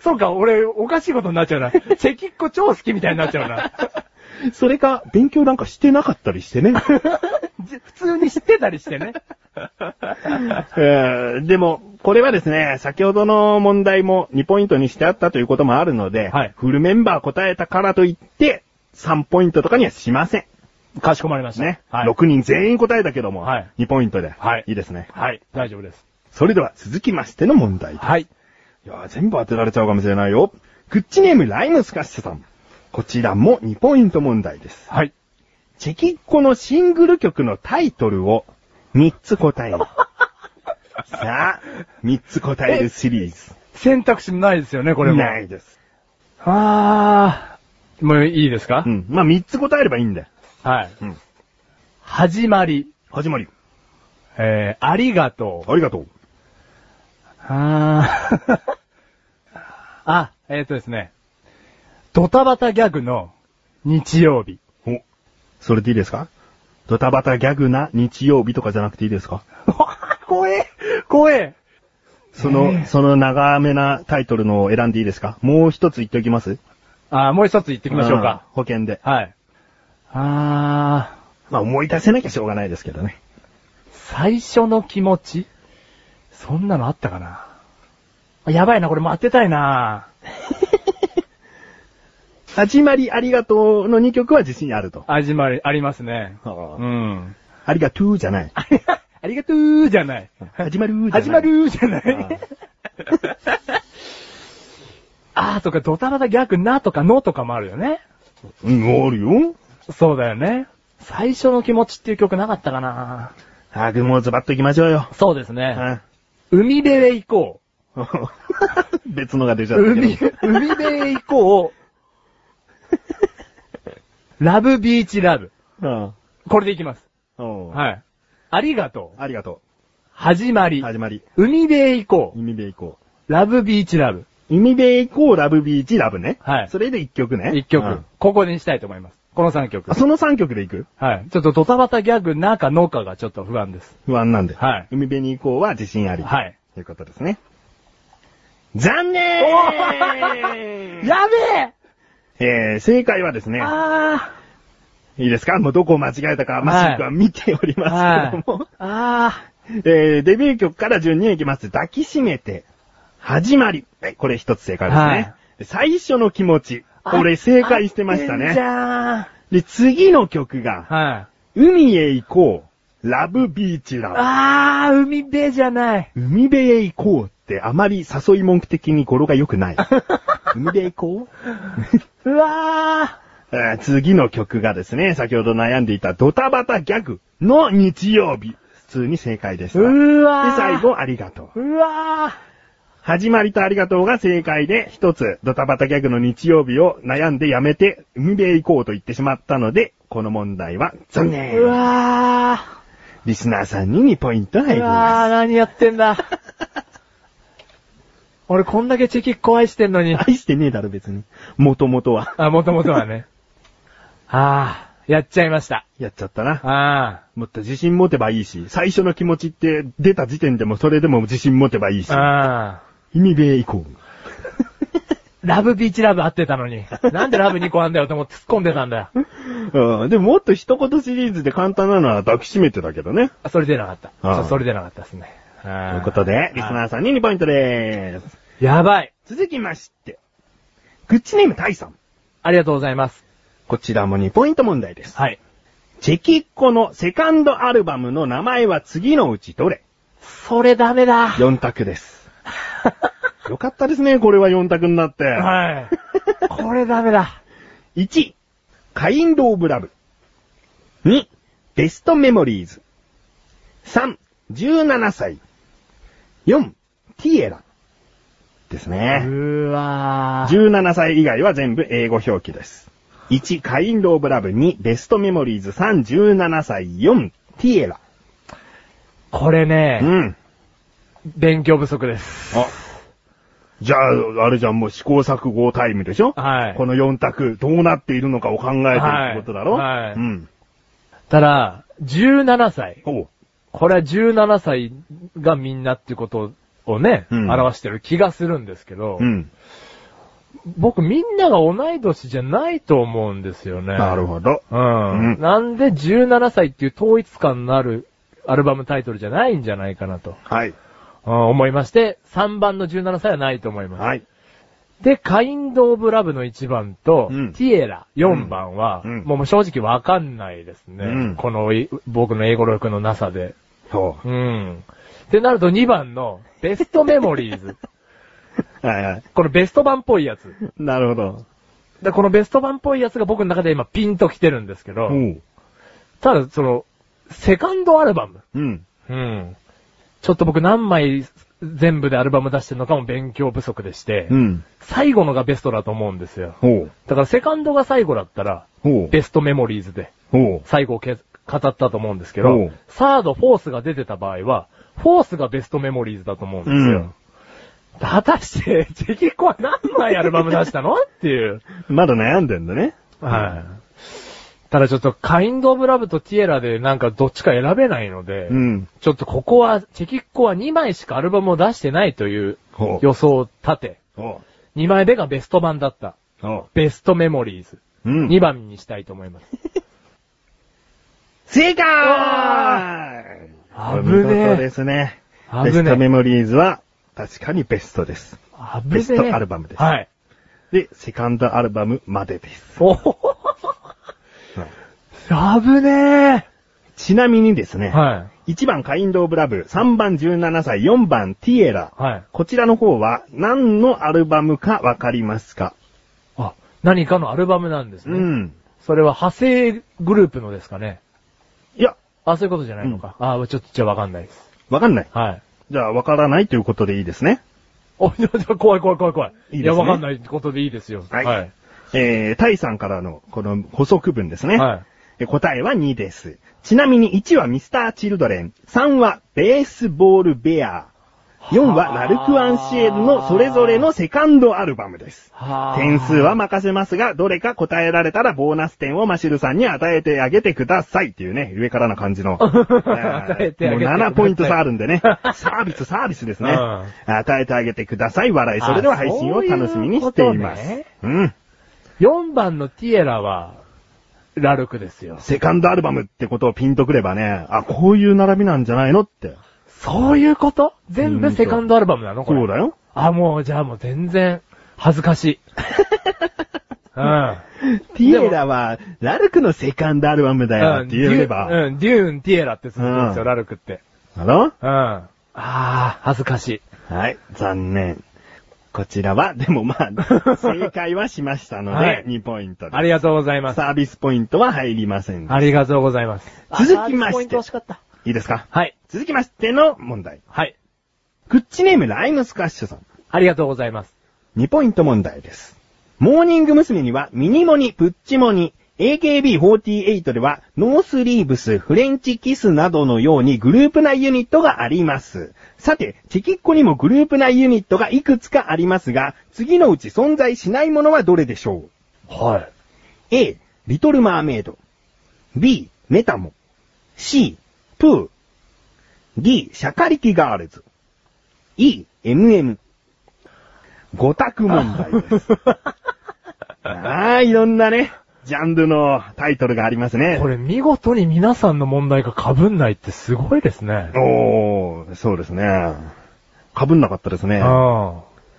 [SPEAKER 1] そうか、俺、おかしいことになっちゃうな。チェキっ子超好きみたいになっちゃうな。
[SPEAKER 2] それか、勉強なんかしてなかったりしてね。
[SPEAKER 1] じ普通に知ってたりしてね。
[SPEAKER 2] えーでも、これはですね、先ほどの問題も2ポイントにしてあったということもあるので、
[SPEAKER 1] はい
[SPEAKER 2] フルメンバー答えたからといって、3ポイントとかにはしません。
[SPEAKER 1] かしこまりました。
[SPEAKER 2] ね。
[SPEAKER 1] はい。
[SPEAKER 2] 6人全員答えたけども、
[SPEAKER 1] はい
[SPEAKER 2] 2ポイントで。
[SPEAKER 1] はい
[SPEAKER 2] いですね。
[SPEAKER 1] はい、大丈夫です。
[SPEAKER 2] それでは続きましての問題。
[SPEAKER 1] はい。
[SPEAKER 2] いやー全部当てられちゃうかもしれないよ。クッチネームライムスカッシュさん。こちらも2ポイント問題です。
[SPEAKER 1] はい。
[SPEAKER 2] チェキッコのシングル曲のタイトルを3つ答 える。さあ、3つ答えるシリーズ。
[SPEAKER 1] 選択肢ないですよね、これも。
[SPEAKER 2] ないです。
[SPEAKER 1] あー。もういいですか、
[SPEAKER 2] うん。まあ、3つ答えればいいんだよ。
[SPEAKER 1] はい。
[SPEAKER 2] うん。
[SPEAKER 1] 始まり。
[SPEAKER 2] 始まり。
[SPEAKER 1] えー、ありがとう。
[SPEAKER 2] ありがとう。
[SPEAKER 1] あー あ、えっ、とですね。ドタバタギャグの日曜日。
[SPEAKER 2] お、それでいいですかドタバタギャグな日曜日とかじゃなくていいですか
[SPEAKER 1] 怖え怖え
[SPEAKER 2] その、その長めなタイトルのを選んでいいですかもう一つ言っておきます
[SPEAKER 1] あーもう一つ言ってきましょうか。
[SPEAKER 2] うん保険で。
[SPEAKER 1] はい。あー、
[SPEAKER 2] まあ思い出せなきゃしょうがないですけどね。
[SPEAKER 1] 最初の気持ちそんなのあったかな。あやばいな、これもう当てたいな。
[SPEAKER 2] 始まりありがとうの2曲は自信あると。
[SPEAKER 1] 味まり、ありますね。
[SPEAKER 2] あ
[SPEAKER 1] うん。
[SPEAKER 2] りがとうじゃな い。
[SPEAKER 1] ありがとうじゃ ない。
[SPEAKER 2] 始まるじゃない。
[SPEAKER 1] 始まるじゃな
[SPEAKER 2] あ
[SPEAKER 1] い。あーとか、ドタバタ逆なとかのとかもあるよね。
[SPEAKER 2] うん、あるよ。
[SPEAKER 1] そうだよね。最初の気持ちっていう曲なかったかな。
[SPEAKER 2] あー、でもズバッと行きましょうよ。
[SPEAKER 1] そうですね。
[SPEAKER 2] うん
[SPEAKER 1] 海辺へ行こ
[SPEAKER 2] 別のが出ち
[SPEAKER 1] う。
[SPEAKER 2] ゃったけど。
[SPEAKER 1] 海、海辺へ行こう。 ラブビーチラブ。
[SPEAKER 2] うん
[SPEAKER 1] これでいきます。
[SPEAKER 2] うん
[SPEAKER 1] はい。ありがとう。
[SPEAKER 2] ありがと
[SPEAKER 1] 始ま
[SPEAKER 2] う。
[SPEAKER 1] り。
[SPEAKER 2] 始まり。
[SPEAKER 1] 海辺へ行こ
[SPEAKER 2] 海辺行こう。
[SPEAKER 1] う。ラブビーチラブ。
[SPEAKER 2] 海辺行こう、ラブビーチ、ラブね。
[SPEAKER 1] はい
[SPEAKER 2] それで1曲ね。
[SPEAKER 1] 一
[SPEAKER 2] う
[SPEAKER 1] 曲
[SPEAKER 2] ん。
[SPEAKER 1] ここにしたいと思います。この3曲
[SPEAKER 2] あ、。その3曲で行く
[SPEAKER 1] はい。ちょっとドタバタギャグ、なかのかがちょっと不安です。
[SPEAKER 2] 不安なんで。
[SPEAKER 1] はい
[SPEAKER 2] 海辺に行こうは自信あり。い。
[SPEAKER 1] はい。
[SPEAKER 2] ということですね。残念
[SPEAKER 1] やべ
[SPEAKER 2] えー、正解はです
[SPEAKER 1] え
[SPEAKER 2] ね、
[SPEAKER 1] あ
[SPEAKER 2] いいですかもうどこを間違えたか、マシンくは見ており
[SPEAKER 1] ー。
[SPEAKER 2] ますけども。
[SPEAKER 1] ああ
[SPEAKER 2] えー、デビュー曲から順に行きます。抱きしめて、始まり。はいこれ一つ正解ですね。
[SPEAKER 1] はい
[SPEAKER 2] 最初の気持ち。
[SPEAKER 1] ー。
[SPEAKER 2] これ正解してました
[SPEAKER 1] 合ってんじ
[SPEAKER 2] ね。
[SPEAKER 1] ゃん。
[SPEAKER 2] で、次の曲が、
[SPEAKER 1] はい。
[SPEAKER 2] 海へ行こう。ラブビーチラ
[SPEAKER 1] あー、海辺じゃない。
[SPEAKER 2] ブ。海辺へ行こうってあまり誘い文句的に語呂が良く ない。海辺へ行こう
[SPEAKER 1] うわ
[SPEAKER 2] えー次の曲がですね、先ほど悩んでいたドタバタギャグの日曜日。普通に正解でし
[SPEAKER 1] ー。
[SPEAKER 2] た。で、
[SPEAKER 1] うわー。
[SPEAKER 2] 最。後、ありがとう。
[SPEAKER 1] うわ
[SPEAKER 2] 始まりとありがとうが正解で、一つ、ドタバタギャグの日曜日を悩んでやめて、海辺へ行こうと言ってしまったので、この問題は残
[SPEAKER 1] ー。う
[SPEAKER 2] 念。
[SPEAKER 1] わ
[SPEAKER 2] リスナーさんに2ポイント入
[SPEAKER 1] ー。
[SPEAKER 2] り
[SPEAKER 1] うわー、
[SPEAKER 2] ます。
[SPEAKER 1] 何やってん だ。俺こんだけチェキっ子愛してんの に。
[SPEAKER 2] 愛してねえだろ別に。もともとは。
[SPEAKER 1] あ、もともとはね。あー、やっちゃいました。
[SPEAKER 2] やっちゃったな。
[SPEAKER 1] あ
[SPEAKER 2] もっと自信持てばいいし、最初の気持ちって出た時点でもそれでも自信持てばいいし
[SPEAKER 1] ー。、あ
[SPEAKER 2] 海辺へ行こう。
[SPEAKER 1] ー。ラブビーチラブ合ってたの に。なんでラブ2個あんだよと思って突っ込んでたんだよ。
[SPEAKER 2] うん、でももっと一言シリーズで簡単なのは抱きしめてだけどね。
[SPEAKER 1] あそれ出なかった。
[SPEAKER 2] あー
[SPEAKER 1] そうそれ出なかったですね。と
[SPEAKER 2] と
[SPEAKER 1] い
[SPEAKER 2] いうことで、リスナーさんに2ポイントでーす。
[SPEAKER 1] やばい。
[SPEAKER 2] 続きまして、グッチネームタイさん。
[SPEAKER 1] ありがとうございます。
[SPEAKER 2] こちらも2ポイント問題です。
[SPEAKER 1] はい。
[SPEAKER 2] チェキッコのセカンドアルバムの名前は次のうちどれ
[SPEAKER 1] それダメだ。
[SPEAKER 2] ?4 択です。よかったですね、これは4択になって。
[SPEAKER 1] はい。これダメだ。
[SPEAKER 2] 1、カインド・オブ・ラブ。2、ベスト・メモリーズ。3、17歳。4、ティエラ。です
[SPEAKER 1] う
[SPEAKER 2] ね。
[SPEAKER 1] ーわー。
[SPEAKER 2] 17歳以外は全部英語表記です。1、カインド・オブ・ラブ。2、ベスト・メモリーズ。3、17歳。4、ティエラ。
[SPEAKER 1] これ
[SPEAKER 2] う
[SPEAKER 1] ね、
[SPEAKER 2] ん。
[SPEAKER 1] 勉強不足です。
[SPEAKER 2] あ。じゃあ、あれじゃん、もう試行錯誤タイムでしょ
[SPEAKER 1] はい
[SPEAKER 2] この4択、どうなっているのかを考えてるってことだろ
[SPEAKER 1] はいはい
[SPEAKER 2] うん。
[SPEAKER 1] ただ、17歳。
[SPEAKER 2] おう。
[SPEAKER 1] これは17歳がみんなってことをね、
[SPEAKER 2] うん
[SPEAKER 1] 表してる気がするんですけど、
[SPEAKER 2] うん。
[SPEAKER 1] 僕みんなが同い年じゃないと思うんですよね。
[SPEAKER 2] なるほど。
[SPEAKER 1] うん。
[SPEAKER 2] うん
[SPEAKER 1] なんで17歳っていう統一感のあるアルバムタイトルじゃないんじゃないかなと、
[SPEAKER 2] はい。
[SPEAKER 1] うん思いまして、3番の17歳はないと思います。
[SPEAKER 2] はい。
[SPEAKER 1] で、カインド・オブ・ラブの1番と、
[SPEAKER 2] うん
[SPEAKER 1] ティエラ4番は、
[SPEAKER 2] うん
[SPEAKER 1] もう正直わかんないですね。
[SPEAKER 2] うん
[SPEAKER 1] このい僕の英語力のなさで。
[SPEAKER 2] そ
[SPEAKER 1] うん。ってなると2番のベストメモリー ズ。
[SPEAKER 2] う。はいはい。
[SPEAKER 1] このベスト版っぽいやつ。
[SPEAKER 2] なるほど。
[SPEAKER 1] で、このベスト版っぽいやつが僕の中で今ピンと来てるんですけど、
[SPEAKER 2] うん。
[SPEAKER 1] ただその、セカンドアルバム。
[SPEAKER 2] うん。
[SPEAKER 1] うん。ちょっと僕何枚全部でアルバム出してるのかも勉強不足でして、
[SPEAKER 2] うん。
[SPEAKER 1] 最後のがベストだと思うんですよ。
[SPEAKER 2] ほう。
[SPEAKER 1] だからセカンドが最後だったら、
[SPEAKER 2] ほう。
[SPEAKER 1] ベストメモリーズで
[SPEAKER 2] ほう。
[SPEAKER 1] 最後をけ語ったと思うんですけ
[SPEAKER 2] お
[SPEAKER 1] ど
[SPEAKER 2] う、
[SPEAKER 1] サード、フォースが出てた場合は、フォースがベストメモリーズだと思うんですよ。果たして、チェキコは何枚アルバム出したのっていう。
[SPEAKER 2] まだ悩んでんだね。
[SPEAKER 1] はい。ただちょっと、カインドオブラブとティエラでなんかどっちか選べないので、
[SPEAKER 2] うん。
[SPEAKER 1] ちょっとここは、チェキッコは2枚しかアルバムを出してないという
[SPEAKER 2] ほう。
[SPEAKER 1] 予想を立て、
[SPEAKER 2] ほ
[SPEAKER 1] 2枚目がベスト版だった。
[SPEAKER 2] う。ほ
[SPEAKER 1] ベストメモリーズ。
[SPEAKER 2] う。うん。
[SPEAKER 1] 2番にしたいと思います。わ
[SPEAKER 2] 正解
[SPEAKER 1] ー
[SPEAKER 2] お見事ですね。
[SPEAKER 1] あ
[SPEAKER 2] ベ
[SPEAKER 1] ぶ
[SPEAKER 2] スト
[SPEAKER 1] ね
[SPEAKER 2] メモリーズは、確かにベストです。
[SPEAKER 1] あぶね
[SPEAKER 2] ベストアルバムです。
[SPEAKER 1] はい。
[SPEAKER 2] で、セカンドアルバムまでです。
[SPEAKER 1] おほあぶね
[SPEAKER 2] ちなみにですね、
[SPEAKER 1] え。は
[SPEAKER 2] 1番カインド・オブ・ラブ、3番17歳、4番ティエラ、
[SPEAKER 1] い。はい。
[SPEAKER 2] こちらの方は何のアルバムかわかりますか
[SPEAKER 1] あ、何かのアルバムなんですね。
[SPEAKER 2] うん。
[SPEAKER 1] それは派生グループのですかね。
[SPEAKER 2] いや、
[SPEAKER 1] あ、そういうことじゃないのか。あ、ちょっとじゃあわかんないです。
[SPEAKER 2] わかんない。
[SPEAKER 1] はい。
[SPEAKER 2] じゃあ、わからないということでいいですね。
[SPEAKER 1] お、じゃあじゃあ怖い怖い怖い怖い。
[SPEAKER 2] いいですね
[SPEAKER 1] いや、わかんないことでいいですよ。
[SPEAKER 2] はい
[SPEAKER 1] はい。
[SPEAKER 2] えー、タイさんからの、この補足文ですね。
[SPEAKER 1] はい
[SPEAKER 2] え答えは2です。ちなみに1はミスター・チルドレン、3はベースボール・ベア、4はラルク・アンシエルのそれぞれのセカンドアルバムです。
[SPEAKER 1] はあ
[SPEAKER 2] 点数は任せますが、どれか答えられたらボーナス点をマシルさんに与えてあげてくださいっていうね、上からな感じの。
[SPEAKER 1] 与えてあげてください
[SPEAKER 2] もう7ポイント差あるんでね。サービス、サービスですね。
[SPEAKER 1] うん
[SPEAKER 2] 与えてあげてください、笑い。それでは配信を楽しみにしています。
[SPEAKER 1] あそういう
[SPEAKER 2] うん。
[SPEAKER 1] 4番のティエラは、ラルクですよ。
[SPEAKER 2] セカンドアルバムってことをピンとくればね、あ、こういう並びなんじゃないのって。
[SPEAKER 1] そういうこと全部セカンドアルバムなのこれ。
[SPEAKER 2] そうだよ。
[SPEAKER 1] あ、もう、じゃあもう全然、恥ずか しい。うん。
[SPEAKER 2] ティエラは、ラルクのセカンドアルバムだよって言えば。
[SPEAKER 1] うん、デューンうん、デューン、ティエラって続くんですよ、
[SPEAKER 2] うん
[SPEAKER 1] ラルクって。
[SPEAKER 2] だろ
[SPEAKER 1] うん。ああ、恥ずかしい。
[SPEAKER 2] はい、残念。こちらは、でもま あ、正解はしましたの
[SPEAKER 1] はい
[SPEAKER 2] で、2ポイント
[SPEAKER 1] あ
[SPEAKER 2] で
[SPEAKER 1] りがとうございます
[SPEAKER 2] す。。サービスポイントは入りません。
[SPEAKER 1] ありがとうございます。
[SPEAKER 2] 続きまして
[SPEAKER 1] あポイント欲しかった。
[SPEAKER 2] いいですか
[SPEAKER 1] はい。
[SPEAKER 2] 続きましての問題。
[SPEAKER 1] はい。
[SPEAKER 2] グッチネームライムスカッシュさん。
[SPEAKER 1] ありがとうございます。
[SPEAKER 2] 2ポイント問題です。モーニング娘。にはミニモニ、プッチモニ、AKB48 ではノースリーブス、フレンチキスなどのようにグループ内ユニットがあります。さて、チキッコにもグループ内ユニットがいくつかありますが、次のうち存在しないものはどれでしょ
[SPEAKER 1] は
[SPEAKER 2] ?A、リトルマーメイド。B、メタモ。C、プー。D、シャカリキガールズ。E、MM。五択問題です。 ああ、いろんなね、ジャンルのタイトルがありますね
[SPEAKER 1] こ。れ見事に皆さんの問題が被んないってすごいですね。
[SPEAKER 2] おー、そうですね。被んなかったですね。
[SPEAKER 1] うん。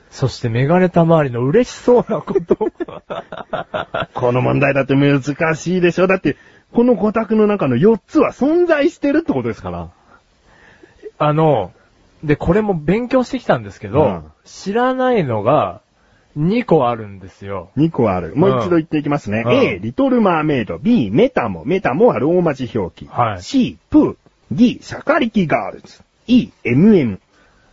[SPEAKER 1] そしてメガネた周りの嬉しそうなこと。
[SPEAKER 2] この問題だって難しいでしょだって、この五択の中の4つは存在してるってことですから。
[SPEAKER 1] あの、で、これも勉強してきたんですけど、
[SPEAKER 2] うん
[SPEAKER 1] 知らないのが2個あるんですよ。
[SPEAKER 2] 2個ある。もう一度言っていきますね。
[SPEAKER 1] うん
[SPEAKER 2] A、リトルマーメイド。B、メタモ。メタモはローマ字表記。
[SPEAKER 1] はい
[SPEAKER 2] C、プー。D、シャカリキガールズ。E、MM。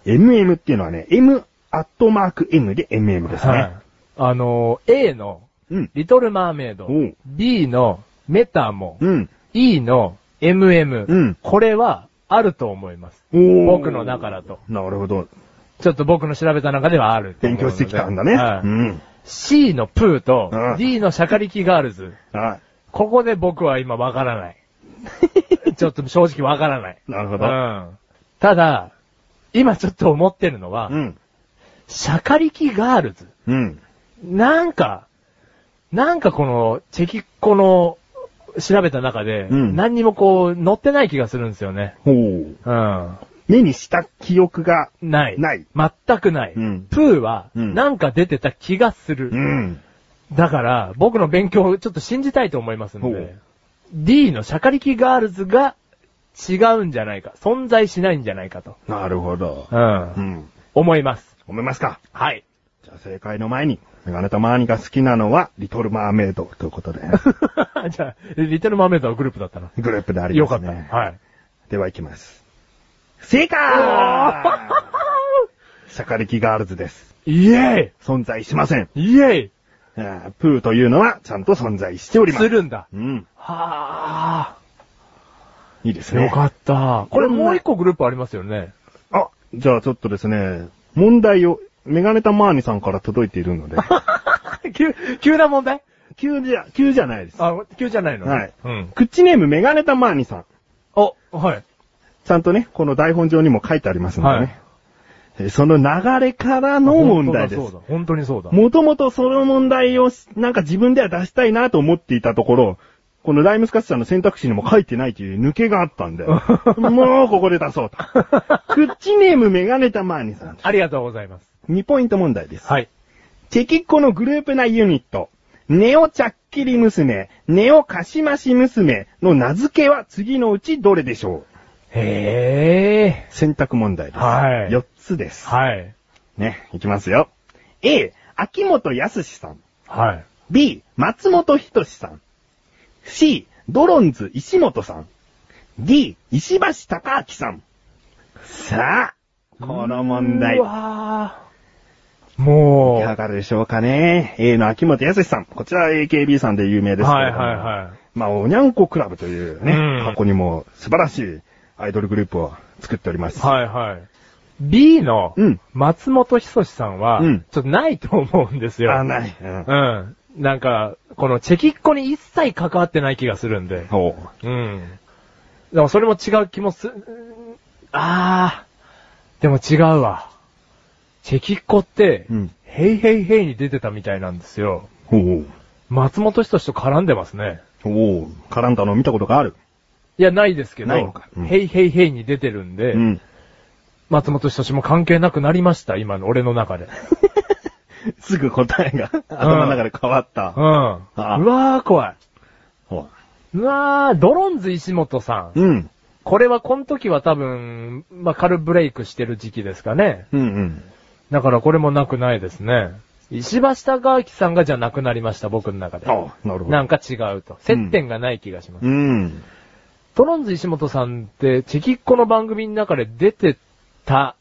[SPEAKER 2] MM っていうのはね、M、アットマーク M で MM ですね。
[SPEAKER 1] はい。あの、A の
[SPEAKER 2] うん。
[SPEAKER 1] リトルマーメイド
[SPEAKER 2] おう、
[SPEAKER 1] B のメタモ、
[SPEAKER 2] うん。
[SPEAKER 1] E の MM、
[SPEAKER 2] うん
[SPEAKER 1] これはあると思います。
[SPEAKER 2] おー
[SPEAKER 1] 僕の中だと。
[SPEAKER 2] なるほど。
[SPEAKER 1] ちょっと僕の調べた中ではあると思
[SPEAKER 2] 勉
[SPEAKER 1] うので
[SPEAKER 2] 強してきたんだね。
[SPEAKER 1] はい
[SPEAKER 2] うん。
[SPEAKER 1] C のプーと
[SPEAKER 2] うん
[SPEAKER 1] D のシャカリキガールズ。
[SPEAKER 2] あ、
[SPEAKER 1] ここで僕は今わから ない。ちょっと正直わからない。
[SPEAKER 2] なる
[SPEAKER 1] う
[SPEAKER 2] ほど。
[SPEAKER 1] ん。ただ、今ちょっと思ってるのは、
[SPEAKER 2] うん。
[SPEAKER 1] シャカリキガールズ。
[SPEAKER 2] うん。
[SPEAKER 1] なんか、なんかこの、チェキっ子の、調べた中で、
[SPEAKER 2] うん
[SPEAKER 1] 何にもこう、載ってない気がするんですよね。
[SPEAKER 2] ほう。
[SPEAKER 1] うん。
[SPEAKER 2] 目にした記憶が、
[SPEAKER 1] ない。
[SPEAKER 2] ない
[SPEAKER 1] 全くない。
[SPEAKER 2] うん
[SPEAKER 1] プーは、
[SPEAKER 2] うん
[SPEAKER 1] なんか出てた気がする。
[SPEAKER 2] うん。
[SPEAKER 1] だから、僕の勉強をちょっと信じたいと思いますの
[SPEAKER 2] ほ
[SPEAKER 1] で
[SPEAKER 2] う、
[SPEAKER 1] D のシャカリキガールズが違うんじゃないか、存在しないんじゃないかと、
[SPEAKER 2] なるほど。
[SPEAKER 1] うん
[SPEAKER 2] うん。
[SPEAKER 1] 思います。
[SPEAKER 2] 思いますか
[SPEAKER 1] はい。
[SPEAKER 2] じゃあ正解の前に、メガネとマーニが好きなのは、リトルマーメイドということ で、
[SPEAKER 1] じゃあ、リトルマーメイドはグループだったな。
[SPEAKER 2] グループであり
[SPEAKER 1] よか
[SPEAKER 2] ます
[SPEAKER 1] った。
[SPEAKER 2] ね。
[SPEAKER 1] はい。
[SPEAKER 2] では行きます。正解シャカリキガールズです。
[SPEAKER 1] イエ
[SPEAKER 2] 存在しません。
[SPEAKER 1] イイエイ
[SPEAKER 2] あープーというのはちゃんと存在しております。
[SPEAKER 1] するんだ。
[SPEAKER 2] うん。
[SPEAKER 1] は
[SPEAKER 2] いいです
[SPEAKER 1] あ、
[SPEAKER 2] ね。
[SPEAKER 1] よかった。これもう一個グループありますよね。
[SPEAKER 2] あ、じゃあちょっとですね、問題を、メガネタマーニさんから届いている ので、
[SPEAKER 1] 急、急な問題
[SPEAKER 2] 急じゃ、急じゃないです。
[SPEAKER 1] あ、急じゃないのね
[SPEAKER 2] はい
[SPEAKER 1] うん。
[SPEAKER 2] クッチネームメガネタマーニさん。
[SPEAKER 1] お、はい。
[SPEAKER 2] ちゃんとね、この台本上にも書いてありますのでね。
[SPEAKER 1] はい
[SPEAKER 2] えーその流れからの問題です
[SPEAKER 1] 本当だそう。だ。本当にそうだ。
[SPEAKER 2] もともとその問題をしなんか自分では出したいなと思っていたところ、このライムスカッシュさんの選択肢にも書いてないという抜けがあったんで、 もうここで出そうと。クッチネームメガネタマーニさん。
[SPEAKER 1] ありがとうございます。
[SPEAKER 2] 2ポイント問題です。
[SPEAKER 1] はい。
[SPEAKER 2] チェキっ子のグループ内ユニット、ネオチャッキリ娘、ネオカシマシ娘の名付けは次のうちどれでしょう
[SPEAKER 1] へ
[SPEAKER 2] 選択問題です。
[SPEAKER 1] はい
[SPEAKER 2] 4つです。
[SPEAKER 1] ー。はい。
[SPEAKER 2] ね、いきますよ。A、秋元康さん。
[SPEAKER 1] はい。
[SPEAKER 2] B、松本人志さん。C、ドロンズ石本さん。D、石橋貴明さん。さあ、この問題。
[SPEAKER 1] う
[SPEAKER 2] い
[SPEAKER 1] わー。もう。
[SPEAKER 2] かがでしょうかね。A の秋元康さん。こちらは AKB さんで有名ですけ
[SPEAKER 1] は
[SPEAKER 2] れ
[SPEAKER 1] い
[SPEAKER 2] ども。
[SPEAKER 1] はいはい。
[SPEAKER 2] まあ、おにゃんこクラブというね、
[SPEAKER 1] うん
[SPEAKER 2] 過去にも素晴らしいアイドルグループを作っております。
[SPEAKER 1] はいはい。B の
[SPEAKER 2] うん、
[SPEAKER 1] 松本人志さんは、
[SPEAKER 2] うん
[SPEAKER 1] ちょっとないと思うんですよ。
[SPEAKER 2] あ、ない。うん
[SPEAKER 1] うん。なんか、このチェキっ子に一切関わってない気がするんで。
[SPEAKER 2] ほ
[SPEAKER 1] うん。でもそれも違う気もす、うんあー。でも違うわ。チェキっ子って、
[SPEAKER 2] うん
[SPEAKER 1] ヘイヘイヘイに出てたみたいなんですよ。
[SPEAKER 2] う。ほう。
[SPEAKER 1] 松本人志と絡んでますね。
[SPEAKER 2] ほう。絡んだの見たことがある。
[SPEAKER 1] いや、ないですけど
[SPEAKER 2] ないのか、うん
[SPEAKER 1] ヘイヘイヘイに出てるんで、
[SPEAKER 2] うん。
[SPEAKER 1] 松本人志も関係なくなりました、今の俺の中 で。
[SPEAKER 2] すぐ答えが頭の中で変わった
[SPEAKER 1] うん。。うわー、怖い。
[SPEAKER 2] ほ
[SPEAKER 1] うわー、ドロンズ石本さん。
[SPEAKER 2] う。うん。
[SPEAKER 1] これはこの時は多分、まあ、軽ブレイクしてる時期ですかね。
[SPEAKER 2] うんうん。
[SPEAKER 1] だからこれもなくないですね。石橋貴明さんがじゃなくなりました、僕の中で。
[SPEAKER 2] ああ、なるほど。
[SPEAKER 1] なんか違うと。接点がない気がします。
[SPEAKER 2] うん。
[SPEAKER 1] ドロンズ石本さんって、チェキっ子の番組の中で出てた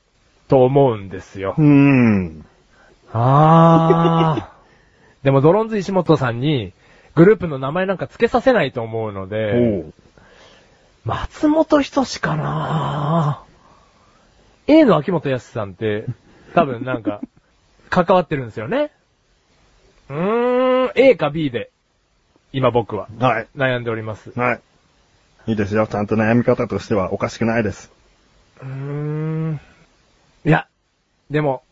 [SPEAKER 1] と思うんですよ。
[SPEAKER 2] うん。
[SPEAKER 1] あー。でもドロンズ石本さんに、グループの名前なんか付けさせないと思うの
[SPEAKER 2] ほ
[SPEAKER 1] で、
[SPEAKER 2] う。
[SPEAKER 1] 松本人志かな A の秋元康さんって、多分なん か、関わってるんですよね。うーん、A か B で、今僕は、
[SPEAKER 2] はい。
[SPEAKER 1] 悩んでおります。う
[SPEAKER 2] はい。いいですよ。ちゃんと悩み方としてはおかしくないです。
[SPEAKER 1] ーん。いや、でも、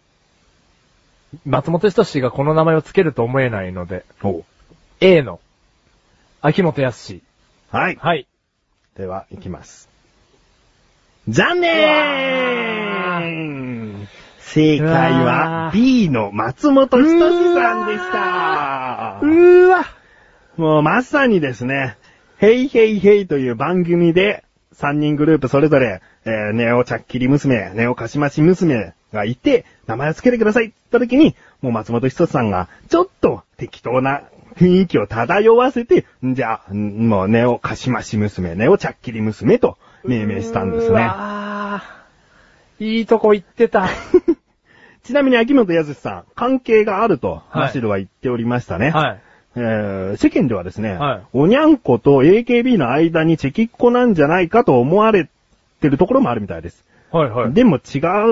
[SPEAKER 1] 松本人志がこの名前を付けると思えないので、
[SPEAKER 2] ほ
[SPEAKER 1] A の、秋元康。
[SPEAKER 2] う。はい。
[SPEAKER 1] はい。
[SPEAKER 2] では、いきます。残念正
[SPEAKER 1] う
[SPEAKER 2] 解は
[SPEAKER 1] わー
[SPEAKER 2] B の松本人志さんでした
[SPEAKER 1] ーわ
[SPEAKER 2] もうまさにですね、ヘイヘイヘイという番組で、3人グループそれぞれ、えーネオチャッキリ娘、ネオカシマシ娘がいて、名前を付けてくださいって言った時に、もう松本人志さんが、ちょっと適当な雰囲気を漂わせて、んじゃあ、んもうネオカシマシ娘、ネオチャッキリ娘と命名したんです
[SPEAKER 1] う
[SPEAKER 2] ね。
[SPEAKER 1] わーいいとこ行って た。
[SPEAKER 2] ちなみに秋元康さん、関係があると、マシルは言っておりましたね。
[SPEAKER 1] はい。
[SPEAKER 2] えー世間ではですね、
[SPEAKER 1] はい
[SPEAKER 2] おにゃんこと AKB の間にチェキっ子なんじゃないかと思われてるところもあるみたいです。
[SPEAKER 1] はいはい。
[SPEAKER 2] でも違う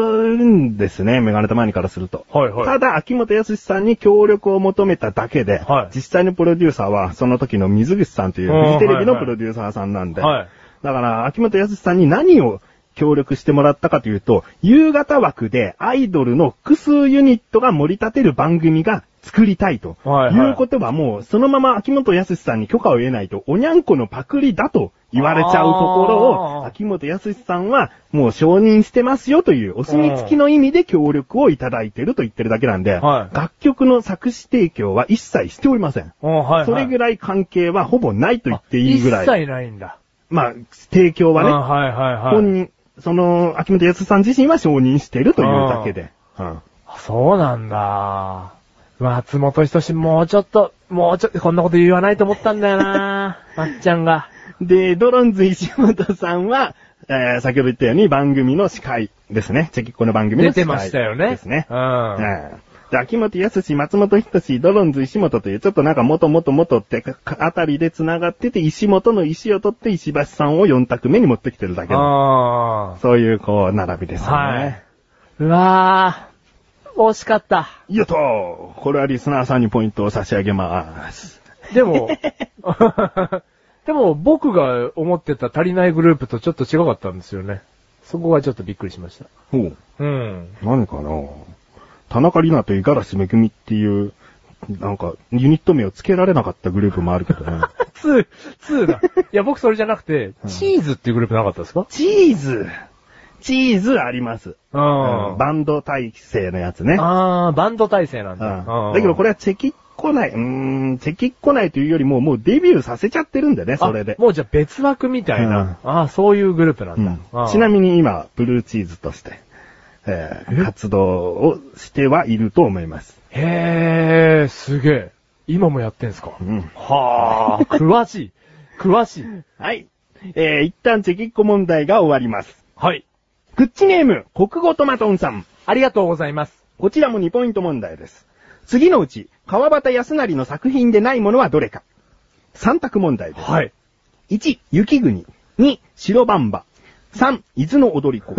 [SPEAKER 2] んですね、メガネたまにからすると。
[SPEAKER 1] はいはい
[SPEAKER 2] ただ、秋元康さんに協力を求めただけで、
[SPEAKER 1] はい
[SPEAKER 2] 実際のプロデューサーは、その時の水口さんという
[SPEAKER 1] うん
[SPEAKER 2] フジテレビの
[SPEAKER 1] はいは
[SPEAKER 2] プ
[SPEAKER 1] い
[SPEAKER 2] ロデューサーさんなんで、
[SPEAKER 1] はい
[SPEAKER 2] だから、秋元康さんに何を協力してもらったかというと、夕方枠でアイドルの複数ユニットが盛り立てる番組が作りたいと。
[SPEAKER 1] はい
[SPEAKER 2] い
[SPEAKER 1] はいう
[SPEAKER 2] ことはもう、そのまま秋元康さんに許可を得ないと、おにゃんこのパクリだと言われちゃうところ
[SPEAKER 1] あ
[SPEAKER 2] を、
[SPEAKER 1] ー
[SPEAKER 2] 秋元康さんはもう承認してますよというお墨付きの意味で協力をいただいてると言ってるだけなんで、
[SPEAKER 1] はい
[SPEAKER 2] 楽曲の作詞提供は一切しておりません。
[SPEAKER 1] うんはいはい。
[SPEAKER 2] それぐ
[SPEAKER 1] らい
[SPEAKER 2] らい関係はほぼないと言っていいぐらい。
[SPEAKER 1] 一切ないんだ。
[SPEAKER 2] まあ、提供はね、
[SPEAKER 1] うんはいはいはい。
[SPEAKER 2] 本人、その、秋元康さん自身は承認してるというだけで。うん
[SPEAKER 1] あそうなんだ。松本人志もうちょっと、もうちょっと、こんなこと言わないと思ったんだよ なまっちゃんが。
[SPEAKER 2] で、ドロンズ石本さんは、えー、先ほど言ったように番組の司会ですね。チェキっ子の番組の
[SPEAKER 1] 出て
[SPEAKER 2] 司会。
[SPEAKER 1] ましたよね。
[SPEAKER 2] ですね
[SPEAKER 1] う。。
[SPEAKER 2] うんんで、秋元康、松本人志、ドロンズ石本という、ちょっとなんか元々元ってかかあたりで繋がってて、石本の石を取って石橋さんを4択目に持ってきてるだけの。
[SPEAKER 1] あ
[SPEAKER 2] そういう、こう、並びですよね。
[SPEAKER 1] はいー。うわー。惜しかった。
[SPEAKER 2] よっとこれはリスナーさんにポイントを差し上げます。
[SPEAKER 1] で も、 でも僕が思ってた足りないグループとちょっと違かったんですよね。そこがちょっとびっくりしました。
[SPEAKER 2] ほう。
[SPEAKER 1] うん。
[SPEAKER 2] 何かな田中里奈と五十嵐めぐみっていう、なんか、ユニット名を付けられなかったグループもあるけどね。
[SPEAKER 1] 2、2だ。いや、僕それじゃなくて、チーズっていうグループなかったですか
[SPEAKER 2] チーズ。チーズあります。
[SPEAKER 1] う
[SPEAKER 2] うん
[SPEAKER 1] ん。
[SPEAKER 2] バンド体制のやつね。
[SPEAKER 1] あー、バンド体制なん
[SPEAKER 2] う
[SPEAKER 1] だ。
[SPEAKER 2] んだけどこ
[SPEAKER 1] れ、
[SPEAKER 2] れはチェキっこない。うーん、チェキっこないというよりも、もうデビューさせちゃってるんだね、それで
[SPEAKER 1] あ。もうじゃあ別枠みたいな。あー、そういうグループなんだ。
[SPEAKER 2] うんちなみに今、ブルーチーズとして、えー活動をしてはいると思います。
[SPEAKER 1] に。へー、すげえ。今もやってんすか
[SPEAKER 2] うん
[SPEAKER 1] はー、詳しい。詳しい。
[SPEAKER 2] はい。えー、一旦チェキっこ問題が終わります。
[SPEAKER 1] はい。
[SPEAKER 2] グッチネーム、国語トマトンさん。
[SPEAKER 1] ありがとうございます。
[SPEAKER 2] こちらも2ポイント問題です。次のうち、川端康成の作品でないものはどれか ?3 択問題です。
[SPEAKER 1] はい。
[SPEAKER 2] 1、雪国。2、白バンバ。3、伊豆の踊り子。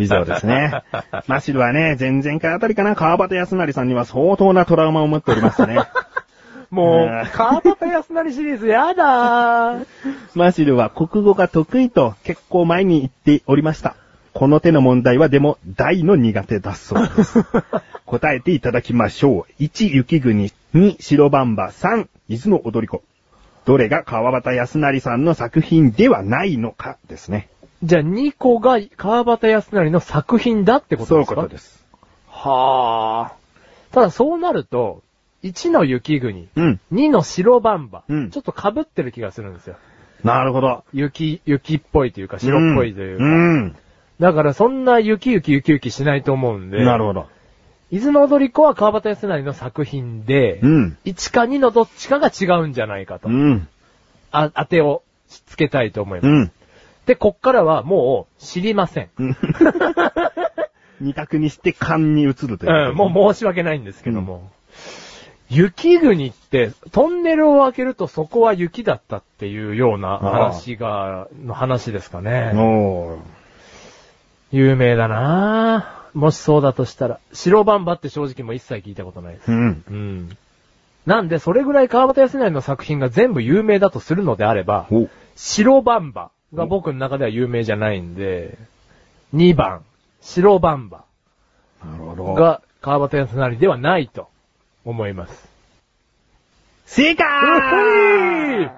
[SPEAKER 2] 以上ですね。マシルはね、前々回あたりかな、川端康成さんには相当なトラウマを持っておりましたね。
[SPEAKER 1] も
[SPEAKER 2] うん
[SPEAKER 1] う、川端康成シリーズやだー。
[SPEAKER 2] マシルは国語が得意と結構前に言っておりました。この手の問題はでも大の苦手だそう です。答えていただきましょう。1、雪国。2、白バンバ。3、伊豆の踊り子。どれが川端康成さんの作品ではないのかですね。
[SPEAKER 1] じゃあ2個が川端康成の作品だってことですかす。
[SPEAKER 2] す。
[SPEAKER 1] はあ。ただそうなると、1の雪国、
[SPEAKER 2] うん。
[SPEAKER 1] 2の白バンバ、
[SPEAKER 2] うん
[SPEAKER 1] ちょっと被ってる気がするんですよ。
[SPEAKER 2] なるほど。
[SPEAKER 1] 雪、雪っぽいというか、白っぽいというか。
[SPEAKER 2] うん。
[SPEAKER 1] だからそんな雪雪雪雪しないと思うんで。
[SPEAKER 2] なるほど。
[SPEAKER 1] 伊豆の踊り子は川端康成の作品で、
[SPEAKER 2] うん。
[SPEAKER 1] 1か2のどっちかが違うんじゃないかと。
[SPEAKER 2] うん。
[SPEAKER 1] あ、当てをつけたいと思います。
[SPEAKER 2] うん。
[SPEAKER 1] で、こっからはもう知りません。
[SPEAKER 2] 二択にして勘に移るという。
[SPEAKER 1] うん、もう申し訳ないんですけども。雪国って、トンネルを開けるとそこは雪だったっていうような話が、の話ですかね。
[SPEAKER 2] おー
[SPEAKER 1] 有名だなぁもしそうだとしたら。白バンバって正直もう一切聞いたことないです。
[SPEAKER 2] うん。
[SPEAKER 1] うん。なんで、それぐらい川端康成の作品が全部有名だとするのであれば、
[SPEAKER 2] お
[SPEAKER 1] 白バンバが僕の中では有名じゃないんで、2番、白バンバ。
[SPEAKER 2] なるほど。
[SPEAKER 1] が川端康成ではないと思います。
[SPEAKER 2] 正解
[SPEAKER 1] うっ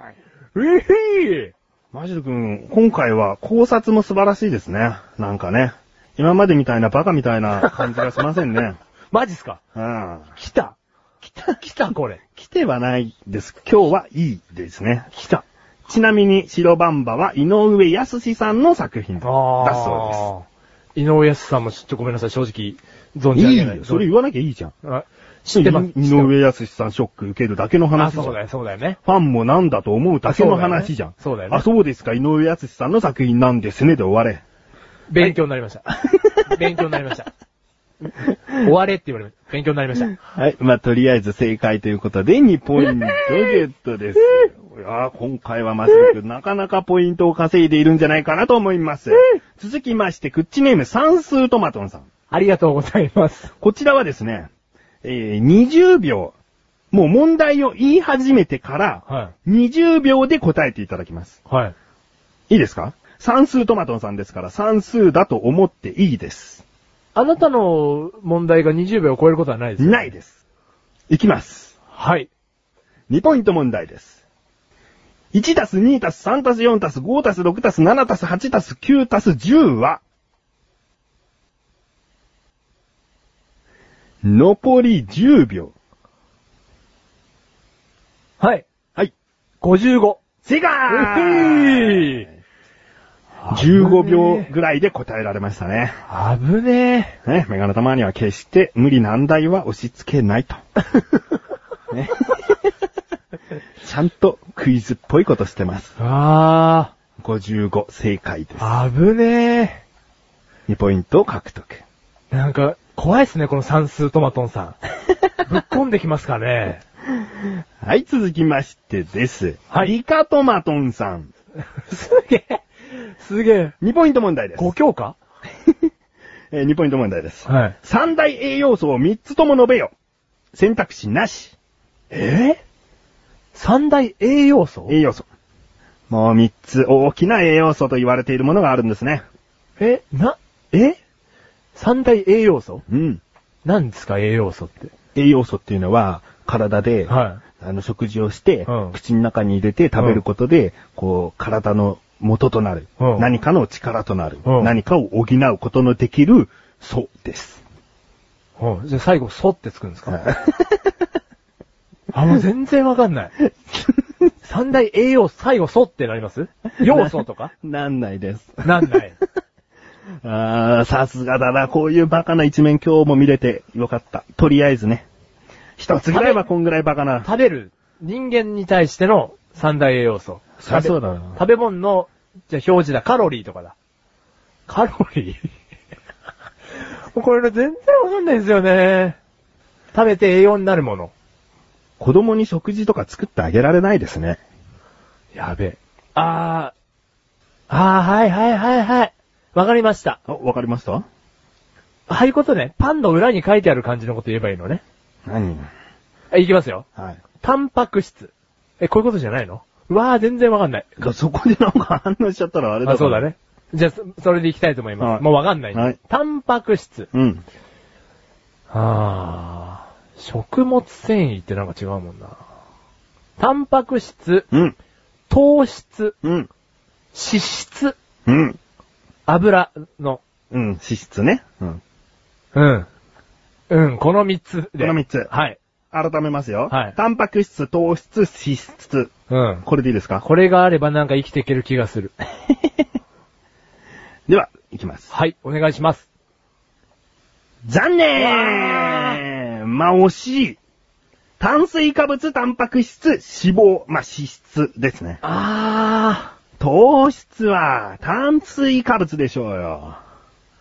[SPEAKER 1] うひー
[SPEAKER 2] マジル君、今回は考察も素晴らしいですね。なんかね。今までみたいなバカみたいな感じがしません ね。
[SPEAKER 1] マジっすか
[SPEAKER 2] うん。
[SPEAKER 1] 来た来た来たこれ
[SPEAKER 2] 来てはないです。今日はいいですね。
[SPEAKER 1] 来た
[SPEAKER 2] ちなみに、白バンバは井上康さんの作品だそう
[SPEAKER 1] です。井上康さんもちょっとごめんなさい、正直、存
[SPEAKER 2] で
[SPEAKER 1] じ
[SPEAKER 2] す。
[SPEAKER 1] 上
[SPEAKER 2] いい
[SPEAKER 1] げない。
[SPEAKER 2] よ。それ言わなきゃいいじゃん。
[SPEAKER 1] あ知ってます。
[SPEAKER 2] 井上康さんショック受けるだけの
[SPEAKER 1] あ、
[SPEAKER 2] 話じゃ
[SPEAKER 1] そうんだ。よ、そうだよね。
[SPEAKER 2] ファンもなんだと思うだけの話じゃん。
[SPEAKER 1] あそうだよね
[SPEAKER 2] あ、そうですか。井上康さんの作品なんですねで終われ。
[SPEAKER 1] 勉強になりました。勉強になりま した。終われって言われました。勉強になりました。
[SPEAKER 2] はい。まあ、とりあえず正解ということで、2ポイントゲットです。いやー今回はマジでなかなかポイントを稼いでいるんじゃないかなと思います。続きまして、クッチネーム算数トマトンさん。
[SPEAKER 1] ありがとうございます。
[SPEAKER 2] こちらはですね、えー、20秒。もう問題を言い始めてから、
[SPEAKER 1] は
[SPEAKER 2] 20秒で答えていただきます。
[SPEAKER 1] い。はい。
[SPEAKER 2] いいですか算数トマトンさんですから、算数だと思っていいです。
[SPEAKER 1] あなたの問題が20秒を超えることはないですよね
[SPEAKER 2] ないです。いきます。
[SPEAKER 1] はい。
[SPEAKER 2] 2ポイント問題です。1たす2たす3たす4たす5たす6たす7たす8たす9たす10は、残り10秒。
[SPEAKER 1] はい。
[SPEAKER 2] はい。
[SPEAKER 1] 55。
[SPEAKER 2] 正解
[SPEAKER 1] うっへ
[SPEAKER 2] !15 秒ぐらいで答えられましたね。
[SPEAKER 1] ー危ね
[SPEAKER 2] ね、メガネたまには決して無理難題は押し付けない と。ね、ちゃんとクイズっぽいことしてます。
[SPEAKER 1] え。あ
[SPEAKER 2] 55正解です。
[SPEAKER 1] ー、危ね
[SPEAKER 2] 2ポイントを獲得。
[SPEAKER 1] え。なんか、怖いっすね、この算数トマトン さん。ぶっこんできますかね。
[SPEAKER 2] はい、続きましてです。
[SPEAKER 1] はい
[SPEAKER 2] リカトマトンさん。
[SPEAKER 1] すげえ。すげえ。
[SPEAKER 2] 2ポイント問題です。
[SPEAKER 1] ご教科
[SPEAKER 2] えー2ポイント問題です。
[SPEAKER 1] はい。
[SPEAKER 2] 三大栄養素を3つとも述べよ。選択肢なし。
[SPEAKER 1] え三大栄養素
[SPEAKER 2] 栄養素。もう3つ大きな栄養素と言われているものがあるんですね。
[SPEAKER 1] え、な、え三大栄養素
[SPEAKER 2] うん。
[SPEAKER 1] 何ですか、栄養素って。
[SPEAKER 2] 栄養素っていうのは、体で、
[SPEAKER 1] は
[SPEAKER 2] あの、食事をして、
[SPEAKER 1] うん
[SPEAKER 2] 口の中に入れて食べることで、こう、体の元となる、
[SPEAKER 1] うん
[SPEAKER 2] 何かの力となる、
[SPEAKER 1] うん
[SPEAKER 2] 何かを補うことのできる、そうです。
[SPEAKER 1] うん。じゃあ最後、そってつくんですか
[SPEAKER 2] は
[SPEAKER 1] あ、もう全然わか んない。三大栄養、最後、そってなります
[SPEAKER 2] い
[SPEAKER 1] 要素とか
[SPEAKER 2] なんないです。
[SPEAKER 1] なんない。
[SPEAKER 2] あー、さすがだな。こういうバカな一面今日も見れてよかった。とりあえずね。一つぐらいはこんぐらいバカな。
[SPEAKER 1] 食べる、人間に対しての三大栄養素。
[SPEAKER 2] そりゃ
[SPEAKER 1] 食べ
[SPEAKER 2] そうだな
[SPEAKER 1] 食べ物の、じゃあ表示だ、カロリーとかだ。カロリー もうこれ全然わかんないですよね。食べて栄養になるもの。
[SPEAKER 2] 子供に食事とか作ってあげられないですね。
[SPEAKER 1] やべえ。あー、あー、はいはいはいはい。わかりました。
[SPEAKER 2] あ、わかりました
[SPEAKER 1] ああいうことね、パンの裏に書いてある感じのこと言えばいいのね。
[SPEAKER 2] 何
[SPEAKER 1] えいきますよ。
[SPEAKER 2] はい。
[SPEAKER 1] タンパク質。え、こういうことじゃないのうわー、全然わかんない。
[SPEAKER 2] がそこでなんか反応しちゃったらあれだ
[SPEAKER 1] あ、そうだ。ね。じゃあ、そそれでいきたいと思います。
[SPEAKER 2] はい
[SPEAKER 1] もうわかんないんで、
[SPEAKER 2] はい
[SPEAKER 1] タンパク質。
[SPEAKER 2] うん。
[SPEAKER 1] あー、食物繊維ってなんか違うもんな。タンパク質、
[SPEAKER 2] うん。
[SPEAKER 1] 糖質、
[SPEAKER 2] うん。
[SPEAKER 1] 脂質、
[SPEAKER 2] うん。
[SPEAKER 1] 油の。
[SPEAKER 2] うん。脂質ね。うん。
[SPEAKER 1] うん。うん、この三つで。
[SPEAKER 2] この三つ
[SPEAKER 1] はい。
[SPEAKER 2] 改めますよ。
[SPEAKER 1] はい
[SPEAKER 2] タンパク質、糖質、脂質。
[SPEAKER 1] うん。
[SPEAKER 2] これでいいですか
[SPEAKER 1] これがあればなんか生きていける気がする。
[SPEAKER 2] では、いきます。
[SPEAKER 1] はい、お願いします。
[SPEAKER 2] 残念まあ、惜しい。炭水化物、タンパク質、脂肪、まあ、脂質ですね。
[SPEAKER 1] あ
[SPEAKER 2] 糖質は、炭水化物でしょうよ。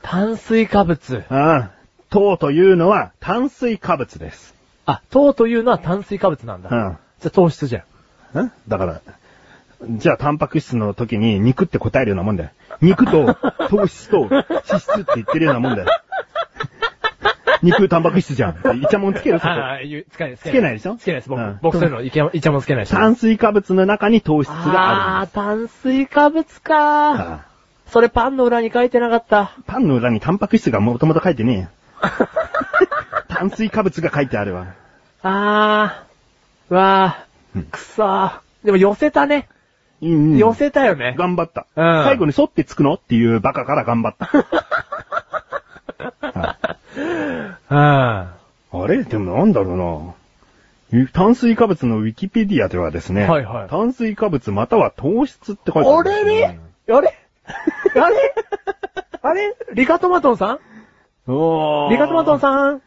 [SPEAKER 1] ー、炭水化物。
[SPEAKER 2] ああ、糖というのは炭水化物です。
[SPEAKER 1] あ、糖というのは炭水化物なんだ。
[SPEAKER 2] うん。
[SPEAKER 1] じゃあ糖質じゃん。
[SPEAKER 2] んだから、じゃあ、タンパク質の時に肉って答えるようなもんだよ。肉と糖質と脂質って言ってるようなもんだよ。肉、タンパク質じゃん。イチャモンつけるそこ
[SPEAKER 1] ああ、ゆつけない、つ
[SPEAKER 2] つけないでしょ
[SPEAKER 1] つけないです。僕、
[SPEAKER 2] うん
[SPEAKER 1] 僕そういうの、いけ、いちゃもつけないし。
[SPEAKER 2] 炭水化物の中に糖質が
[SPEAKER 1] あ
[SPEAKER 2] あるん
[SPEAKER 1] ー、炭水化物か
[SPEAKER 2] です。ああ
[SPEAKER 1] それパンの裏に書いてなかった。
[SPEAKER 2] パンの裏にタンパク質がもともと書い てねえよ。炭水化物が書いてあるわ。
[SPEAKER 1] あー、うわ
[SPEAKER 2] う
[SPEAKER 1] ー
[SPEAKER 2] ん、
[SPEAKER 1] くそー。でも寄せたね。
[SPEAKER 2] うん
[SPEAKER 1] 寄せたよね。
[SPEAKER 2] 頑張った。
[SPEAKER 1] うん
[SPEAKER 2] 最後に沿ってつくのっていうバカから頑張 った。は
[SPEAKER 1] うん。
[SPEAKER 2] いあれでもなんだろうな。炭水化物のウィキペディアではですね、
[SPEAKER 1] はいはい
[SPEAKER 2] 炭水化物または糖質って書いてある
[SPEAKER 1] あ
[SPEAKER 2] んです
[SPEAKER 1] れ
[SPEAKER 2] よ
[SPEAKER 1] れあ れあれあれリカトマトンさん
[SPEAKER 2] おー
[SPEAKER 1] リカトマトンさん
[SPEAKER 2] う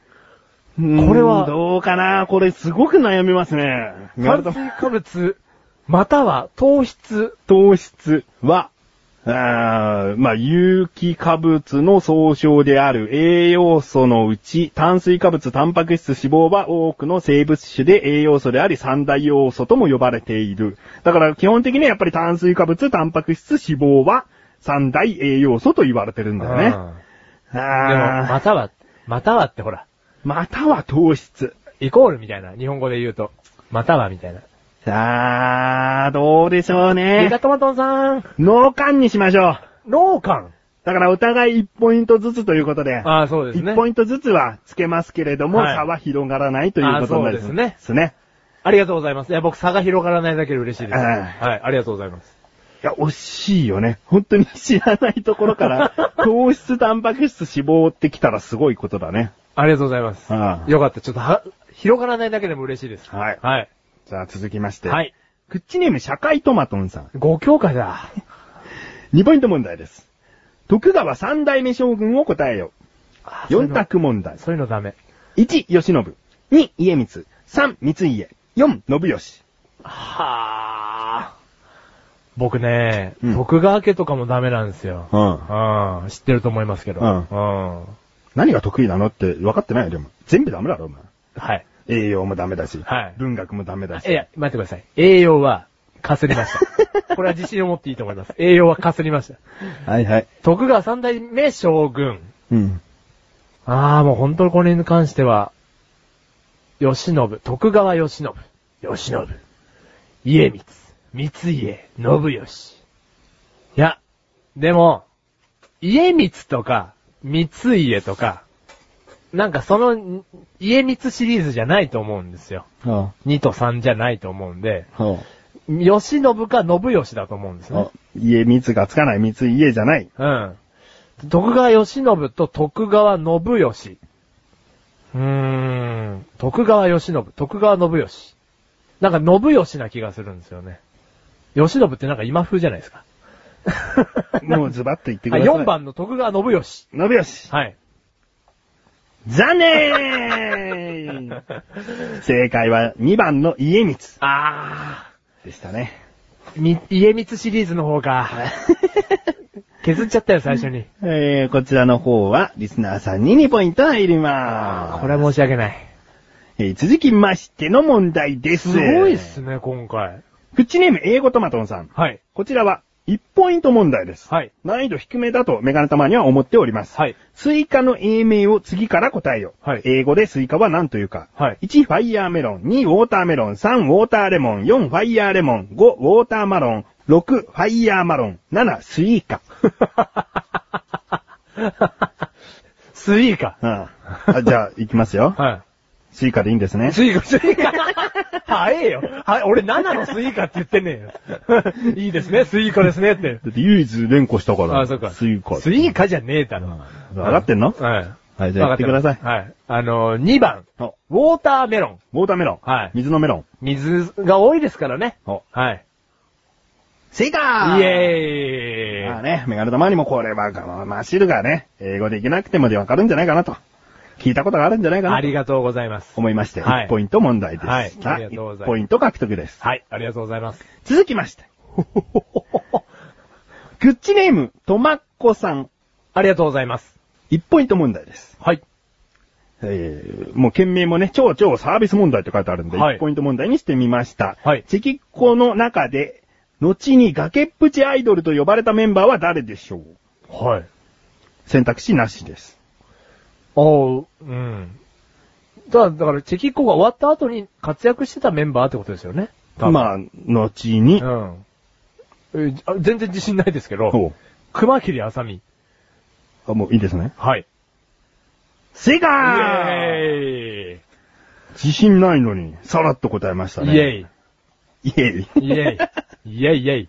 [SPEAKER 2] ーん
[SPEAKER 1] これは
[SPEAKER 2] どうかなこれすごく悩みますね。
[SPEAKER 1] 炭水化物、または糖質。
[SPEAKER 2] 糖質は、あーまあ、有機化物の総称である栄養素のうち、炭水化物、タンパク質、脂肪は多くの生物種で栄養素であり三大要素とも呼ばれている。だから基本的にはやっぱり炭水化物、タンパク質、脂肪は三大栄養素と言われてるんだよ
[SPEAKER 1] うんで
[SPEAKER 2] ね
[SPEAKER 1] も、。
[SPEAKER 2] あ
[SPEAKER 1] または、またはってほら、
[SPEAKER 2] ーまたは糖質。
[SPEAKER 1] イコールみたいな、日本語で言うと。またはみたいな。
[SPEAKER 2] さあ、どうでしょう
[SPEAKER 1] リカ
[SPEAKER 2] ね。
[SPEAKER 1] トマトンさん、
[SPEAKER 2] 脳幹にしましょう。
[SPEAKER 1] 脳幹。
[SPEAKER 2] だからお互い1ポイントずつということで。
[SPEAKER 1] ああ、そうです
[SPEAKER 2] 一
[SPEAKER 1] ね。
[SPEAKER 2] ポイントずつはつけますけれども、
[SPEAKER 1] はい
[SPEAKER 2] 差は広がらないということになり
[SPEAKER 1] あそうですね
[SPEAKER 2] すね。
[SPEAKER 1] ありがとうございます。いや、僕差が広がらないだけで嬉しいです。
[SPEAKER 2] ええ
[SPEAKER 1] はい、ありがとうございます。
[SPEAKER 2] いや、惜しいよね。本当に知らないとこ ろから、糖質、タンパク質、脂肪ってきたらすごいことだね。
[SPEAKER 1] ありがとうございます。
[SPEAKER 2] ああ
[SPEAKER 1] よかった。ちょっとは、広がらないだけでも嬉しいです。
[SPEAKER 2] はい
[SPEAKER 1] はい。
[SPEAKER 2] じゃあ続きまして。
[SPEAKER 1] はい。
[SPEAKER 2] クッチネーム、社会トマトンさん。
[SPEAKER 1] ご教科だ。
[SPEAKER 2] 2ポイント問題です。徳川三代目将軍を答えよ。4
[SPEAKER 1] だ
[SPEAKER 2] 択問題。
[SPEAKER 1] そういうのダメ。
[SPEAKER 2] 1、慶喜。2、家光。3、三井家。4、信義。
[SPEAKER 1] はあ。僕ね、
[SPEAKER 2] うん
[SPEAKER 1] 徳川家とかもダメなんですよ。
[SPEAKER 2] うん
[SPEAKER 1] うん。知ってると思いますけど。
[SPEAKER 2] うん
[SPEAKER 1] うん。
[SPEAKER 2] 何が得意なのって分かってないよ、でも。全部ダメだろ、お前。
[SPEAKER 1] はい。
[SPEAKER 2] 栄養もダメだし、
[SPEAKER 1] はい
[SPEAKER 2] 文学もダメだし。
[SPEAKER 1] いや、待ってください。栄養は、かすりま した。これは自信を持っていいと思います。栄養はかすりました。
[SPEAKER 2] はいはい。
[SPEAKER 1] 徳川三代目将軍。
[SPEAKER 2] うん。
[SPEAKER 1] ああ、もう本当にこれに関しては、吉信、徳川吉信、吉信、家光、三家、信義。いや、でも、家光とか、三家とか、なんかその、家光シリーズじゃないと思うんですよ。
[SPEAKER 2] は
[SPEAKER 1] 2と3じゃないと思うんで、
[SPEAKER 2] あ、は
[SPEAKER 1] 吉信か信吉だと思うんです
[SPEAKER 2] あ、あ
[SPEAKER 1] ね。
[SPEAKER 2] 家密がつかない密家じゃない。
[SPEAKER 1] うん。徳川吉信と徳川信義。うーん。徳川吉信、徳川信義。なんか信義な気がするんですよね。吉信ってなんか今風じゃないですか。
[SPEAKER 2] もうズバッと言ってく
[SPEAKER 1] あ
[SPEAKER 2] ださい。
[SPEAKER 1] 4。番の徳川信義。
[SPEAKER 2] 伸びよし。
[SPEAKER 1] はい。
[SPEAKER 2] 残念 正解は2番の家光
[SPEAKER 1] あ
[SPEAKER 2] でしたね。
[SPEAKER 1] ー。み、家光シリーズの方か。削っちゃったよ、最初に。
[SPEAKER 2] えー、こちらの方は、リスナーさんに2ポイント入ります。
[SPEAKER 1] これは申し訳ない。
[SPEAKER 2] えー続きましての問題です。
[SPEAKER 1] すごいっすね、今回。
[SPEAKER 2] プチネーム英語トマトンさん。
[SPEAKER 1] はい。
[SPEAKER 2] こちらは1ポイント問題です。
[SPEAKER 1] はい。
[SPEAKER 2] 難易度低めだとメガネたまには思っております。
[SPEAKER 1] はい。
[SPEAKER 2] スイカの英名を次から答えよ。
[SPEAKER 1] はい
[SPEAKER 2] 英語でスイカは何というか。
[SPEAKER 1] はい
[SPEAKER 2] 1、ファイヤーメロン。2、ウォーターメロン。3、ウォーターレモン。4、ファイヤーレモン。5、ウォーターマロン。6、ファイヤーマロン。7、スイカ。
[SPEAKER 1] スイカ。
[SPEAKER 2] うん あじゃあ、いきますよ。
[SPEAKER 1] は
[SPEAKER 2] スイカでいいんですね
[SPEAKER 1] い。。スイカ、スイカ。早えよ。はい、俺7のスイカって言ってねえよ。いいですね、スイカですねって。
[SPEAKER 2] だって唯一連呼したか
[SPEAKER 1] あ、そっか。
[SPEAKER 2] スイカ。
[SPEAKER 1] スイカじゃねえだろ。
[SPEAKER 2] 分かってんの
[SPEAKER 1] はい。
[SPEAKER 2] はい、じゃあやってください。
[SPEAKER 1] はい。あのー、2番。
[SPEAKER 2] お
[SPEAKER 1] ウォーターメロン。
[SPEAKER 2] ウォーターメロン。
[SPEAKER 1] はい
[SPEAKER 2] 水のメロン。
[SPEAKER 1] 水が多いですからね。
[SPEAKER 2] お
[SPEAKER 1] はい。
[SPEAKER 2] 正
[SPEAKER 1] イ
[SPEAKER 2] 解
[SPEAKER 1] エ
[SPEAKER 2] ま
[SPEAKER 1] ー
[SPEAKER 2] あ
[SPEAKER 1] イ。
[SPEAKER 2] ね、メガネ玉にもこれは、まあ、シルがね、英語できなくてもでわかるんじゃないかなと。聞いたことがあるんじゃないかな
[SPEAKER 1] あ
[SPEAKER 2] と
[SPEAKER 1] りがとうございます。
[SPEAKER 2] 思いまして、
[SPEAKER 1] はい
[SPEAKER 2] 1ポイント問題です。
[SPEAKER 1] はいありがとうございます
[SPEAKER 2] 1ポイント獲得です。
[SPEAKER 1] はい、ありがとうございます。
[SPEAKER 2] 続きまして、 グッチネーム、とまっこさん。
[SPEAKER 1] ありがとうございます。
[SPEAKER 2] 1ポイント問題です。
[SPEAKER 1] はい。
[SPEAKER 2] えー、もう件名もね、超超サービス問題って書いてあるんで、
[SPEAKER 1] はい
[SPEAKER 2] 1ポイント問題にしてみました。
[SPEAKER 1] はい
[SPEAKER 2] チェキっ子の中で、後に崖っぷちアイドルと呼ばれたメンバーは誰でしょう
[SPEAKER 1] はい。
[SPEAKER 2] 選択肢なしです。
[SPEAKER 1] ああ、うん。ただ、だから、チェキッコが終わった後に活躍してたメンバーってことですよね。
[SPEAKER 2] まあ、後に、
[SPEAKER 1] あ。うん。えじあ全然自信ないですけど、
[SPEAKER 2] ほ
[SPEAKER 1] 熊切あさみ。
[SPEAKER 2] うあもういいですね。
[SPEAKER 1] はい。
[SPEAKER 2] 正
[SPEAKER 1] イ
[SPEAKER 2] 解
[SPEAKER 1] ェ
[SPEAKER 2] 自信ないのに、さらっと答えました
[SPEAKER 1] ー
[SPEAKER 2] ね。
[SPEAKER 1] イイェイ
[SPEAKER 2] イエイ。
[SPEAKER 1] イェイイェイイェイ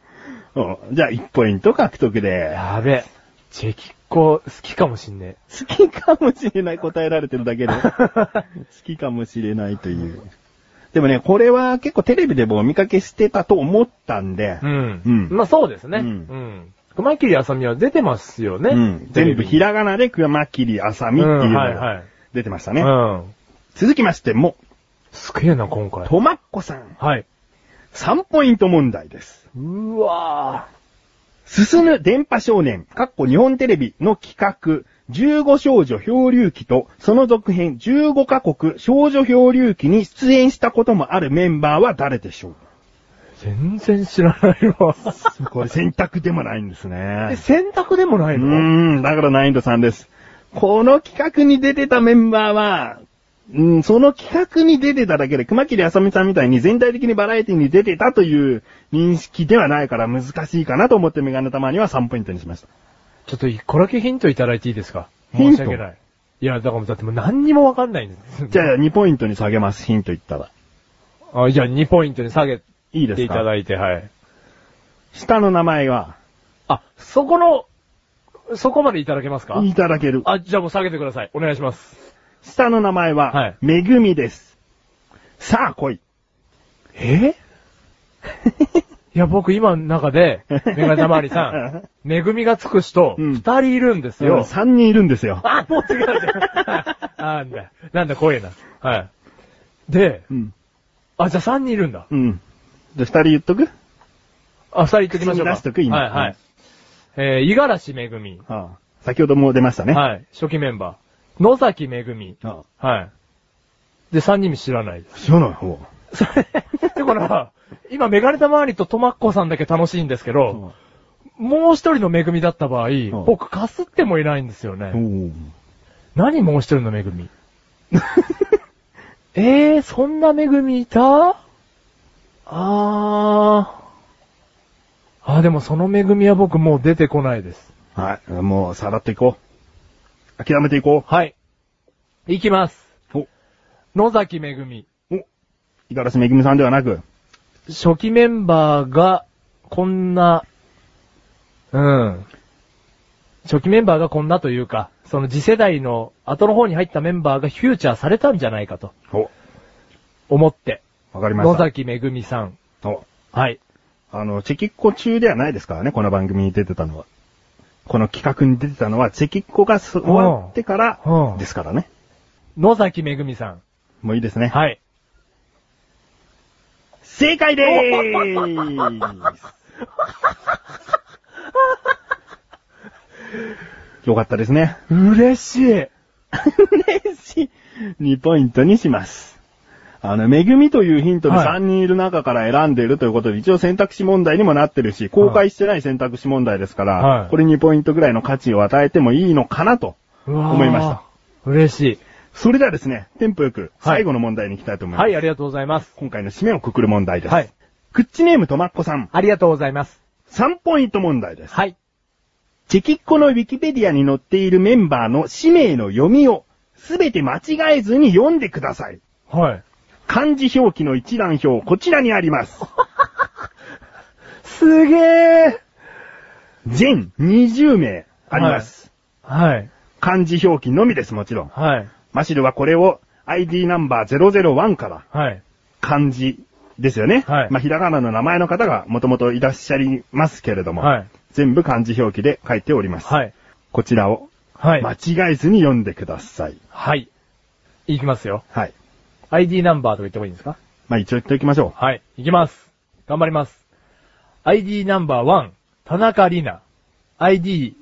[SPEAKER 2] うんじゃあ、1ポイント獲得で
[SPEAKER 1] やべえ。チェキッコ好きかもしんね
[SPEAKER 2] す。好きかもしれない答えられてるだ けで。好きかもしれないという。でもね、これは結構テレビでもお見かけしてたと思ったんで
[SPEAKER 1] え。、ん
[SPEAKER 2] うん
[SPEAKER 1] まあそうですね。
[SPEAKER 2] う
[SPEAKER 1] うんん。熊切あさみは出てますよね。
[SPEAKER 2] うん全部ひらがなで熊切あさみっていうの
[SPEAKER 1] うんはいは
[SPEAKER 2] が
[SPEAKER 1] い
[SPEAKER 2] 出てました
[SPEAKER 1] ね。
[SPEAKER 2] ね
[SPEAKER 1] う。ん。
[SPEAKER 2] 続きましても、
[SPEAKER 1] すげえな、今回。
[SPEAKER 2] とまっこさん、
[SPEAKER 1] はい。
[SPEAKER 2] 3ポイント問題です。
[SPEAKER 1] うわ
[SPEAKER 2] 進む電波少年、かっこ日本テレビの企画、15少女漂流記と、その続編15カ国少女漂流記に出演したこともあるメンバーは誰でしょう
[SPEAKER 1] ぁ。全然知らないわ。
[SPEAKER 2] これ選択でもないんです
[SPEAKER 1] え、
[SPEAKER 2] ね。
[SPEAKER 1] 選択でもな
[SPEAKER 2] う
[SPEAKER 1] い
[SPEAKER 2] ー
[SPEAKER 1] の
[SPEAKER 2] ん、だから難易度3です。この企画に出てたメンバーは、うん、その企画に出てただけで、熊切あさみさんみたいに全体的にバラエティに出てたという認識ではないから難しいかなと思ってメガネ玉には3ポイントにしました。
[SPEAKER 1] ちょっと一個だけヒントいただいていいですか
[SPEAKER 2] ヒン
[SPEAKER 1] 申
[SPEAKER 2] ト
[SPEAKER 1] し訳ない。いや、だからだってもう何にもわかんないんです。
[SPEAKER 2] じゃあ2ポイントに下げます、ヒント言ったら。
[SPEAKER 1] あ、じゃあ2ポイントに下げ
[SPEAKER 2] いいで
[SPEAKER 1] て
[SPEAKER 2] す
[SPEAKER 1] い
[SPEAKER 2] か
[SPEAKER 1] ただいて、はい。
[SPEAKER 2] 下の名前は、
[SPEAKER 1] あ、そこの、そこまでいただけますか
[SPEAKER 2] いただける。
[SPEAKER 1] あ、じゃあもう下げてください。お願いします。
[SPEAKER 2] 下の名前は、
[SPEAKER 1] はい
[SPEAKER 2] めぐみです。さあ来い。
[SPEAKER 1] え いや、僕今の中で、メガネたまりさ ん、めぐみがつく人、
[SPEAKER 2] うん
[SPEAKER 1] 二人いるんです
[SPEAKER 2] よ、
[SPEAKER 1] よ。
[SPEAKER 2] 3人いるんですよ。
[SPEAKER 1] あ、もう違う じゃん。なんだ、なんだ、怖えな。はい。で、
[SPEAKER 2] うん。
[SPEAKER 1] あ、じゃあ3人いるんだ。
[SPEAKER 2] うん。じゃあ2人言っとく
[SPEAKER 1] あ、二人言っときましょうか。
[SPEAKER 2] 口に出しとく今
[SPEAKER 1] はい、はい。えー、五十嵐めぐみ。
[SPEAKER 2] ああ先ほども出ましたね。
[SPEAKER 1] はい。初期メンバー。野崎めぐみ。
[SPEAKER 2] あ
[SPEAKER 1] はい。で、三人目知らないで
[SPEAKER 2] あ知らない方。
[SPEAKER 1] す。それ、だから、今、メガネタ周りとトマッコさんだけ楽しいんですけど、もう一人のめぐみだった場合、僕、かすってもいないんですよね。
[SPEAKER 2] お
[SPEAKER 1] 何もう一人のめぐ みえー、そんなめぐみいたあー。あー、でもそのめぐみは僕もう出てこないです。
[SPEAKER 2] はい。もう、さらっていこう。諦めていこ
[SPEAKER 1] はい。いきます。
[SPEAKER 2] お、
[SPEAKER 1] 野崎めぐみ。
[SPEAKER 2] お、五十嵐めぐみさんではなく、
[SPEAKER 1] 初期メンバーが、こんな、うん。初期メンバーがこんなというか、その次世代の後の方に入ったメンバーがフューチャーされたんじゃないかと
[SPEAKER 2] お、
[SPEAKER 1] 思って、
[SPEAKER 2] わかりま
[SPEAKER 1] 野
[SPEAKER 2] した。
[SPEAKER 1] 崎めぐみさん。
[SPEAKER 2] お、
[SPEAKER 1] はい。
[SPEAKER 2] あの、チェキッコ中ではないですからね、この番組に出てたのは。この企画に出てたのは、チェキッコがす終わってから
[SPEAKER 1] うんうん
[SPEAKER 2] ですからね。
[SPEAKER 1] 野崎めぐみさん。
[SPEAKER 2] もういいですね。
[SPEAKER 1] はい。
[SPEAKER 2] 正解でーすよかったですね。
[SPEAKER 1] 嬉しい。
[SPEAKER 2] 嬉しい。2ポイントにします。あの、めぐみというヒントで
[SPEAKER 1] はい
[SPEAKER 2] 3人いる中から選んでいるということで、一応選択肢問題にもなってるし、公開してない選択肢問題ですから、
[SPEAKER 1] はい
[SPEAKER 2] これ2ポイントぐらいの価値を与えてもいいのかなと。
[SPEAKER 1] うわー
[SPEAKER 2] 思いました。
[SPEAKER 1] 嬉しい。
[SPEAKER 2] それではですね、テンポよく
[SPEAKER 1] はい
[SPEAKER 2] 最後の問題に行きたいと思います。
[SPEAKER 1] はい、ありがとうございます。
[SPEAKER 2] 今回の締めをくくる問題です。
[SPEAKER 1] はい。
[SPEAKER 2] クッチネームとまっこさん、
[SPEAKER 1] ありがとうございます。
[SPEAKER 2] 3ポイント問題です。
[SPEAKER 1] はい。
[SPEAKER 2] チェキッコのウィキペディアに載っているメンバーの氏名の読みを、すべて間違えずに読んでください。
[SPEAKER 1] はい。
[SPEAKER 2] 漢字表記の一覧表、こちらにあります。
[SPEAKER 1] すげー
[SPEAKER 2] 全20名あります。
[SPEAKER 1] はい。
[SPEAKER 2] 漢字表記のみです、もちろん。
[SPEAKER 1] はい。
[SPEAKER 2] マシルはこれを ID ナンバー001から
[SPEAKER 1] はい。
[SPEAKER 2] 漢字ですよね。
[SPEAKER 1] はい
[SPEAKER 2] まあ、ひらがなの名前の方がもともといらっしゃいますけれども、
[SPEAKER 1] はい。
[SPEAKER 2] 全部漢字表記で書いております。
[SPEAKER 1] はい。
[SPEAKER 2] こちらを
[SPEAKER 1] はい。
[SPEAKER 2] 間違えずに読んでください。
[SPEAKER 1] はい。いきますよ。
[SPEAKER 2] はい。
[SPEAKER 1] ID ナンバーとか言ってもいいんですか
[SPEAKER 2] まあ、一応言っておきましょ
[SPEAKER 1] はい。いきます。頑張ります。ID ナンバー1、田中里奈。ID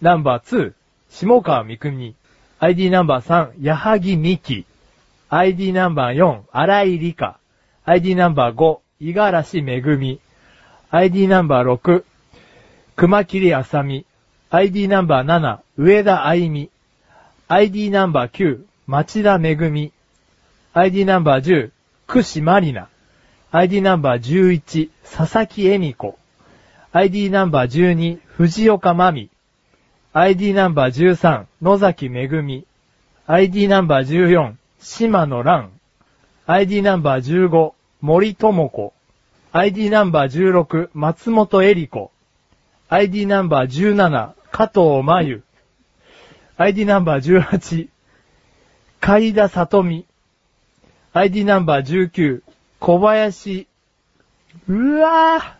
[SPEAKER 1] ナンバー2、下川みくに。ID ナンバー3、矢作美希。ID ナンバー4、荒井理香。ID ナンバー5、五十嵐めぐみ。ID ナンバー6、熊切あさみ。ID ナンバー7、上田あゆみ。ID ナンバー9、町田めぐみ。ID ナンバー10、くしまりな。ID ナンバー11、佐々木恵美子。ID ナンバー12、藤岡まみ。ID ナンバー13、野崎めぐみ。ID ナンバー14、島野蘭。ID ナンバー15、森友子。ID ナンバー16、松本恵里子。ID ナンバー17、加藤真由。ID ナンバー18、海田里美。ID ナンバー19、小林、うわぁ、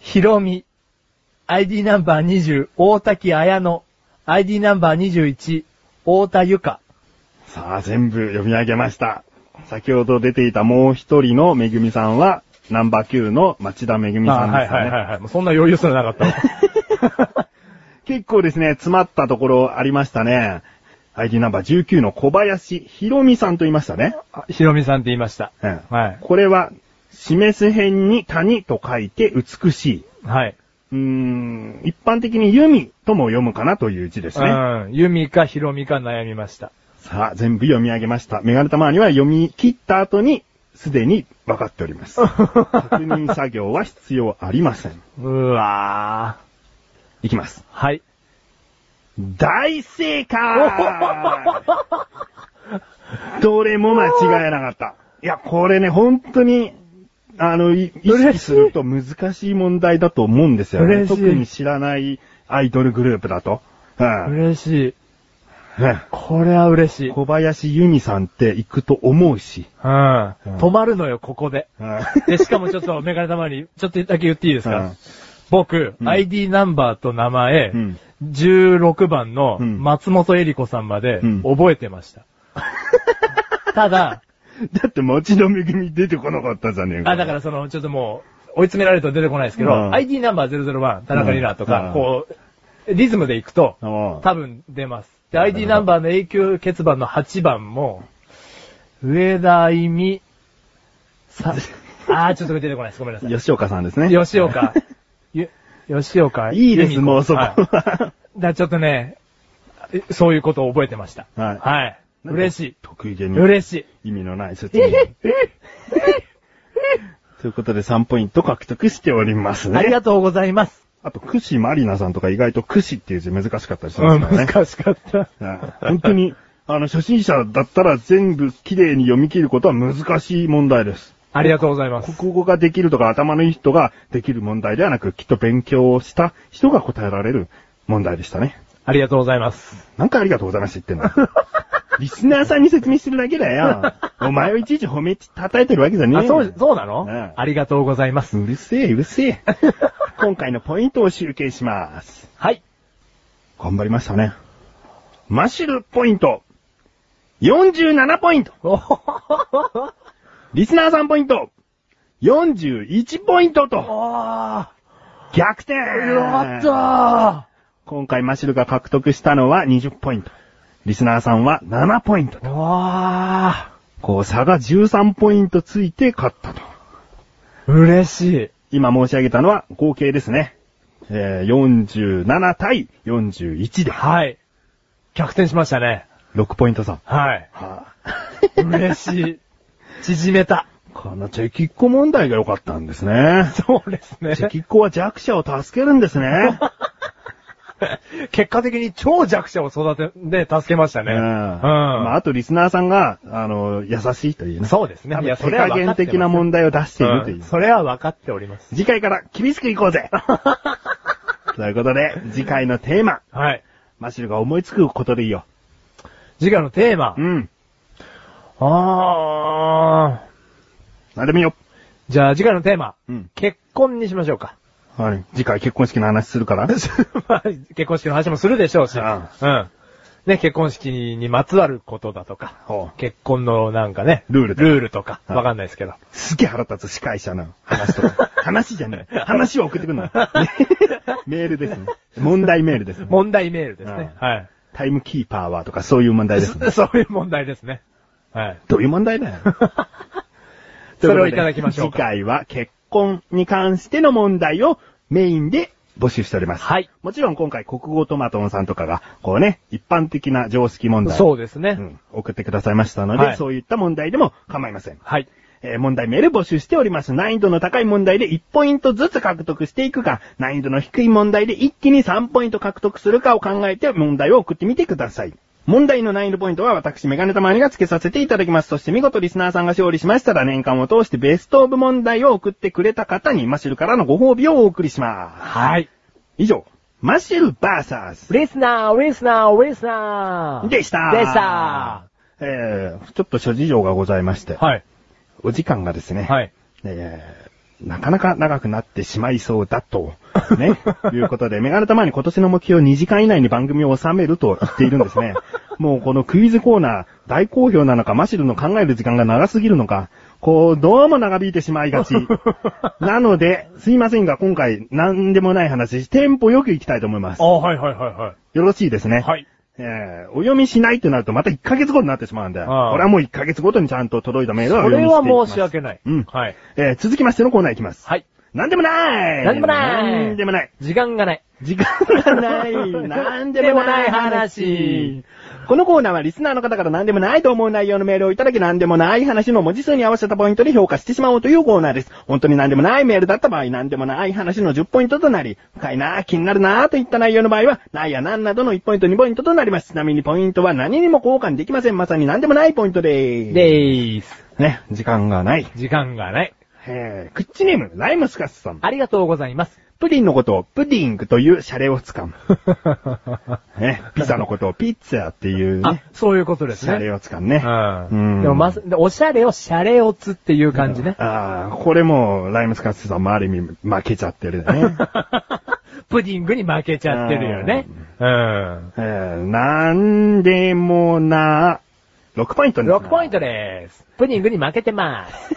[SPEAKER 1] ひろみ、ID ナンバー20、大滝綾乃、ID ナンバー21、大田ゆか。
[SPEAKER 2] う。さあ、全部読み上げました。先ほど出ていたもう一人のめぐみさんは、ナンバー9の町田めぐみさんですよね。
[SPEAKER 1] いはい。もうそんな余裕すらなかったわ
[SPEAKER 2] 結構ですね、詰まったところありましたね。ID ナンバー19の小林ひろみさんと言いましたね。
[SPEAKER 1] あひろみさんって言いました。
[SPEAKER 2] うん
[SPEAKER 1] はい
[SPEAKER 2] これは、示す辺に谷と書いて美しい。
[SPEAKER 1] はい。
[SPEAKER 2] うーん、一般的に弓とも読むかなという字ですね。
[SPEAKER 1] うん。ゆみかひろみか悩みました。
[SPEAKER 2] さあ、全部読み上げました。メガネたまには読み切った後に、すでに分かってお ります。確認作業は必要ありません。
[SPEAKER 1] うわぁ。
[SPEAKER 2] いきます。
[SPEAKER 1] はい。
[SPEAKER 2] 大 正解どれも間違えなかった。いや、これね、本当に、あの、い意識すると難しい問題だと思うんですよね。
[SPEAKER 1] 嬉しい
[SPEAKER 2] 特に知らないアイドルグループだと。うん
[SPEAKER 1] 嬉しい。
[SPEAKER 2] うん
[SPEAKER 1] これは嬉しい。うん。
[SPEAKER 2] 小林由美さんって行くと思うし。
[SPEAKER 1] 止まるのよ、ここで。
[SPEAKER 2] うん
[SPEAKER 1] で、しかもちょっとメガネ玉に、ちょっとだけ言っていいですか、
[SPEAKER 2] うん
[SPEAKER 1] 僕、
[SPEAKER 2] うん
[SPEAKER 1] ID ナンバーと名前、
[SPEAKER 2] うん
[SPEAKER 1] 16番の
[SPEAKER 2] うん
[SPEAKER 1] 松本恵里子さんまで
[SPEAKER 2] うん
[SPEAKER 1] 覚えてま した。ただ、
[SPEAKER 2] だって町の恵み出てこなかったじゃねえか。
[SPEAKER 1] あ、だからその、ちょっともう、追い詰められると出てこないですけど、
[SPEAKER 2] うん
[SPEAKER 1] ID ナンバー001、田中里奈とか、
[SPEAKER 2] うん
[SPEAKER 1] こう、リズムでいくと、
[SPEAKER 2] うん
[SPEAKER 1] 多分出ます。で、ID ナンバーの永久欠番の8番も、上田愛美、 さ、あー、ちょっと出てこないです。ごめんなさい。
[SPEAKER 2] 吉岡さん ですね。
[SPEAKER 1] 吉岡。ゆ、吉岡。
[SPEAKER 2] いいで
[SPEAKER 1] 由
[SPEAKER 2] す、
[SPEAKER 1] 美子
[SPEAKER 2] もうそこ
[SPEAKER 1] はいだからちょっとね、えそういうことを覚えてました。
[SPEAKER 2] はい
[SPEAKER 1] 嬉しい。
[SPEAKER 2] 得意げに。
[SPEAKER 1] 嬉しい。
[SPEAKER 2] 意味のな い説明。ということで3ポイント獲得しておりますね。
[SPEAKER 1] ありがとうございます。
[SPEAKER 2] あと、くしまりなさんとか意外とくしっていう字難しかったりする
[SPEAKER 3] うんん、
[SPEAKER 2] ですからね。
[SPEAKER 3] 難しかった。
[SPEAKER 2] はい本当に、あの、初心者だったら全部綺麗に読み切ることは難しい問題です。
[SPEAKER 1] ありがとうございます。
[SPEAKER 2] 国語ができるとか頭のいい人ができる問題ではなく、きっと勉強をした人が答えられる問題でしたね。
[SPEAKER 1] ありがとうございます。
[SPEAKER 2] なんかありがとうございますって 言ってんの。リスナーさんに説明してるだけだよ。お前をいちいち褒めち叩いてるわけじゃねえ
[SPEAKER 1] あ、
[SPEAKER 2] よ
[SPEAKER 1] そう、そうなの、
[SPEAKER 2] ね
[SPEAKER 1] ありがとうござい ます。
[SPEAKER 2] うるせえ、うるせえ。今回のポイントを集計します。
[SPEAKER 1] はい。
[SPEAKER 2] 頑張りましたね。マシュルポイント。47ポイント。
[SPEAKER 1] おほほほほ
[SPEAKER 2] リスナーさんポイント。41ポイントと、
[SPEAKER 1] おー
[SPEAKER 2] 逆転
[SPEAKER 1] やった
[SPEAKER 2] 今回マシュルが獲得したのは20ポイント。リスナーさんは7ポイント
[SPEAKER 1] ー。わ
[SPEAKER 2] こう差が13ポイントついて勝ったと。
[SPEAKER 1] ー。嬉しい。
[SPEAKER 2] 今申し上げたのは合計ですね。えー、47対41で
[SPEAKER 1] はい。逆転しましたね。
[SPEAKER 2] 6ポイント差。
[SPEAKER 1] はい。
[SPEAKER 2] は
[SPEAKER 1] 嬉しい。縮めた。
[SPEAKER 2] あ、このチェキッコ問題が良かったんですね。
[SPEAKER 1] そうですね
[SPEAKER 2] チェキッコは弱者を助けるんです ね。
[SPEAKER 1] 結果的に超弱者を育て、で、助けましたね。
[SPEAKER 2] うんまあ、あとリスナーさんが、あの、優しいというね。
[SPEAKER 1] そうですね。
[SPEAKER 2] 多
[SPEAKER 1] い
[SPEAKER 2] 分
[SPEAKER 1] や、そ
[SPEAKER 2] 手
[SPEAKER 1] れは
[SPEAKER 2] 加
[SPEAKER 1] 分か
[SPEAKER 2] 減
[SPEAKER 1] って
[SPEAKER 2] 的
[SPEAKER 1] ま
[SPEAKER 2] な
[SPEAKER 1] す
[SPEAKER 2] 問題を出しているという
[SPEAKER 1] うん。それは分かっております。
[SPEAKER 2] 次回から厳しくいこうぜということで、次回のテーマ、
[SPEAKER 1] はい。
[SPEAKER 2] マシルが思いつくことでいいよ。
[SPEAKER 1] 次回のテーマ
[SPEAKER 2] う。ん。
[SPEAKER 1] あー。
[SPEAKER 2] なんでもいいよ。
[SPEAKER 1] じゃあ次回のテーマ。
[SPEAKER 2] うん。
[SPEAKER 1] 結婚にしましょう か。
[SPEAKER 2] はい。次回結婚式の話するから。
[SPEAKER 1] まあ結婚式の話もするでしょうし。
[SPEAKER 2] うん
[SPEAKER 1] うん。ね、結婚式にまつわることだとか。
[SPEAKER 2] ほう
[SPEAKER 1] 結婚のなんかね。
[SPEAKER 2] ルールだ
[SPEAKER 1] ルールとか。
[SPEAKER 2] うん
[SPEAKER 1] わかんないですけど。
[SPEAKER 2] すげえ腹立つ司会者の話とか。話じゃない。話を送ってくる の。ねメールですね。問題メールですね。
[SPEAKER 1] 問題メールですね。
[SPEAKER 2] う
[SPEAKER 1] はい。
[SPEAKER 2] タイムキーパーはとかそういう問題ですね。
[SPEAKER 1] そういう問題ですね。はい。
[SPEAKER 2] どういう問題だよ。
[SPEAKER 1] それをいただきましょう
[SPEAKER 2] 次
[SPEAKER 1] か。
[SPEAKER 2] 回は結婚に関しての問題をメインで募集しております。
[SPEAKER 1] はい。
[SPEAKER 2] もちろん今回国語トマトンさんとかが、こうね、一般的な常識問題
[SPEAKER 1] そううですね。
[SPEAKER 2] ん、送ってくださいましたので、
[SPEAKER 1] はい
[SPEAKER 2] そういった問題でも構いません。
[SPEAKER 1] はい。
[SPEAKER 2] えー問題メール募集しております。難易度の高い問題で1ポイントずつ獲得していくか、難易度の低い問題で一気に3ポイント獲得するかを考えて問題を送ってみてください。問題の難易度ポイントは私、メガネたまわりが付けさせていただきます。そして見事リスナーさんが勝利しましたら年間を通してベストオブ問題を送ってくれた方にマシュルからのご褒美をお送りします。
[SPEAKER 1] はい。
[SPEAKER 2] 以上、マシュルバーサース
[SPEAKER 1] リスナー、リスナー、リスナー。
[SPEAKER 2] でした。
[SPEAKER 1] でした。
[SPEAKER 2] えー、ちょっと諸事情がございまして、
[SPEAKER 1] はい。
[SPEAKER 2] お時間がですね、
[SPEAKER 1] はい。
[SPEAKER 2] えーなかなか長くなってしまいそうだと、 ね、いうことで、メガネたまに今年の目標2時間以内に番組を収めると言っているんで すね。もうこのクイズコーナー、大好評なのか、マシルの考える時間が長すぎるのか、こう、どうも長引いてしまいが ち。なので、すいませんが、今回、なんでもない話、テンポよく行きたいと思います
[SPEAKER 1] あ。はいはいはいは
[SPEAKER 2] よろしいです
[SPEAKER 1] い。
[SPEAKER 2] ね。
[SPEAKER 1] はい。
[SPEAKER 2] えーお読みしないとなると、また1ヶ月後になってしまうんで、これ
[SPEAKER 1] ああ
[SPEAKER 2] はもう1ヶ月ごとにちゃんと届いたメールは
[SPEAKER 1] こ
[SPEAKER 2] お読
[SPEAKER 1] れ
[SPEAKER 2] みしていきま
[SPEAKER 1] は
[SPEAKER 2] す。
[SPEAKER 1] 申し訳ない。
[SPEAKER 2] うん
[SPEAKER 1] はい。
[SPEAKER 2] えー続きましてのコーナーいきます。
[SPEAKER 1] はい。
[SPEAKER 2] なんでもない
[SPEAKER 1] なんでもない
[SPEAKER 2] なんでもない
[SPEAKER 1] 時間がない。
[SPEAKER 2] 時間がないなんでもない話このコーナーはリスナーの方から何でもないと思う内容のメールをいただき何でもない話の文字数に合わせたポイントで評価してしまおうというコーナーです。本当に何でもないメールだった場合、何でもない話の10ポイントとなり、深いな、気になるな、といった内容の場合は、ないやなんなどの1ポイント2ポイントとなります。ちなみにポイントは何にも交換できません。まさに何でもないポイントでーす。
[SPEAKER 1] で、ーす。
[SPEAKER 2] ね、時間がない。
[SPEAKER 1] 時間がない。
[SPEAKER 2] えー、クッチネーム、ライムスカスさん。
[SPEAKER 1] ありがとうござい ます。
[SPEAKER 2] プリンのことをプディングというシャレを使う。ね、ピザのことをピッツァっていう
[SPEAKER 1] あ
[SPEAKER 2] ね、、
[SPEAKER 1] そういうことです
[SPEAKER 2] シャレ
[SPEAKER 1] ね。
[SPEAKER 2] を使うね。
[SPEAKER 1] う。
[SPEAKER 2] うんん
[SPEAKER 1] でもまさ、でおしゃれをシャレオツっていう感じね。
[SPEAKER 2] ああ、これも、ライムスカッツさんもある意味負けちゃってる ね。
[SPEAKER 1] プディングに負けちゃってるよね。うん。
[SPEAKER 2] えー、なんでもな、6ポイントね。
[SPEAKER 1] 6ポイントです。プディングに負けてます。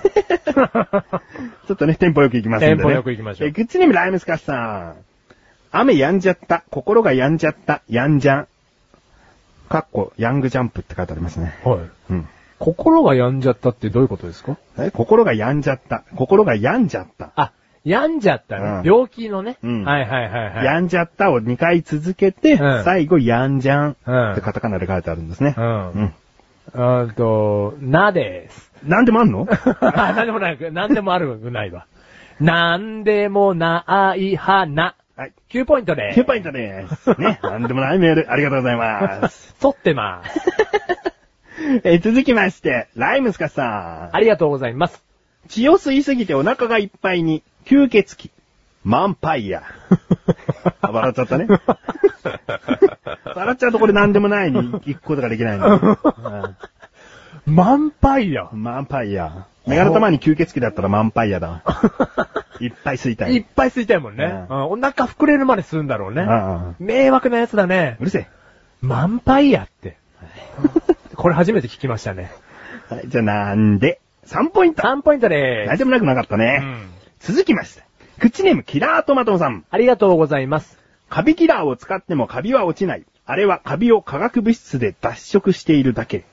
[SPEAKER 2] ちょっとね、テンポよくいきますんでね。
[SPEAKER 1] テンポよくいきましょう
[SPEAKER 2] えーグッズネームライムスカッツさん。雨やんじゃった。心がやんじゃった。やんじゃん。かっこ、ヤングジャンプって書いてありますね。
[SPEAKER 1] はい。
[SPEAKER 2] うん。
[SPEAKER 1] 心が病んじゃったってどういうことですか
[SPEAKER 2] え心が病んじゃった。心が病んじゃった。
[SPEAKER 1] あ、病んじゃったね。
[SPEAKER 2] うん
[SPEAKER 1] 病気のね、
[SPEAKER 2] うん
[SPEAKER 1] はいはいはいはい。
[SPEAKER 2] 病んじゃったを2回続けて、
[SPEAKER 1] うん
[SPEAKER 2] 最後、病んじゃん
[SPEAKER 1] うん
[SPEAKER 2] ってカタカナで書いてあるんですね。
[SPEAKER 1] うん
[SPEAKER 2] うん。
[SPEAKER 1] うんと、なです。
[SPEAKER 2] なんでもあんの
[SPEAKER 1] あ、なんでもない、なんでもあるぐないわ。なんでもない花。
[SPEAKER 2] はい。
[SPEAKER 1] 9ポイントで
[SPEAKER 2] 9ポイントです。 ね。なんでもないメール、ありがとうございます。
[SPEAKER 1] 取ってます。
[SPEAKER 2] えー続きまして、ライムスカさ
[SPEAKER 1] ありがとうございます。
[SPEAKER 2] ん。血を吸いすぎてお腹がいっぱいに、吸血鬼、マンパイ ア。笑っちゃ ったね。笑っちゃうとこれ何でもないに行くことができないの。うん
[SPEAKER 4] 満杯 や。
[SPEAKER 2] マンパイア。メガネ玉に吸血鬼だったらマンパイアだ。いっぱい吸いた
[SPEAKER 1] いっ
[SPEAKER 2] い。
[SPEAKER 1] ぱい吸いたいもんね。
[SPEAKER 2] う
[SPEAKER 1] うんんお腹膨れるまでするんだろうね。
[SPEAKER 2] うん
[SPEAKER 1] 迷惑なやつだね
[SPEAKER 2] う。るせえ。
[SPEAKER 1] 満杯や って。これ初めて聞きましたね。
[SPEAKER 2] はい、じゃあなんで、3ポイント。
[SPEAKER 1] 3ポイントで
[SPEAKER 2] 何
[SPEAKER 1] す。
[SPEAKER 2] でもなくなかったね。
[SPEAKER 1] うん
[SPEAKER 2] 続きまして。口ネームキラートマトさん。
[SPEAKER 1] ありがとうございます。
[SPEAKER 2] カビキラーを使ってもカビは落ちない。あれはカビを化学物質で脱色しているだけ。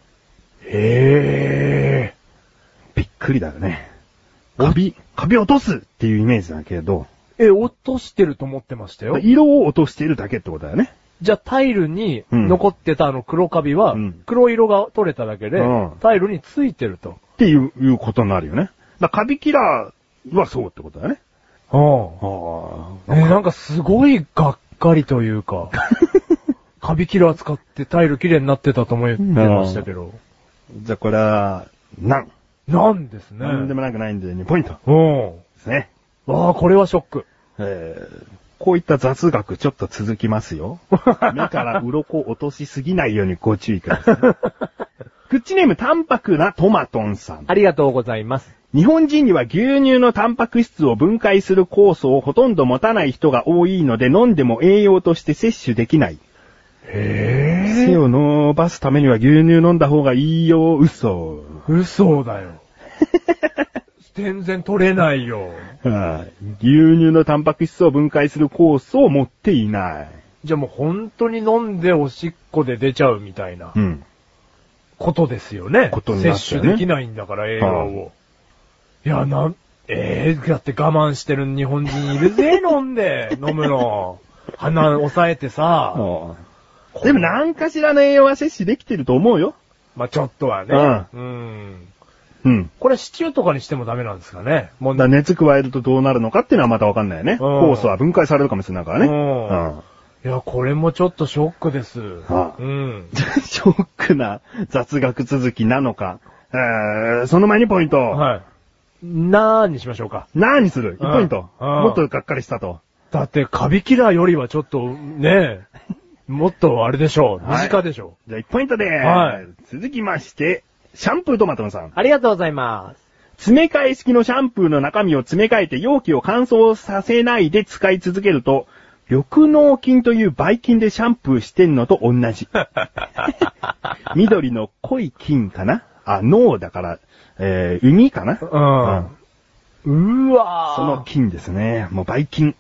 [SPEAKER 4] へ
[SPEAKER 2] びっくりだよね。カビ、カビを落とすっていうイメージだけど、
[SPEAKER 1] え、落としてると思ってましたよ。
[SPEAKER 2] 色を落としているだけってことだよね。
[SPEAKER 1] じゃあタイルに
[SPEAKER 2] うん
[SPEAKER 1] 残ってたあの黒カビは
[SPEAKER 2] うん、
[SPEAKER 1] 黒色が取れただけで
[SPEAKER 2] うん、
[SPEAKER 1] タイルについてると。
[SPEAKER 2] っていういうことになるよね。だからカビキラーはそうってことだよね。
[SPEAKER 1] う
[SPEAKER 2] あ
[SPEAKER 1] ん。え、なんかすごいがっかりという か、カビキラー使ってタイル綺麗になってたと思ってましたけど。
[SPEAKER 2] じゃあこれは、なん。
[SPEAKER 1] なんですね。
[SPEAKER 2] なんでもなくないんで2ポイント
[SPEAKER 1] うん。
[SPEAKER 2] ですね。
[SPEAKER 1] わあ、これはショック。
[SPEAKER 2] えーこういった雑学ちょっと続きますよ。目から鱗落としすぎないようにご注意ください。クッチネーム淡白なトマトンさん。
[SPEAKER 1] ありがとうございます。
[SPEAKER 2] 日本人には牛乳のタンパク質を分解する酵素をほとんど持たない人が多いので飲んでも栄養として摂取できない。
[SPEAKER 4] え。
[SPEAKER 2] 背を伸ばすためには牛乳飲んだ方がいいよ、嘘。
[SPEAKER 4] 嘘だよ。
[SPEAKER 1] 全然取れないよ。
[SPEAKER 2] はい牛乳のタンパク質を分解する酵素を持っていない。
[SPEAKER 1] じゃあもう本当に飲んでおしっこで出ちゃうみたいな
[SPEAKER 2] うん。
[SPEAKER 1] ことですよね。
[SPEAKER 2] ことになっち
[SPEAKER 1] 摂
[SPEAKER 2] ゃうね
[SPEAKER 1] 取できないんだから栄養
[SPEAKER 2] は
[SPEAKER 1] を。いや、なん、ええだって我慢してる日本人いる ぜ、飲んで、飲むの。鼻押さえてさ。
[SPEAKER 2] でも何かしらの栄養は摂取できてると思うよ。
[SPEAKER 1] まあちょっとはね。うん。
[SPEAKER 2] うん。
[SPEAKER 1] これシチューとかにしてもダメなんですかね。もう
[SPEAKER 2] だから熱加えるとどうなるのかっていうのはまたわかんないよね。
[SPEAKER 1] うん
[SPEAKER 2] 酵素は分解されるかもしれないからね。
[SPEAKER 1] うん
[SPEAKER 2] うん
[SPEAKER 1] いや、これもちょっとショックです。
[SPEAKER 2] あ
[SPEAKER 1] うん。
[SPEAKER 2] ショックな雑学続きなのか。えー、その前にポイント。
[SPEAKER 1] はい。なーにしましょうか。
[SPEAKER 2] 何する
[SPEAKER 1] うん
[SPEAKER 2] ?1 ポイント。
[SPEAKER 1] うん
[SPEAKER 2] もっとがっかりしたと。
[SPEAKER 1] だって、カビキラーよりはちょっと、 ねえ、もっとあれでしょう。
[SPEAKER 2] は
[SPEAKER 1] 身
[SPEAKER 2] い
[SPEAKER 1] 近でしょ
[SPEAKER 2] じゃあ1ポイントでーす。
[SPEAKER 1] はい
[SPEAKER 2] 続きまして、シャンプートマトンさん。
[SPEAKER 1] ありがとうございます。
[SPEAKER 2] 詰め替え式のシャンプーの中身を詰め替えて容器を乾燥させないで使い続けると、緑脳菌というばい菌でシャンプーしてんのと同 じ。緑の濃い菌かなあ、脳だから、えー、海かな
[SPEAKER 1] うん。うーわー。
[SPEAKER 2] その菌ですね。もうばい菌。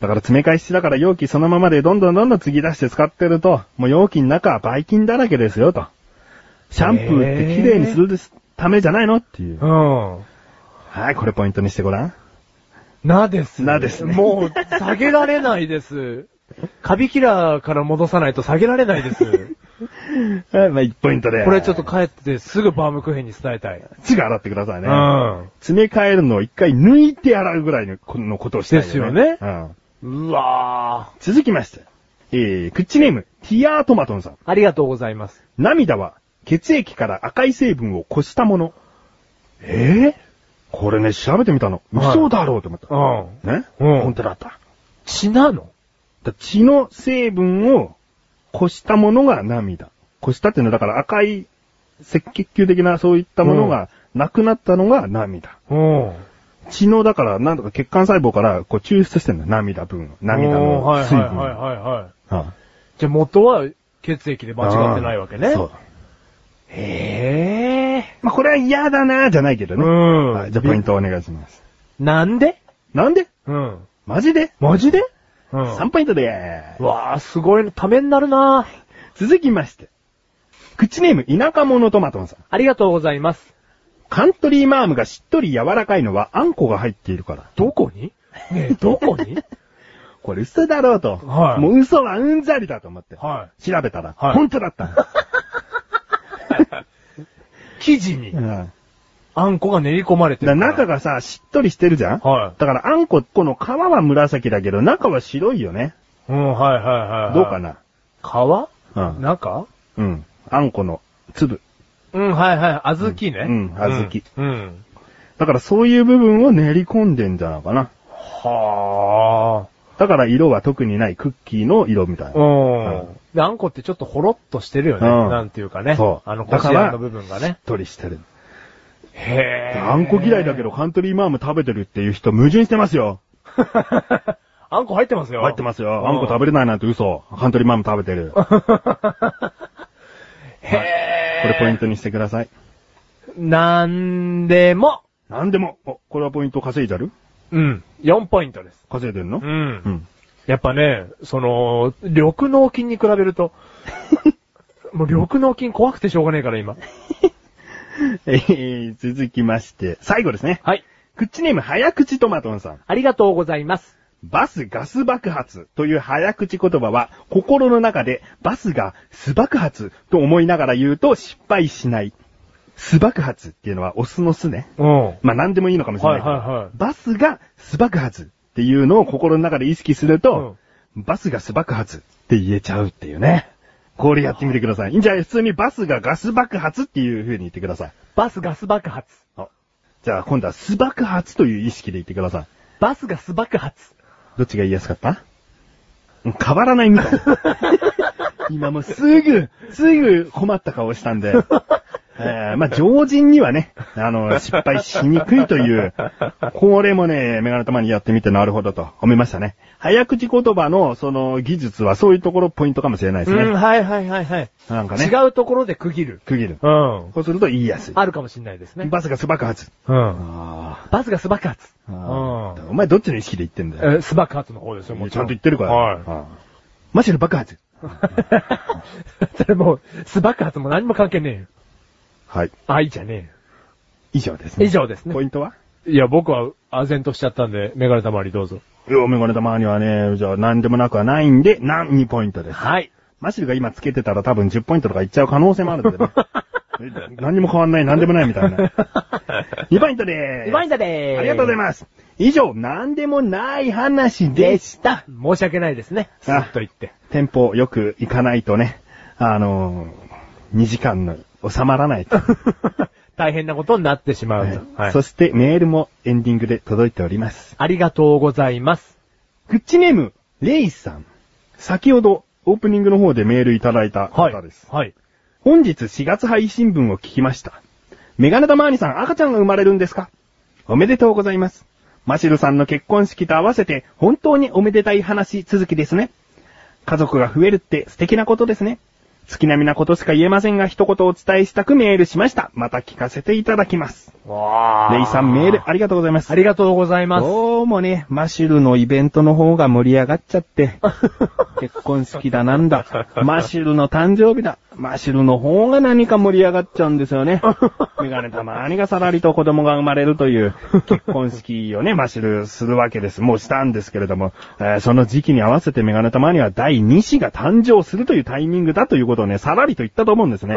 [SPEAKER 2] だから詰め替え式だから容器そのままでどんどんどんどん継ぎ出して使ってると、もう容器の中はばい菌だらけですよと。シャンプーって綺麗にするですためじゃないのっていう。
[SPEAKER 1] うん。
[SPEAKER 2] はい、これポイントにしてごらん。
[SPEAKER 1] なです。
[SPEAKER 2] なですね
[SPEAKER 1] もう、下げられないです。カビキラーから戻さないと下げられないです。
[SPEAKER 2] はい、まあ、1ポイントで。
[SPEAKER 1] これちょっと帰ってすぐバームクーヘンに伝えたい。
[SPEAKER 2] 血が洗ってくださいね。
[SPEAKER 1] うん。
[SPEAKER 2] 詰め替えるのを一回抜いて洗うぐらいのこのことをしたい、
[SPEAKER 1] ですよね
[SPEAKER 2] うん。
[SPEAKER 1] うわー。
[SPEAKER 2] 続きまして。えー、クッチネーム、ティアートマトンさん。
[SPEAKER 1] ありがとうございます。
[SPEAKER 2] 涙は血液から赤い成分をこしたもの。ええこれね、調べてみたの。
[SPEAKER 1] はい
[SPEAKER 2] 嘘だろうと思った。
[SPEAKER 1] うん。
[SPEAKER 2] ね、
[SPEAKER 1] うん
[SPEAKER 2] 本当だった。
[SPEAKER 1] 血なの
[SPEAKER 2] だ血の成分をこしたものが涙。こしたっていうのは、だから赤い赤血球的なそういったものがなくなったのが涙。
[SPEAKER 1] うん。
[SPEAKER 2] 血の、だから、なんとか血管細胞から、こう、抽出してんだ。涙分を。涙
[SPEAKER 1] おーは
[SPEAKER 2] の
[SPEAKER 1] い
[SPEAKER 2] 水
[SPEAKER 1] はい
[SPEAKER 2] 分を。
[SPEAKER 1] はいはいはい。
[SPEAKER 2] あ
[SPEAKER 1] じゃあ元は血液で間違ってないわけね。
[SPEAKER 2] そう。
[SPEAKER 1] へえ。
[SPEAKER 2] まあ、これは嫌だな、じゃないけどね。
[SPEAKER 1] うん
[SPEAKER 2] はい、じゃあ、ポイントお願いします。
[SPEAKER 1] なんで
[SPEAKER 2] なんで
[SPEAKER 1] うん。
[SPEAKER 2] マジで
[SPEAKER 1] マジでう
[SPEAKER 2] ?3 ポイントでーす。
[SPEAKER 1] わあ、すごい、ためになるな
[SPEAKER 2] 続きまして。口ネーム、田舎者トマトンさん。
[SPEAKER 1] ありがとうございます。
[SPEAKER 2] カントリーマームがしっとり柔らかいのは、あんこが入っているから。
[SPEAKER 1] どこにねえ、どこに
[SPEAKER 2] これ嘘だろうと。
[SPEAKER 1] はい
[SPEAKER 2] もう嘘はうんざりだと思って。
[SPEAKER 1] は
[SPEAKER 2] 調べたら、
[SPEAKER 1] はい
[SPEAKER 2] 本当だった。
[SPEAKER 1] い。記事に
[SPEAKER 2] う。ん
[SPEAKER 1] あんこが練り込まれて
[SPEAKER 2] だから
[SPEAKER 1] るから。
[SPEAKER 2] 中がさ、しっとりしてるじゃん
[SPEAKER 1] は
[SPEAKER 2] だからあんこ、この皮は紫だけど、中は白いよね。
[SPEAKER 1] い。うん、はいはいはい、はい。
[SPEAKER 2] どうかな
[SPEAKER 1] 皮
[SPEAKER 2] うん。
[SPEAKER 1] 中
[SPEAKER 2] うん。あんこの粒。
[SPEAKER 1] うん、はいはい。あずきね。
[SPEAKER 2] うんうん小豆
[SPEAKER 1] うん。うん。
[SPEAKER 2] だからそういう部分を練り込んでんじゃないかな。
[SPEAKER 1] は
[SPEAKER 2] だから色は特にないクッキーの色みたい
[SPEAKER 1] あ。う
[SPEAKER 2] な。
[SPEAKER 1] ん。
[SPEAKER 2] うん
[SPEAKER 1] で、あんこってちょっとほろっとしてるよね。
[SPEAKER 2] うん
[SPEAKER 1] なんていうかね。
[SPEAKER 2] そう
[SPEAKER 1] あの、こ
[SPEAKER 2] だ
[SPEAKER 1] し
[SPEAKER 2] から
[SPEAKER 1] あんの部分がね
[SPEAKER 2] しっ。とりしてる。
[SPEAKER 1] へえ。
[SPEAKER 2] あんこ嫌いだけど。カントリーマーム食べてるっていう人矛盾してますよ。
[SPEAKER 1] あんこ入ってますよ。
[SPEAKER 2] 入ってますよ。あんこ
[SPEAKER 1] べ
[SPEAKER 2] 食べれないなんて嘘。カントリーマーム食べてる。こ
[SPEAKER 1] へえ。
[SPEAKER 2] れポイントにしてください。
[SPEAKER 1] ト。なんでも。
[SPEAKER 2] なんでも。お、これはポイント稼いじゃる
[SPEAKER 1] うん。4ポイントです。
[SPEAKER 2] 稼いでんの
[SPEAKER 1] うん
[SPEAKER 2] う。ん。
[SPEAKER 1] やっぱね、その、緑脳筋に比べる と、もう緑脳筋怖くてしょうがねえから今。
[SPEAKER 2] えー、続きまして、最後ですね。
[SPEAKER 1] はい。
[SPEAKER 2] クッチネーム早口トマトンさん。
[SPEAKER 1] ありがとうございます。
[SPEAKER 2] バスガス爆発という早口言葉は、心の中でバスが巣爆発と思いながら言うと失敗しない。巣爆発っていうのはオスの巣ね。
[SPEAKER 1] うん。
[SPEAKER 2] まあ何でもいいのかもしれないけど、
[SPEAKER 1] はいはいはい
[SPEAKER 2] バスが巣爆発っていうのを心の中で意識すると、バスが巣爆発って言えちゃうっていうね。これやってみてください。じゃあ普通にバスがガス爆発っていう風に言ってください。
[SPEAKER 1] バスガス爆発。
[SPEAKER 2] あじゃあ今度は巣爆発という意識で言ってください。
[SPEAKER 1] バスガス爆発。
[SPEAKER 2] どっちが言いやすかったうん変わらないみ たい。今もうすぐ、すぐ困った顔したん で。えーまあ、常人にはね、あの、失敗しにくいという、これもね、メガネたまにやってみてなるほどと思いましたね。早口言葉の、その、技術はそういうところポイントかもしれないですね。
[SPEAKER 1] うん、はいはいはいはい。
[SPEAKER 2] なんかね、
[SPEAKER 1] 違うところで区切る。
[SPEAKER 2] 区切る。
[SPEAKER 1] うん。
[SPEAKER 2] こうすると言いやすい。
[SPEAKER 1] あるかもしんないですね。
[SPEAKER 2] バスが素爆発。
[SPEAKER 1] うん。
[SPEAKER 2] あ
[SPEAKER 1] バスガス爆発。
[SPEAKER 2] ーあー。
[SPEAKER 1] う
[SPEAKER 2] お前どっちの意識で言ってんだよ。
[SPEAKER 1] ん。え、ス爆発の方ですよ、も
[SPEAKER 2] ちゃんと
[SPEAKER 1] 言
[SPEAKER 2] 言ってるから。
[SPEAKER 1] はい。
[SPEAKER 2] あーマシュル爆発。
[SPEAKER 1] それもう、ス爆発も何も関係ねえよ。
[SPEAKER 2] はい。
[SPEAKER 1] 愛じゃね
[SPEAKER 2] 以上です
[SPEAKER 1] えよ。
[SPEAKER 2] ね。
[SPEAKER 1] 以上ですね
[SPEAKER 2] ポ。イントはい
[SPEAKER 1] や、僕は、唖然としちゃったんで、メガネたまわりどうぞ。
[SPEAKER 2] いや、メガネ玉にはね、じゃあ何でもなくはないんで、何2ポイントです。
[SPEAKER 1] はい。
[SPEAKER 2] マシルが今つけてたら多分10ポイントとかいっちゃう可能性もあるん でね。え何にも変わんない、何でもないみたいな。2ポイントでーす。
[SPEAKER 1] リマインダーでーす。
[SPEAKER 2] ありがとうございます。以上、何でもない話でした。
[SPEAKER 1] 申し訳ないですね。スッと言って。
[SPEAKER 2] テンポよくいかないとね、あのー、2時間の収まら ないと。
[SPEAKER 1] 大変なことになってしまうと。はい
[SPEAKER 2] そ。してメールもエンディングで届いております。
[SPEAKER 1] ありがとうございます。
[SPEAKER 2] グッチネーム、レイさん。先ほど、オープニングの方でメールいただいた
[SPEAKER 1] はい
[SPEAKER 2] 方です。。
[SPEAKER 1] はい。
[SPEAKER 2] 本日4月配信分を聞きました。メガネタマーニさん、赤ちゃんが生まれるんですかおめでとうございます。マシルさんの結婚式と合わせて、本当におめでたい話続きですね。家族が増えるって素敵なことですね。月並みなことしか言えませんが、一言お伝えしたくメールしました。また聞かせていただきます。
[SPEAKER 1] わ
[SPEAKER 2] レイさんメールありがとうございます。
[SPEAKER 1] ありがとうございます。
[SPEAKER 2] どうもね、マシュルのイベントの方が盛り上がっちゃ って、結婚式だなんだ、マシュルの誕生日だ、マシュルの方が何か盛り上がっちゃうんです よね。メガネたまにがさらりと子供が生まれるという結婚式をね、マシュルするわけです。もうしたんですけれども、えーその時期に合わせてメガネたまには第2子が誕生するというタイミングだということをね、さらりと言ったと思うんで すね。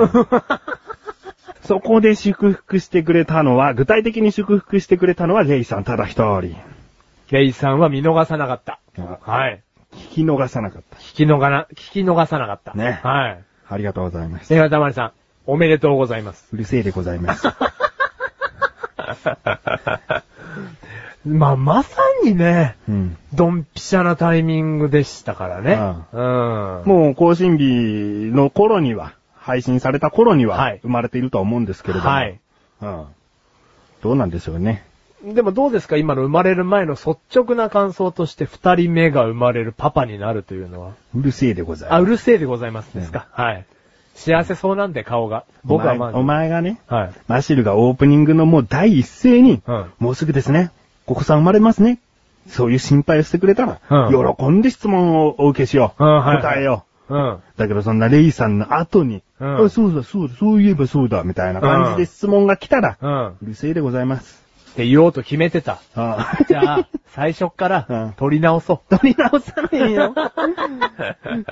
[SPEAKER 2] そこで祝福してくれたのは、具体的に祝福してくれたのはレイさんただ一人。
[SPEAKER 1] レイさんは見逃さなかった。はい。
[SPEAKER 2] 聞き逃さなかった。
[SPEAKER 1] 聞き逃な、聞き逃さなかった。
[SPEAKER 2] ね
[SPEAKER 1] はい。
[SPEAKER 2] ありがとうございます。
[SPEAKER 1] メガネたまりさん、おめでとうございます。
[SPEAKER 2] うるせえでござ います。
[SPEAKER 1] まあ、まさにね、
[SPEAKER 2] うん、
[SPEAKER 1] ドンピシャなタイミングでしたからね。うん。も
[SPEAKER 2] もう更新日の頃には、配信された頃に
[SPEAKER 1] は
[SPEAKER 2] はい生まれているとは思うんですけれども。
[SPEAKER 1] はい。
[SPEAKER 2] うん、どうなんでしょうね。
[SPEAKER 1] でもどうですか今の生まれる前の率直な感想として二人目が生まれるパパになるというのは。
[SPEAKER 2] うるせえでございます。
[SPEAKER 1] あ、うるせえでございますですか、はい。幸せそうなんで顔が。僕はま
[SPEAKER 2] お
[SPEAKER 1] あ、
[SPEAKER 2] 前お前がね、
[SPEAKER 1] はい。
[SPEAKER 2] マシルがオープニングのもう第一声に、
[SPEAKER 1] うん
[SPEAKER 2] もうすぐですね、お子さん生まれますね。そういう心配をしてくれたら、
[SPEAKER 1] う
[SPEAKER 2] 喜んで質問をお受けしよう。
[SPEAKER 1] うんはい
[SPEAKER 2] 答えよう。
[SPEAKER 1] うん。
[SPEAKER 2] だけどそんなレイさんの後に、
[SPEAKER 1] うん
[SPEAKER 2] あそうだ、そうだ、そういえばそうだ、みたいな感じで質問が来たら、
[SPEAKER 1] うん。っ
[SPEAKER 2] うるせえでございます。
[SPEAKER 1] て言おうと決めてた。
[SPEAKER 2] あ
[SPEAKER 1] じゃあ、最初か
[SPEAKER 2] うん
[SPEAKER 1] ら、取り直そ
[SPEAKER 2] 取り直さねえよ。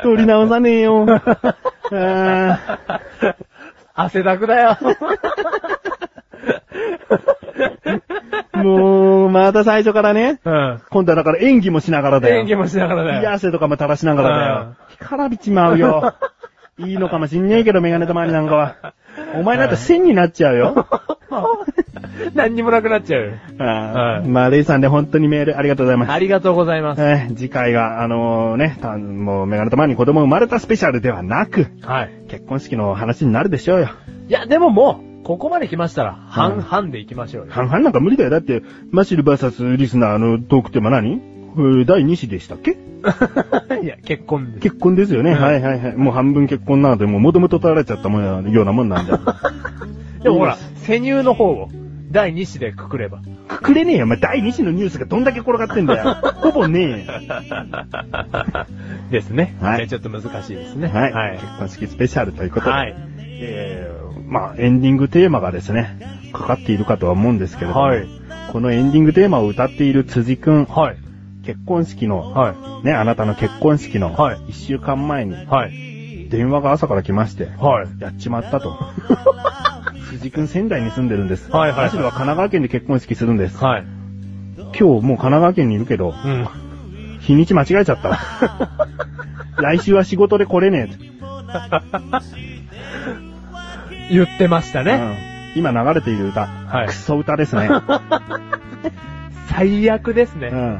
[SPEAKER 2] 取り直さねえ よ。あー
[SPEAKER 1] う。汗だくだよ。
[SPEAKER 2] もう、また最初からね。
[SPEAKER 1] うん。
[SPEAKER 2] 今度はだから演技もしながらだよ。
[SPEAKER 1] 演技もしながらだ
[SPEAKER 2] 冷や
[SPEAKER 1] よ。
[SPEAKER 2] 汗とかも垂らしながらだよ。干からびちまう よ。いいのかもしんねえけど、メガネたまわりなんかは。お前なんか線になっちゃ うよ。
[SPEAKER 1] 何にもなくなっちゃうよ。
[SPEAKER 2] あ
[SPEAKER 1] は
[SPEAKER 2] ー
[SPEAKER 1] い
[SPEAKER 2] まあ、レイさんで本当にメールありがとうございます。
[SPEAKER 1] ありがとうございます。
[SPEAKER 2] え ー次回が、あのーね、たもうメガネたまわりに子供生まれたスペシャルではなく、
[SPEAKER 1] はい。
[SPEAKER 2] 結婚式の話になるでしょうよ。
[SPEAKER 1] いや、でももう、ここまで来ましたら、半々で行きましょうよ。
[SPEAKER 2] 半々なんか無理だよ。だって、マシルバーサスリスナーのトークテーマ何えー第2子でしたっけ
[SPEAKER 1] いや、結婚です。
[SPEAKER 2] 結婚ですよね。
[SPEAKER 1] うん
[SPEAKER 2] はいはいはい。もう半分結婚なので、もう元々取られちゃったもんやようなもんなんだ。
[SPEAKER 1] でもほら、セニューの方を、第2子でくくれば。
[SPEAKER 2] くくれねえよ。お前第2子のニュースがどんだけ転がってんだよ。 ほぼねえ
[SPEAKER 1] ですね。
[SPEAKER 2] はい
[SPEAKER 1] じゃあちょっと難しいですね。
[SPEAKER 2] よ。はい。
[SPEAKER 1] はい。
[SPEAKER 2] 結婚式スペシャルということで。
[SPEAKER 1] はい。
[SPEAKER 2] えーまあエンディングテーマがですね、かかっているかとは思うんですけれども、
[SPEAKER 1] はい
[SPEAKER 2] このエンディングテーマを歌っている辻くん、
[SPEAKER 1] はい。
[SPEAKER 2] 結婚式の、
[SPEAKER 1] はい。
[SPEAKER 2] ね、あなたの結婚式の
[SPEAKER 1] はい
[SPEAKER 2] 1週間前に
[SPEAKER 1] はい。
[SPEAKER 2] 電話が朝から来まして、
[SPEAKER 1] はい。
[SPEAKER 2] やっちまっ たと。辻くん仙台に住んでるんです。
[SPEAKER 1] はいはいはい
[SPEAKER 2] マシルは神奈川県で結婚式するんです。
[SPEAKER 1] はい。
[SPEAKER 2] 今日もう神奈川県にいるけど、
[SPEAKER 1] うん。
[SPEAKER 2] 日にち間違えちゃった。 来週は仕事で来れね
[SPEAKER 1] 言ってました
[SPEAKER 2] え。
[SPEAKER 1] ね。
[SPEAKER 2] うん今流れている歌、
[SPEAKER 1] はい
[SPEAKER 2] ク。ソ歌で すね。
[SPEAKER 1] 最悪ですね
[SPEAKER 2] う。ん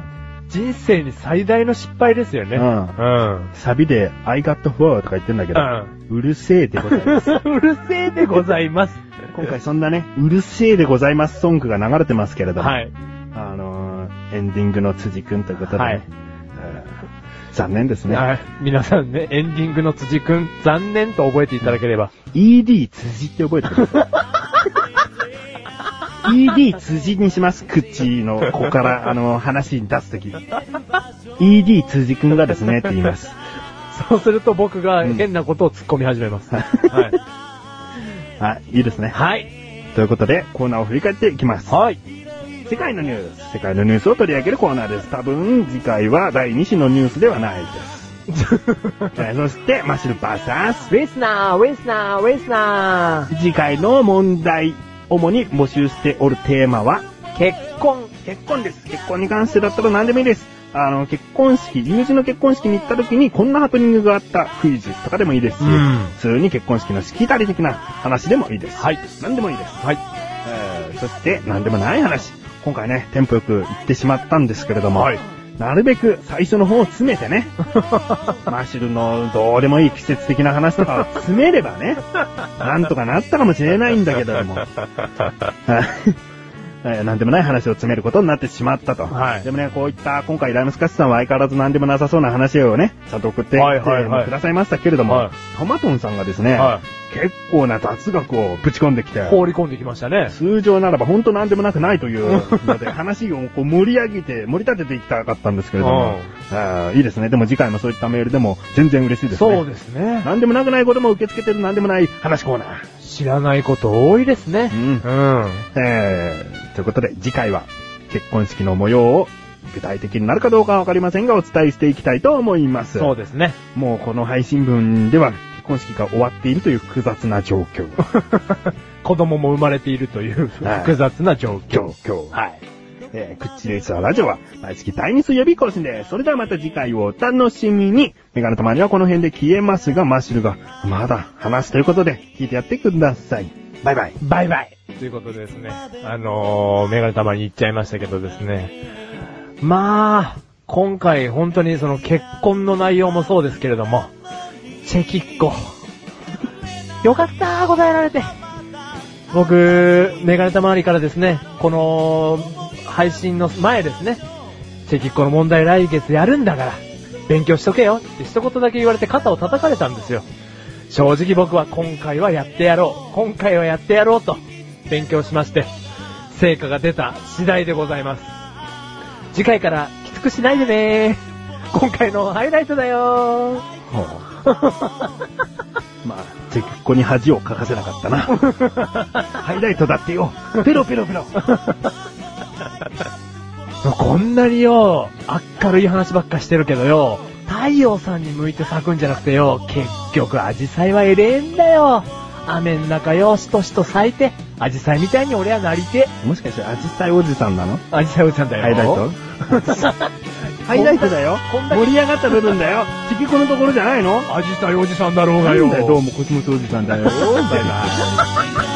[SPEAKER 1] 人生に最大の失敗ですよね。
[SPEAKER 2] うん
[SPEAKER 1] うん。
[SPEAKER 2] サビで I got four とか言ってんだけど、うるせえでございま す。
[SPEAKER 1] うるせえでございます。
[SPEAKER 2] 今回そんなね、うるせえでございますソングが流れてますけれども、
[SPEAKER 1] はい。
[SPEAKER 2] あのー、エンディングの辻くんということでね、
[SPEAKER 1] はい
[SPEAKER 2] うん残念ですね。
[SPEAKER 1] はい。皆さんね、エンディングの辻くん、残念と覚えていただければ。
[SPEAKER 2] ED 辻って覚えて る ?ED 辻にします、口のここから、あの、話に出すとき。ED 辻くんがですね、って言います。
[SPEAKER 1] そうすると僕が
[SPEAKER 2] うん
[SPEAKER 1] 変なことを突っ込み始めます。
[SPEAKER 2] はい
[SPEAKER 1] はい。
[SPEAKER 2] あ、いいですね。
[SPEAKER 1] はい。
[SPEAKER 2] ということで、コーナーを振り返っていきます。
[SPEAKER 1] はい。
[SPEAKER 2] 世界のニュース。世界のニュースを取り上げるコーナーです。多分、次回は第2子のニュースではない です。はいそして、マッシュルバーサス。
[SPEAKER 1] ウェスナー、ウェスナー、ウェスナ
[SPEAKER 2] 次回の問題、主に募集しておるテーマは、
[SPEAKER 1] ー。結婚。
[SPEAKER 2] 結婚です。結婚に関してだったら何でもいいです。あの、結婚式、友人の結婚式に行った時にこんなハプニングがあったクイズとかでもいいですし、
[SPEAKER 1] うん
[SPEAKER 2] 普通に結婚式のしきたり的な話でもいいです。
[SPEAKER 1] はい。
[SPEAKER 2] 何でもいいです。
[SPEAKER 1] はい。
[SPEAKER 2] えーそして、何でもない話。今回ね、テンポよく行ってしまったんですけれども、
[SPEAKER 1] はい
[SPEAKER 2] なるべく最初の方を詰めて ね、マシュルのどうでもいい季節的な話とかを詰めればね、なんとかなったかもしれないんだけども、はい。なんでもない話を詰めることになってしまったと。
[SPEAKER 1] はい
[SPEAKER 2] でもね、こういった、今回ライムスカッシュさんは相変わらず何でもなさそうな話をね、ちゃんと送ってきて
[SPEAKER 1] はいはいはい
[SPEAKER 2] くださいましたけれども、
[SPEAKER 1] はい
[SPEAKER 2] トマトンさんがですね、
[SPEAKER 1] は
[SPEAKER 2] 結構な雑学をぶち込んできて、
[SPEAKER 1] 放り込んできましたね。
[SPEAKER 2] 通常ならば本当何でもなくないというので、話をこう盛り上げて、盛り立てていきたかったんですけれども、あーいいですね。でも次回もそういったメールでも全然嬉しいですね。
[SPEAKER 1] そうですね。
[SPEAKER 2] 何でもなくないことも受け付けてる何でもない話コーナー。
[SPEAKER 1] 知らないこと多いですね。
[SPEAKER 2] う
[SPEAKER 1] うん。
[SPEAKER 2] えー、ということで次回は結婚式の模様を具体的になるかどうかはわかりませんがお伝えしていきたいと思います。
[SPEAKER 1] そうですね。
[SPEAKER 2] もうこの配信分では結婚式が終わっているという複雑な状況。
[SPEAKER 1] 子供も生まれているという
[SPEAKER 2] はい
[SPEAKER 1] 複雑な状況。
[SPEAKER 2] 状況。
[SPEAKER 1] はい。
[SPEAKER 2] えー、クッチレイサーラジオは毎月第2水曜日更新です。それではまた次回をお楽しみに。メガネたまにはこの辺で消えますが、マッシュルがまだ話すということで聞いてやってください。バイバイ。
[SPEAKER 1] バイバイということでですね、あのー、メガネたまに行っちゃいましたけどですね。まあ、今回本当にその結婚の内容もそうですけれども、チェキっ子。よかったー、答えられて。僕、メガネたまわりからですね、この、配信の前ですね、チェキっ子の問題来月やるんだから、勉強しとけよって一言だけ言われて肩を叩かれたんですよ。正直僕は今回はやってやろう。今回はやってやろうと、勉強しまして、成果が出た次第でございます。次回からきつくしないでね今回のハイライトだよ
[SPEAKER 2] まあ、チェキっ子に恥をかかせなかったな。ハイライトだってよ。ペロペロペロ。
[SPEAKER 1] こんなによ、明るい話ばっかしてるけどよ、太陽さんに向いて咲くんじゃなくてよ、結局アジサイはエレンだよ。雨ん中よ、しとしと咲いて、アジサイみたいに俺はなりて、
[SPEAKER 2] もしかして、アジサイおじさんなの
[SPEAKER 1] アジサイおじさんだよ。
[SPEAKER 2] ハイライ トハイライトだよ
[SPEAKER 1] こんだけ
[SPEAKER 2] 盛り上がった部分だよ引きこのところじゃないの
[SPEAKER 1] アジサイおじさんだろう
[SPEAKER 2] な
[SPEAKER 1] が
[SPEAKER 2] ん
[SPEAKER 1] よ。
[SPEAKER 2] だよ、どうもコスモスおじさんだよ。バイバイ。